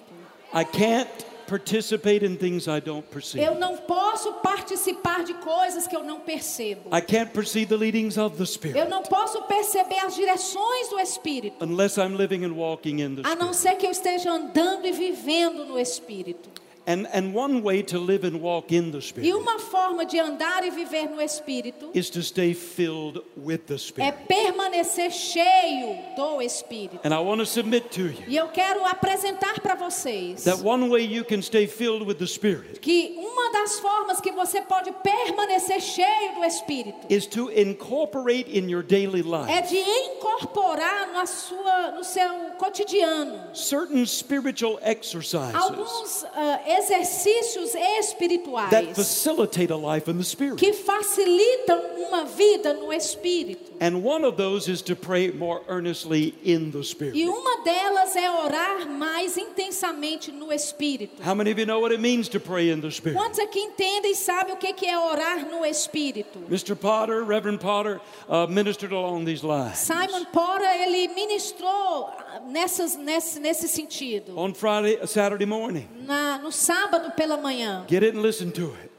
[SPEAKER 1] I can't participate in things I don't perceive.
[SPEAKER 2] Eu não posso participar de coisas que eu não percebo.
[SPEAKER 1] I can't perceive the leadings of the Spirit
[SPEAKER 2] Eu não posso perceber as direções do Espírito,
[SPEAKER 1] unless I'm living and walking in the
[SPEAKER 2] a Ah, não
[SPEAKER 1] Spirit.
[SPEAKER 2] ser que eu esteja andando e vivendo no Espírito.
[SPEAKER 1] And, and one way to live and walk in the
[SPEAKER 2] E
[SPEAKER 1] Spirit
[SPEAKER 2] uma forma de andar e viver no Espírito
[SPEAKER 1] is to stay filled with the
[SPEAKER 2] é
[SPEAKER 1] Spirit.
[SPEAKER 2] permanecer cheio do Espírito.
[SPEAKER 1] And I want to submit to you
[SPEAKER 2] E eu quero apresentar para vocês
[SPEAKER 1] that one way you can stay filled with the Spirit
[SPEAKER 2] que uma das formas que você pode permanecer cheio do Espírito
[SPEAKER 1] is to incorporate in your daily life
[SPEAKER 2] é de incorporar na sua, no seu cotidiano
[SPEAKER 1] certain spiritual exercises
[SPEAKER 2] alguns ah, exercícios
[SPEAKER 1] that
[SPEAKER 2] espirituais
[SPEAKER 1] facilitate a life in the Spirit.
[SPEAKER 2] que facilitam uma vida no Espírito.
[SPEAKER 1] And one of those is to pray more earnestly in the
[SPEAKER 2] E
[SPEAKER 1] Spirit.
[SPEAKER 2] uma delas é orar mais intensamente no Espírito.
[SPEAKER 1] How many of you know what it means to pray in the Spirit?
[SPEAKER 2] Quantos aqui entendem e sabem o que que é orar no Espírito?
[SPEAKER 1] Mr. Potter, Reverend Potter, uh, ministered along these lines.
[SPEAKER 2] Simon Pora ele ministrou ah, nessas, nesse, nesse sentido.
[SPEAKER 1] On Friday, uh, Saturday morning.
[SPEAKER 2] Na, no sábado pela manhã.
[SPEAKER 1] Get it and listen to it.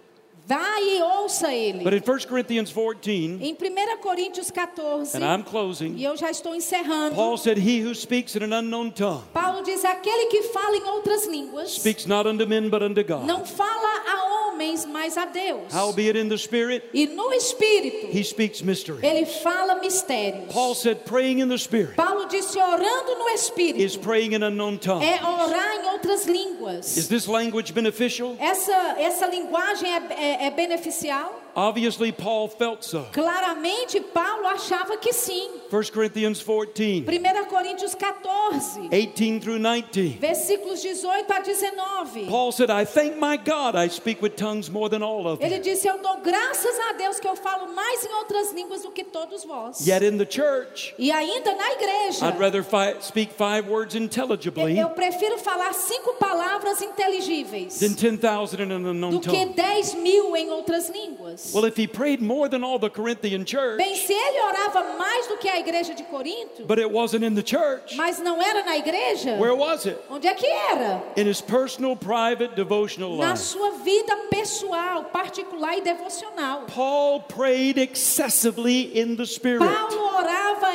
[SPEAKER 2] Vai e ouça ele.
[SPEAKER 1] But in 1 Corinthians 14,
[SPEAKER 2] Em 1 Coríntios 14,
[SPEAKER 1] and I'm
[SPEAKER 2] e
[SPEAKER 1] closing,
[SPEAKER 2] eu já estou encerrando.
[SPEAKER 1] Paul said, He who speaks in an unknown tongue
[SPEAKER 2] Paulo diz: aquele que fala em outras línguas
[SPEAKER 1] speaks not unto men but unto God.
[SPEAKER 2] não fala a homens, mas a Deus.
[SPEAKER 1] Howbeit in the Spirit,
[SPEAKER 2] E no Espírito,
[SPEAKER 1] he speaks mystery.
[SPEAKER 2] ele fala mistérios.
[SPEAKER 1] Paul said, praying in the Spirit
[SPEAKER 2] Paulo disse: orando no
[SPEAKER 1] is
[SPEAKER 2] Espírito
[SPEAKER 1] praying in unknown tongues.
[SPEAKER 2] é orar em outras línguas.
[SPEAKER 1] Is this language beneficial?
[SPEAKER 2] Essa, essa linguagem é, é, é beneficial?
[SPEAKER 1] Obviously, Paul felt so.
[SPEAKER 2] Claramente, Paulo achava que sim.
[SPEAKER 1] 1 Corinthians 14,
[SPEAKER 2] 1 Coríntios 14,
[SPEAKER 1] 18 through 19.
[SPEAKER 2] versículos 18 a 19.
[SPEAKER 1] Paul said, I thank my God I speak with tongues more than all of
[SPEAKER 2] Ele
[SPEAKER 1] you.
[SPEAKER 2] disse: Eu dou graças a Deus que eu falo mais em outras línguas do que todos vós.
[SPEAKER 1] Yet in the church,
[SPEAKER 2] E ainda na igreja,
[SPEAKER 1] I'd rather fi- speak five words intelligibly
[SPEAKER 2] eu prefiro falar cinco palavras inteligíveis
[SPEAKER 1] than 10,000 in an unknown
[SPEAKER 2] do que
[SPEAKER 1] tongue.
[SPEAKER 2] dez mil em outras línguas.
[SPEAKER 1] Well, if he prayed more than all the Corinthian church,
[SPEAKER 2] Bem, se ele orava mais do que a igreja de Corinto,
[SPEAKER 1] but it wasn't in the church,
[SPEAKER 2] mas não era na igreja,
[SPEAKER 1] where was it?
[SPEAKER 2] onde é que era?
[SPEAKER 1] In his personal, private, devotional
[SPEAKER 2] Na
[SPEAKER 1] life.
[SPEAKER 2] sua vida pessoal, particular e devocional.
[SPEAKER 1] Paul prayed excessively in the Spirit,
[SPEAKER 2] Paulo orava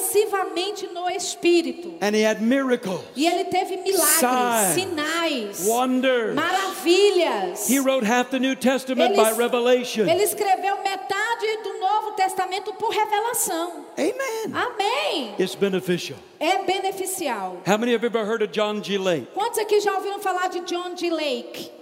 [SPEAKER 2] excessivamente no Espírito.
[SPEAKER 1] and he had miracles,
[SPEAKER 2] E ele teve milagres,
[SPEAKER 1] Signs.
[SPEAKER 2] sinais,
[SPEAKER 1] wonders.
[SPEAKER 2] maravilhas.
[SPEAKER 1] He wrote half the New Testament by
[SPEAKER 2] Ele-
[SPEAKER 1] revelation.
[SPEAKER 2] Ele escreveu metade do Novo Testamento por revelação.
[SPEAKER 1] Amen.
[SPEAKER 2] Amém.
[SPEAKER 1] It's beneficial.
[SPEAKER 2] É beneficial.
[SPEAKER 1] How many have ever heard of John G. Lake?
[SPEAKER 2] Quantos aqui já ouviram falar de John D. Lake?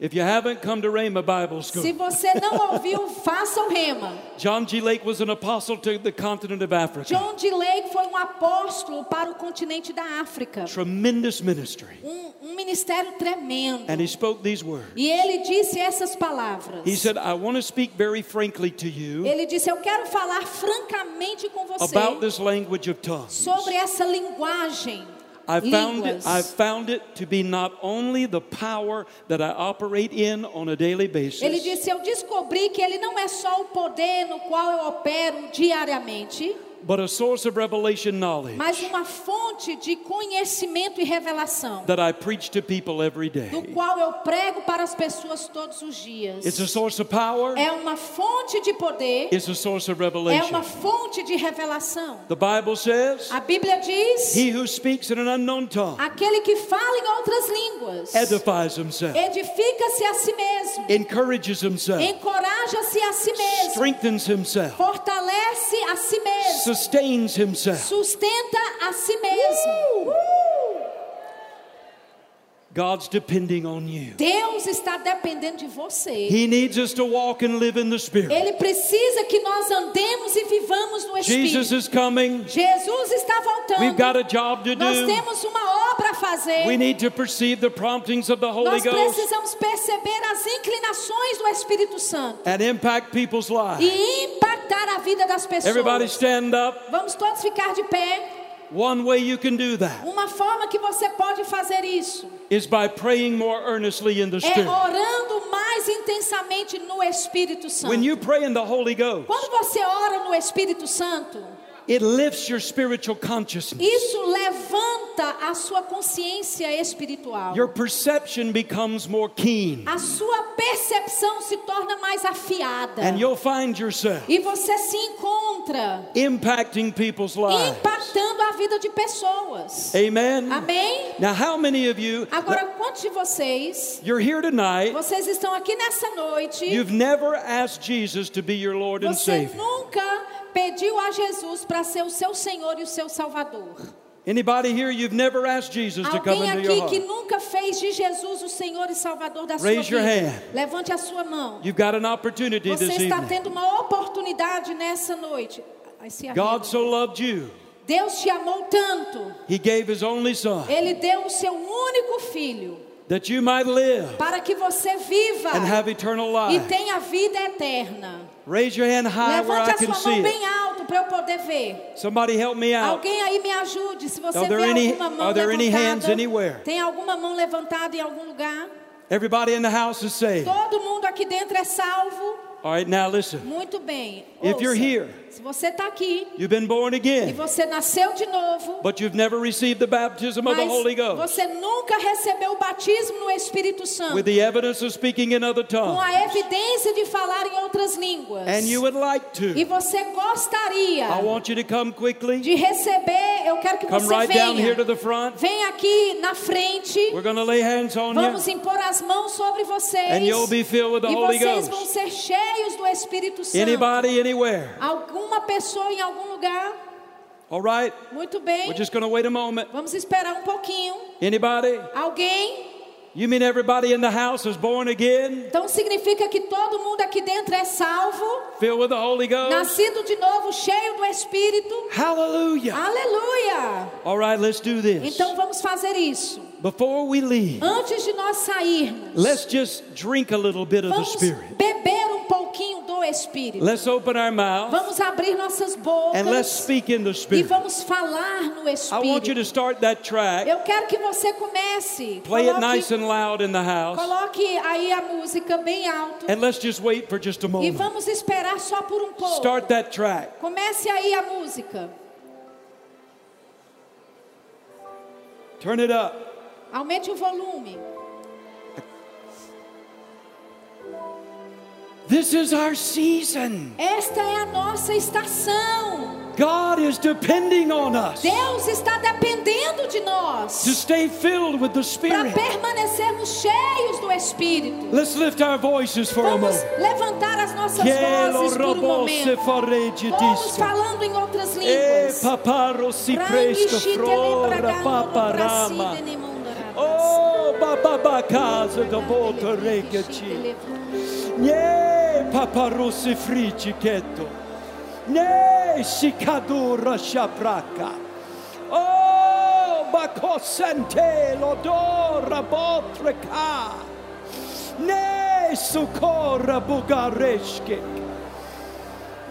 [SPEAKER 1] If you haven't come to Rhema Bible
[SPEAKER 2] Se
[SPEAKER 1] School,
[SPEAKER 2] você não ouviu, faça o rema.
[SPEAKER 1] John G. Lake was an apostle to the continent of Africa.
[SPEAKER 2] John D. Lake foi um apóstolo para o continente da África.
[SPEAKER 1] Tremendous ministry.
[SPEAKER 2] Um, um ministério tremendo.
[SPEAKER 1] And he spoke these words.
[SPEAKER 2] E ele disse essas palavras.
[SPEAKER 1] He said, I want to speak very frankly to you
[SPEAKER 2] Ele disse: Eu quero falar francamente com você
[SPEAKER 1] about this language of tongues.
[SPEAKER 2] sobre essa linguagem.
[SPEAKER 1] I found, it,
[SPEAKER 2] línguas.
[SPEAKER 1] I found it to be not only the power that I operate in on a daily
[SPEAKER 2] Ele
[SPEAKER 1] basis,
[SPEAKER 2] disse: Eu descobri que ele não é só o poder no qual eu opero diariamente,
[SPEAKER 1] but a source of revelation knowledge
[SPEAKER 2] mas uma fonte de conhecimento e revelação,
[SPEAKER 1] that I preach to people every
[SPEAKER 2] do
[SPEAKER 1] day.
[SPEAKER 2] qual eu prego para as pessoas todos os dias.
[SPEAKER 1] It's a source of power,
[SPEAKER 2] É uma fonte de poder,
[SPEAKER 1] it's a source of
[SPEAKER 2] é
[SPEAKER 1] revelation.
[SPEAKER 2] uma fonte de revelação.
[SPEAKER 1] The Bible says,
[SPEAKER 2] A Bíblia diz:
[SPEAKER 1] He who speaks in an unknown tongue
[SPEAKER 2] aquele que fala em outras línguas
[SPEAKER 1] É edifies himself,
[SPEAKER 2] edifica-se a si mesmo,
[SPEAKER 1] encourages himself,
[SPEAKER 2] encoraja-se a si mesmo,
[SPEAKER 1] strengthens himself,
[SPEAKER 2] fortalece a si mesmo.
[SPEAKER 1] sustains himself.
[SPEAKER 2] sustenta a si mesmo.
[SPEAKER 1] Uh! God's depending on you.
[SPEAKER 2] Deus está dependendo de você.
[SPEAKER 1] He needs us to walk and live in the Spirit.
[SPEAKER 2] Ele precisa que nós andemos e vivamos no
[SPEAKER 1] Jesus
[SPEAKER 2] Espírito.
[SPEAKER 1] is coming.
[SPEAKER 2] Jesus está
[SPEAKER 1] We've got
[SPEAKER 2] voltando.
[SPEAKER 1] a job to
[SPEAKER 2] Nós
[SPEAKER 1] do.
[SPEAKER 2] temos uma obra a fazer.
[SPEAKER 1] We need to perceive the promptings of the Holy
[SPEAKER 2] Nós
[SPEAKER 1] Ghost
[SPEAKER 2] precisamos perceber as inclinações do Espírito Santo
[SPEAKER 1] and impact people's lives.
[SPEAKER 2] e impactar a vida das
[SPEAKER 1] Everybody
[SPEAKER 2] pessoas.
[SPEAKER 1] stand up.
[SPEAKER 2] Vamos todos ficar de pé.
[SPEAKER 1] One way you can do that
[SPEAKER 2] Uma forma que você pode fazer isso
[SPEAKER 1] is by praying more earnestly in the
[SPEAKER 2] é
[SPEAKER 1] Spirit.
[SPEAKER 2] orando mais intensamente no Espírito
[SPEAKER 1] When
[SPEAKER 2] Santo.
[SPEAKER 1] you pray in the Holy Ghost,
[SPEAKER 2] Quando você ora no Espírito Santo,
[SPEAKER 1] it lifts your spiritual consciousness.
[SPEAKER 2] isso levanta a sua consciência espiritual.
[SPEAKER 1] Your perception becomes more keen,
[SPEAKER 2] A sua percepção se torna mais afiada.
[SPEAKER 1] and you'll find yourself
[SPEAKER 2] E você se encontra
[SPEAKER 1] impacting people's lives.
[SPEAKER 2] impactando a vida de pessoas.
[SPEAKER 1] Amen.
[SPEAKER 2] Amém?
[SPEAKER 1] Now, how many of you,
[SPEAKER 2] Agora, quantos de vocês,
[SPEAKER 1] you're here tonight,
[SPEAKER 2] vocês estão aqui nessa noite,
[SPEAKER 1] you've never asked Jesus to be your Lord and
[SPEAKER 2] você
[SPEAKER 1] Savior?
[SPEAKER 2] nunca pediu a Jesus para ser o seu Senhor e o seu Salvador?
[SPEAKER 1] Anybody here, you've never asked Jesus to come
[SPEAKER 2] Alguém
[SPEAKER 1] into your
[SPEAKER 2] aqui que
[SPEAKER 1] heart?
[SPEAKER 2] nunca fez de Jesus o Senhor e Salvador da sua
[SPEAKER 1] Raise
[SPEAKER 2] vida?
[SPEAKER 1] your hand.
[SPEAKER 2] Levante a sua mão.
[SPEAKER 1] You've got an opportunity
[SPEAKER 2] Você
[SPEAKER 1] this
[SPEAKER 2] está
[SPEAKER 1] evening.
[SPEAKER 2] tendo uma oportunidade nessa noite. Ai, se arreda.
[SPEAKER 1] God so loved you,
[SPEAKER 2] Deus te amou tanto.
[SPEAKER 1] He gave His only Son
[SPEAKER 2] Ele deu o seu único filho
[SPEAKER 1] that you might live
[SPEAKER 2] para que você viva
[SPEAKER 1] and have eternal
[SPEAKER 2] e
[SPEAKER 1] life.
[SPEAKER 2] tenha vida eterna.
[SPEAKER 1] Raise your hand high where I
[SPEAKER 2] Levante a
[SPEAKER 1] can
[SPEAKER 2] sua
[SPEAKER 1] see
[SPEAKER 2] mão
[SPEAKER 1] it.
[SPEAKER 2] bem alto para eu poder ver.
[SPEAKER 1] Somebody help me out.
[SPEAKER 2] Alguém aí me ajude se você
[SPEAKER 1] Are
[SPEAKER 2] vê
[SPEAKER 1] there any-
[SPEAKER 2] alguma mão
[SPEAKER 1] are there any hands
[SPEAKER 2] levantada.
[SPEAKER 1] anywhere?
[SPEAKER 2] Tem alguma mão levantada em algum lugar?
[SPEAKER 1] Everybody in the house is saved.
[SPEAKER 2] Todo mundo aqui dentro é salvo.
[SPEAKER 1] All right, now listen.
[SPEAKER 2] Muito bem.
[SPEAKER 1] If you're
[SPEAKER 2] Ouça.
[SPEAKER 1] here
[SPEAKER 2] Se você está aqui
[SPEAKER 1] You've been born
[SPEAKER 2] e
[SPEAKER 1] again,
[SPEAKER 2] você nasceu de novo,
[SPEAKER 1] but you've never received the baptism of the
[SPEAKER 2] mas
[SPEAKER 1] Holy Ghost
[SPEAKER 2] você nunca recebeu o batismo no Espírito
[SPEAKER 1] with
[SPEAKER 2] Santo,
[SPEAKER 1] the evidence of speaking in other
[SPEAKER 2] com
[SPEAKER 1] tongues,
[SPEAKER 2] a evidência de falar em outras línguas,
[SPEAKER 1] and you would like
[SPEAKER 2] e
[SPEAKER 1] to,
[SPEAKER 2] você gostaria
[SPEAKER 1] I want you to come quickly.
[SPEAKER 2] de receber, eu quero que
[SPEAKER 1] Come
[SPEAKER 2] você
[SPEAKER 1] right down here to the
[SPEAKER 2] venha.
[SPEAKER 1] front.
[SPEAKER 2] Vem aqui na frente.
[SPEAKER 1] We're going to lay hands on you,
[SPEAKER 2] Vamos impor as mãos sobre vocês.
[SPEAKER 1] and you'll be filled with the
[SPEAKER 2] e
[SPEAKER 1] Holy
[SPEAKER 2] vocês vão
[SPEAKER 1] Ghost.
[SPEAKER 2] ser cheios do Espírito Santo.
[SPEAKER 1] Anybody, anywhere.
[SPEAKER 2] Alguma pessoa em algum lugar.
[SPEAKER 1] All right?
[SPEAKER 2] Muito bem.
[SPEAKER 1] We're just going to wait a moment.
[SPEAKER 2] Vamos esperar um pouquinho.
[SPEAKER 1] Anybody?
[SPEAKER 2] Alguém?
[SPEAKER 1] You mean everybody in the house is born again,
[SPEAKER 2] Então significa que todo mundo aqui dentro é salvo,
[SPEAKER 1] filled with the Holy Ghost?
[SPEAKER 2] nascido de novo, cheio do Espírito.
[SPEAKER 1] Hallelujah.
[SPEAKER 2] Aleluia!
[SPEAKER 1] All right, let's do this.
[SPEAKER 2] Então vamos fazer isso.
[SPEAKER 1] Before we leave,
[SPEAKER 2] Antes de nós sairmos,
[SPEAKER 1] let's just drink a little bit of the
[SPEAKER 2] vamos
[SPEAKER 1] Spirit.
[SPEAKER 2] beber um pouquinho do Espírito.
[SPEAKER 1] Let's open our mouth
[SPEAKER 2] Vamos abrir nossas bocas.
[SPEAKER 1] and let's speak in the
[SPEAKER 2] E
[SPEAKER 1] Spirit.
[SPEAKER 2] vamos falar no
[SPEAKER 1] I want you
[SPEAKER 2] Espírito.
[SPEAKER 1] to start that track.
[SPEAKER 2] Eu quero que você comece.
[SPEAKER 1] Play it
[SPEAKER 2] Coloque-
[SPEAKER 1] nice and loud in the house.
[SPEAKER 2] Coloque aí a música bem alto.
[SPEAKER 1] And let's just wait for just a
[SPEAKER 2] E
[SPEAKER 1] moment.
[SPEAKER 2] vamos esperar só por um pouco.
[SPEAKER 1] Start that track.
[SPEAKER 2] Comece aí a música.
[SPEAKER 1] Turn it up.
[SPEAKER 2] Aumente o volume.
[SPEAKER 1] This is our season.
[SPEAKER 2] Esta é a nossa estação.
[SPEAKER 1] God is depending on us
[SPEAKER 2] Deus está dependendo de
[SPEAKER 1] to
[SPEAKER 2] nós
[SPEAKER 1] stay filled with the
[SPEAKER 2] para
[SPEAKER 1] Spirit.
[SPEAKER 2] permanecermos cheios do Espírito.
[SPEAKER 1] Let's lift our voices for a
[SPEAKER 2] Vamos
[SPEAKER 1] moment.
[SPEAKER 2] levantar as nossas
[SPEAKER 1] Chielo
[SPEAKER 2] vozes por um
[SPEAKER 1] robo se
[SPEAKER 2] momento. Todos
[SPEAKER 1] faregitista.
[SPEAKER 2] falando em outras
[SPEAKER 1] E
[SPEAKER 2] línguas.
[SPEAKER 1] paparo si presto
[SPEAKER 2] Prangishite
[SPEAKER 1] frora
[SPEAKER 2] lebragano
[SPEAKER 1] paparama.
[SPEAKER 2] braside nemondorabas.
[SPEAKER 1] Oh, bababa casa da volta regaci. Ne paparo si fricichetto. Ne sicadura shapraka. Oh, bacosente l'odora botreca. Ne sucorra bugaresche.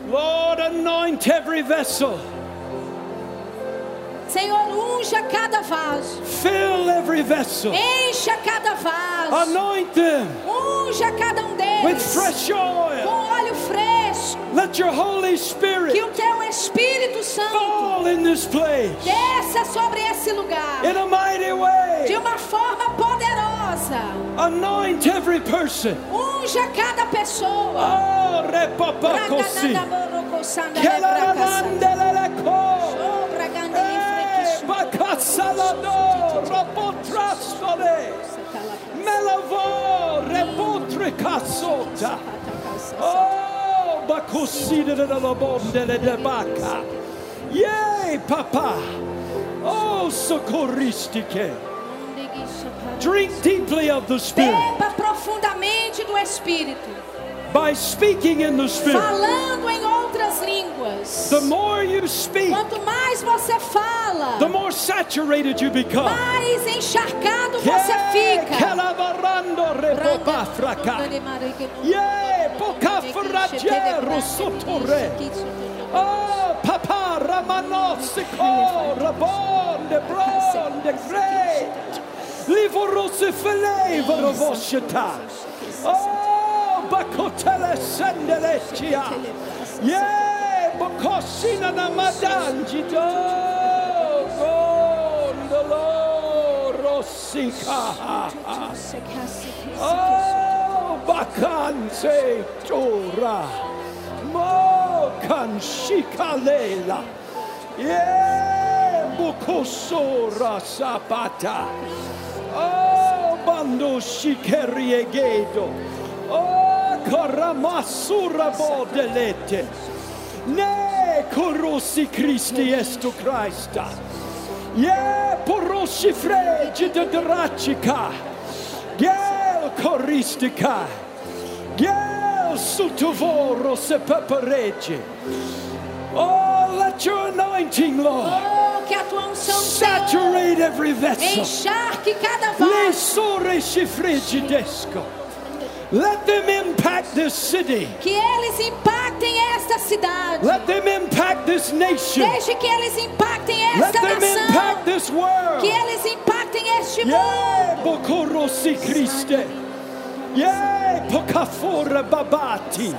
[SPEAKER 1] Lord, anoint every vessel.
[SPEAKER 2] Senhor, unja cada vaso.
[SPEAKER 1] Fill every vessel.
[SPEAKER 2] Encha cada vaso.
[SPEAKER 1] Anoint them
[SPEAKER 2] Unja cada um
[SPEAKER 1] with
[SPEAKER 2] deles.
[SPEAKER 1] fresh
[SPEAKER 2] Com
[SPEAKER 1] oil.
[SPEAKER 2] óleo fresco.
[SPEAKER 1] Let your Holy
[SPEAKER 2] Que é
[SPEAKER 1] Spirit
[SPEAKER 2] o teu Espírito Santo
[SPEAKER 1] fall in this place
[SPEAKER 2] desça sobre esse lugar.
[SPEAKER 1] in a mighty
[SPEAKER 2] De
[SPEAKER 1] way.
[SPEAKER 2] uma forma poderosa.
[SPEAKER 1] Anoint every person.
[SPEAKER 2] Unja cada pessoa.
[SPEAKER 1] Oh, repapakosi.
[SPEAKER 2] Braganadaborocosanda lebracaça.
[SPEAKER 1] Kelalamandeleleko.
[SPEAKER 2] Oh, braganda
[SPEAKER 1] Eh,
[SPEAKER 2] lefrequissu.
[SPEAKER 1] bakasalado, robotrastole. Melavo, repotrikasota. Oh, bacosida da labonde de debaca. Yay, papa. Oh, socorristike. Drink deeply of the Spirit
[SPEAKER 2] Beba profundamente do Espírito,
[SPEAKER 1] by speaking in the Spirit.
[SPEAKER 2] falando em outras línguas.
[SPEAKER 1] The more you speak,
[SPEAKER 2] Quanto mais você fala,
[SPEAKER 1] the more saturated you become.
[SPEAKER 2] mais encharcado você
[SPEAKER 1] Yay,
[SPEAKER 2] fica.
[SPEAKER 1] calabarando rebobafraca. Yay, pocafragero sotore. Oh, papa ramanosico rabonde bronde great. Livorose felevaro voscheta. Oh, bacotele sendelecia. Ye, bocosina na madangi do. Gondolo rossica. Ah. Oh, bacanze tora. Mo canchicalela. Ye, bucosora sapata. Oh, bando shikeriegedo. Oh, karamasura bodelete. Ne korosi Christi estu Christa. Ye porosi fregide dracica. Gel koristica. Gel sutuvoro se peperege. Oh, let your anointing, Lord,
[SPEAKER 2] Oh, que a tua unção Senhor,
[SPEAKER 1] saturate every vessel.
[SPEAKER 2] encharque cada
[SPEAKER 1] Le
[SPEAKER 2] voz.
[SPEAKER 1] sore frigidesco. Let them impact this city.
[SPEAKER 2] Que eles impactem esta cidade.
[SPEAKER 1] Let them impact this nation.
[SPEAKER 2] Deixe que eles impactem
[SPEAKER 1] Let
[SPEAKER 2] esta
[SPEAKER 1] them impact
[SPEAKER 2] nação.
[SPEAKER 1] this world.
[SPEAKER 2] Que eles impactem este
[SPEAKER 1] Yeah,
[SPEAKER 2] mundo.
[SPEAKER 1] Bokorosi Christe. Yeah, Pokafora Babati.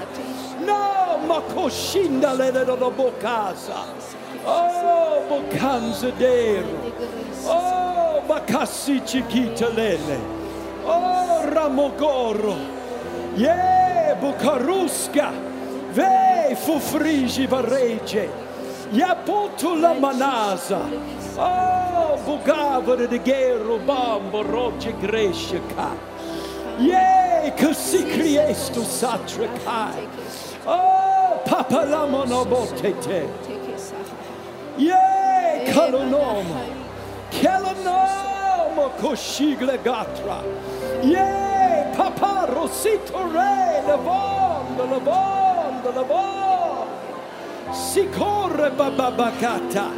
[SPEAKER 1] No, makoshinda ledodobokasa. Oh, bocanzadero. Oh, bakasi chiquitalele. Oh, ramogoro. Ye, bucaruska. Ve, fufrigi varege. Yapotula manasa. Oh, bugavere de guerro bambo roge greshika. Ye, kasi criesto satrakai. Oh, papalamono botete. Ye, kalonoma. Kelanoma koshigle gatra. Ye, papa rosito re, levon, levon, levon. Sicorre bababacata.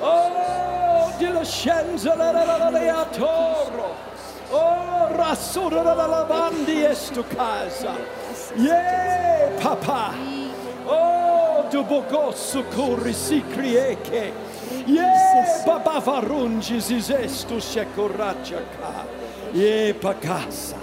[SPEAKER 1] Oh, de la scienza la la la la la toro. Oh, rasura la la la bandi estu casa. Ye, papa. Oh, do bogosso corri si crieke. Ye, papa varungis is estu se corraccia ca. Ye, pacasa.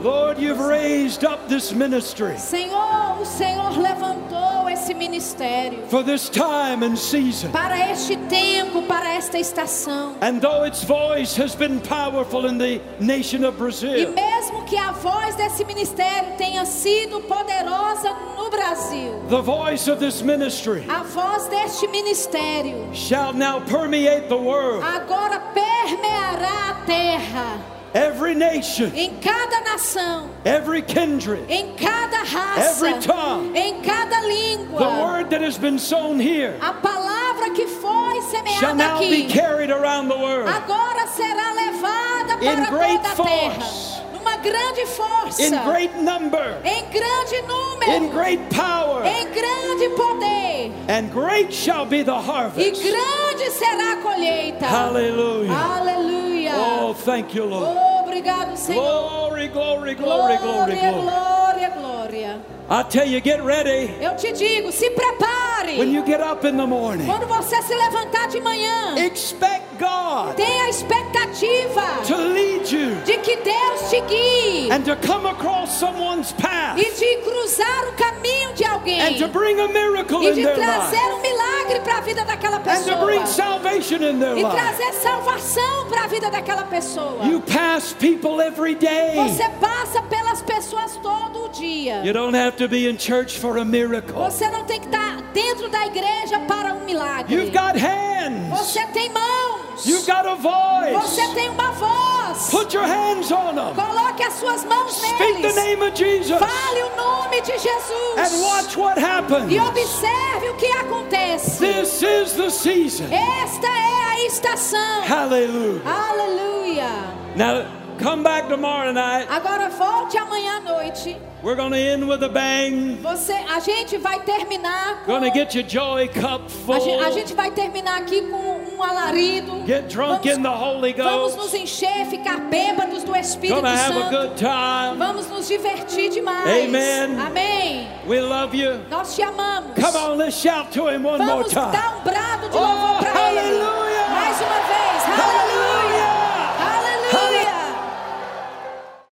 [SPEAKER 1] Lord, you've raised up this ministry
[SPEAKER 2] Senhor, o Senhor levantou esse ministério
[SPEAKER 1] for this time and season.
[SPEAKER 2] para este tempo, para esta estação.
[SPEAKER 1] And though its voice has been powerful in the nation of
[SPEAKER 2] E
[SPEAKER 1] Brazil,
[SPEAKER 2] mesmo que a voz desse ministério tenha sido poderosa no Brasil,
[SPEAKER 1] the voice of this ministry
[SPEAKER 2] a voz deste ministério
[SPEAKER 1] shall now permeate the world.
[SPEAKER 2] agora permeará a terra,
[SPEAKER 1] Every nation,
[SPEAKER 2] em cada nação,
[SPEAKER 1] every kindred,
[SPEAKER 2] em cada raça,
[SPEAKER 1] Every tongue.
[SPEAKER 2] em cada
[SPEAKER 1] the
[SPEAKER 2] língua.
[SPEAKER 1] word that has been sown here
[SPEAKER 2] A palavra que foi
[SPEAKER 1] shall
[SPEAKER 2] semeada
[SPEAKER 1] now be
[SPEAKER 2] aqui
[SPEAKER 1] carried around the world
[SPEAKER 2] agora será levada
[SPEAKER 1] In
[SPEAKER 2] para
[SPEAKER 1] great
[SPEAKER 2] toda a
[SPEAKER 1] force.
[SPEAKER 2] terra, numa grande força,
[SPEAKER 1] in great number,
[SPEAKER 2] em grande número,
[SPEAKER 1] in great power,
[SPEAKER 2] em grande poder.
[SPEAKER 1] and great shall be the
[SPEAKER 2] E
[SPEAKER 1] harvest.
[SPEAKER 2] grande será a colheita.
[SPEAKER 1] Hallelujah.
[SPEAKER 2] Aleluia.
[SPEAKER 1] Oh, thank you, Lord.
[SPEAKER 2] Obrigado, Senhor.
[SPEAKER 1] Glory, glory, glory, glory,
[SPEAKER 2] glória,
[SPEAKER 1] glory.
[SPEAKER 2] glória, glória.
[SPEAKER 1] I tell you, get ready
[SPEAKER 2] Eu te digo, se prepare.
[SPEAKER 1] when you get up in the morning.
[SPEAKER 2] Quando você se levantar de manhã,
[SPEAKER 1] Expect God
[SPEAKER 2] tenha a expectativa
[SPEAKER 1] to lead you
[SPEAKER 2] de que Deus te guie
[SPEAKER 1] and to come across someone's path
[SPEAKER 2] e de cruzar o caminho de
[SPEAKER 1] and
[SPEAKER 2] alguém
[SPEAKER 1] to bring a miracle
[SPEAKER 2] e
[SPEAKER 1] in
[SPEAKER 2] de
[SPEAKER 1] their
[SPEAKER 2] trazer
[SPEAKER 1] life
[SPEAKER 2] um milagre para a vida daquela
[SPEAKER 1] and to bring
[SPEAKER 2] pessoa
[SPEAKER 1] salvation in their
[SPEAKER 2] e
[SPEAKER 1] life.
[SPEAKER 2] trazer salvação para a vida daquela pessoa.
[SPEAKER 1] You pass people every day.
[SPEAKER 2] Você passa pelas pessoas todo o dia.
[SPEAKER 1] You don't have to be in church for a miracle.
[SPEAKER 2] Você não tem que estar dentro da igreja para um milagre.
[SPEAKER 1] You've got hands.
[SPEAKER 2] Você tem mãos.
[SPEAKER 1] You've got a voice.
[SPEAKER 2] Você tem uma voz.
[SPEAKER 1] Put your hands on them.
[SPEAKER 2] Coloque as suas mãos
[SPEAKER 1] Speak the
[SPEAKER 2] neles.
[SPEAKER 1] name of Jesus
[SPEAKER 2] Fale o nome de
[SPEAKER 1] and
[SPEAKER 2] Jesus.
[SPEAKER 1] watch what happens.
[SPEAKER 2] E observe o que acontece.
[SPEAKER 1] This is the season.
[SPEAKER 2] Esta é a estação.
[SPEAKER 1] Hallelujah.
[SPEAKER 2] Aleluia.
[SPEAKER 1] Now, come back tomorrow night.
[SPEAKER 2] Agora volte amanhã à noite.
[SPEAKER 1] We're going to end with a bang.
[SPEAKER 2] Você, a gente vai terminar.
[SPEAKER 1] Gonna get your joy cup
[SPEAKER 2] A gen- a
[SPEAKER 1] full.
[SPEAKER 2] gente vai terminar aqui com um alarido.
[SPEAKER 1] Get drunk in the Holy
[SPEAKER 2] Vamos nos
[SPEAKER 1] Ghost.
[SPEAKER 2] encher, ficar bêbados do Espírito
[SPEAKER 1] Gonna have a
[SPEAKER 2] Santo.
[SPEAKER 1] good time.
[SPEAKER 2] Vamos nos divertir demais.
[SPEAKER 1] Amen.
[SPEAKER 2] Amém.
[SPEAKER 1] We love you.
[SPEAKER 2] Nós te amamos.
[SPEAKER 1] Come on, let's shout to him one more
[SPEAKER 2] Vamos
[SPEAKER 1] time. Oh,
[SPEAKER 2] dar um brado de louvor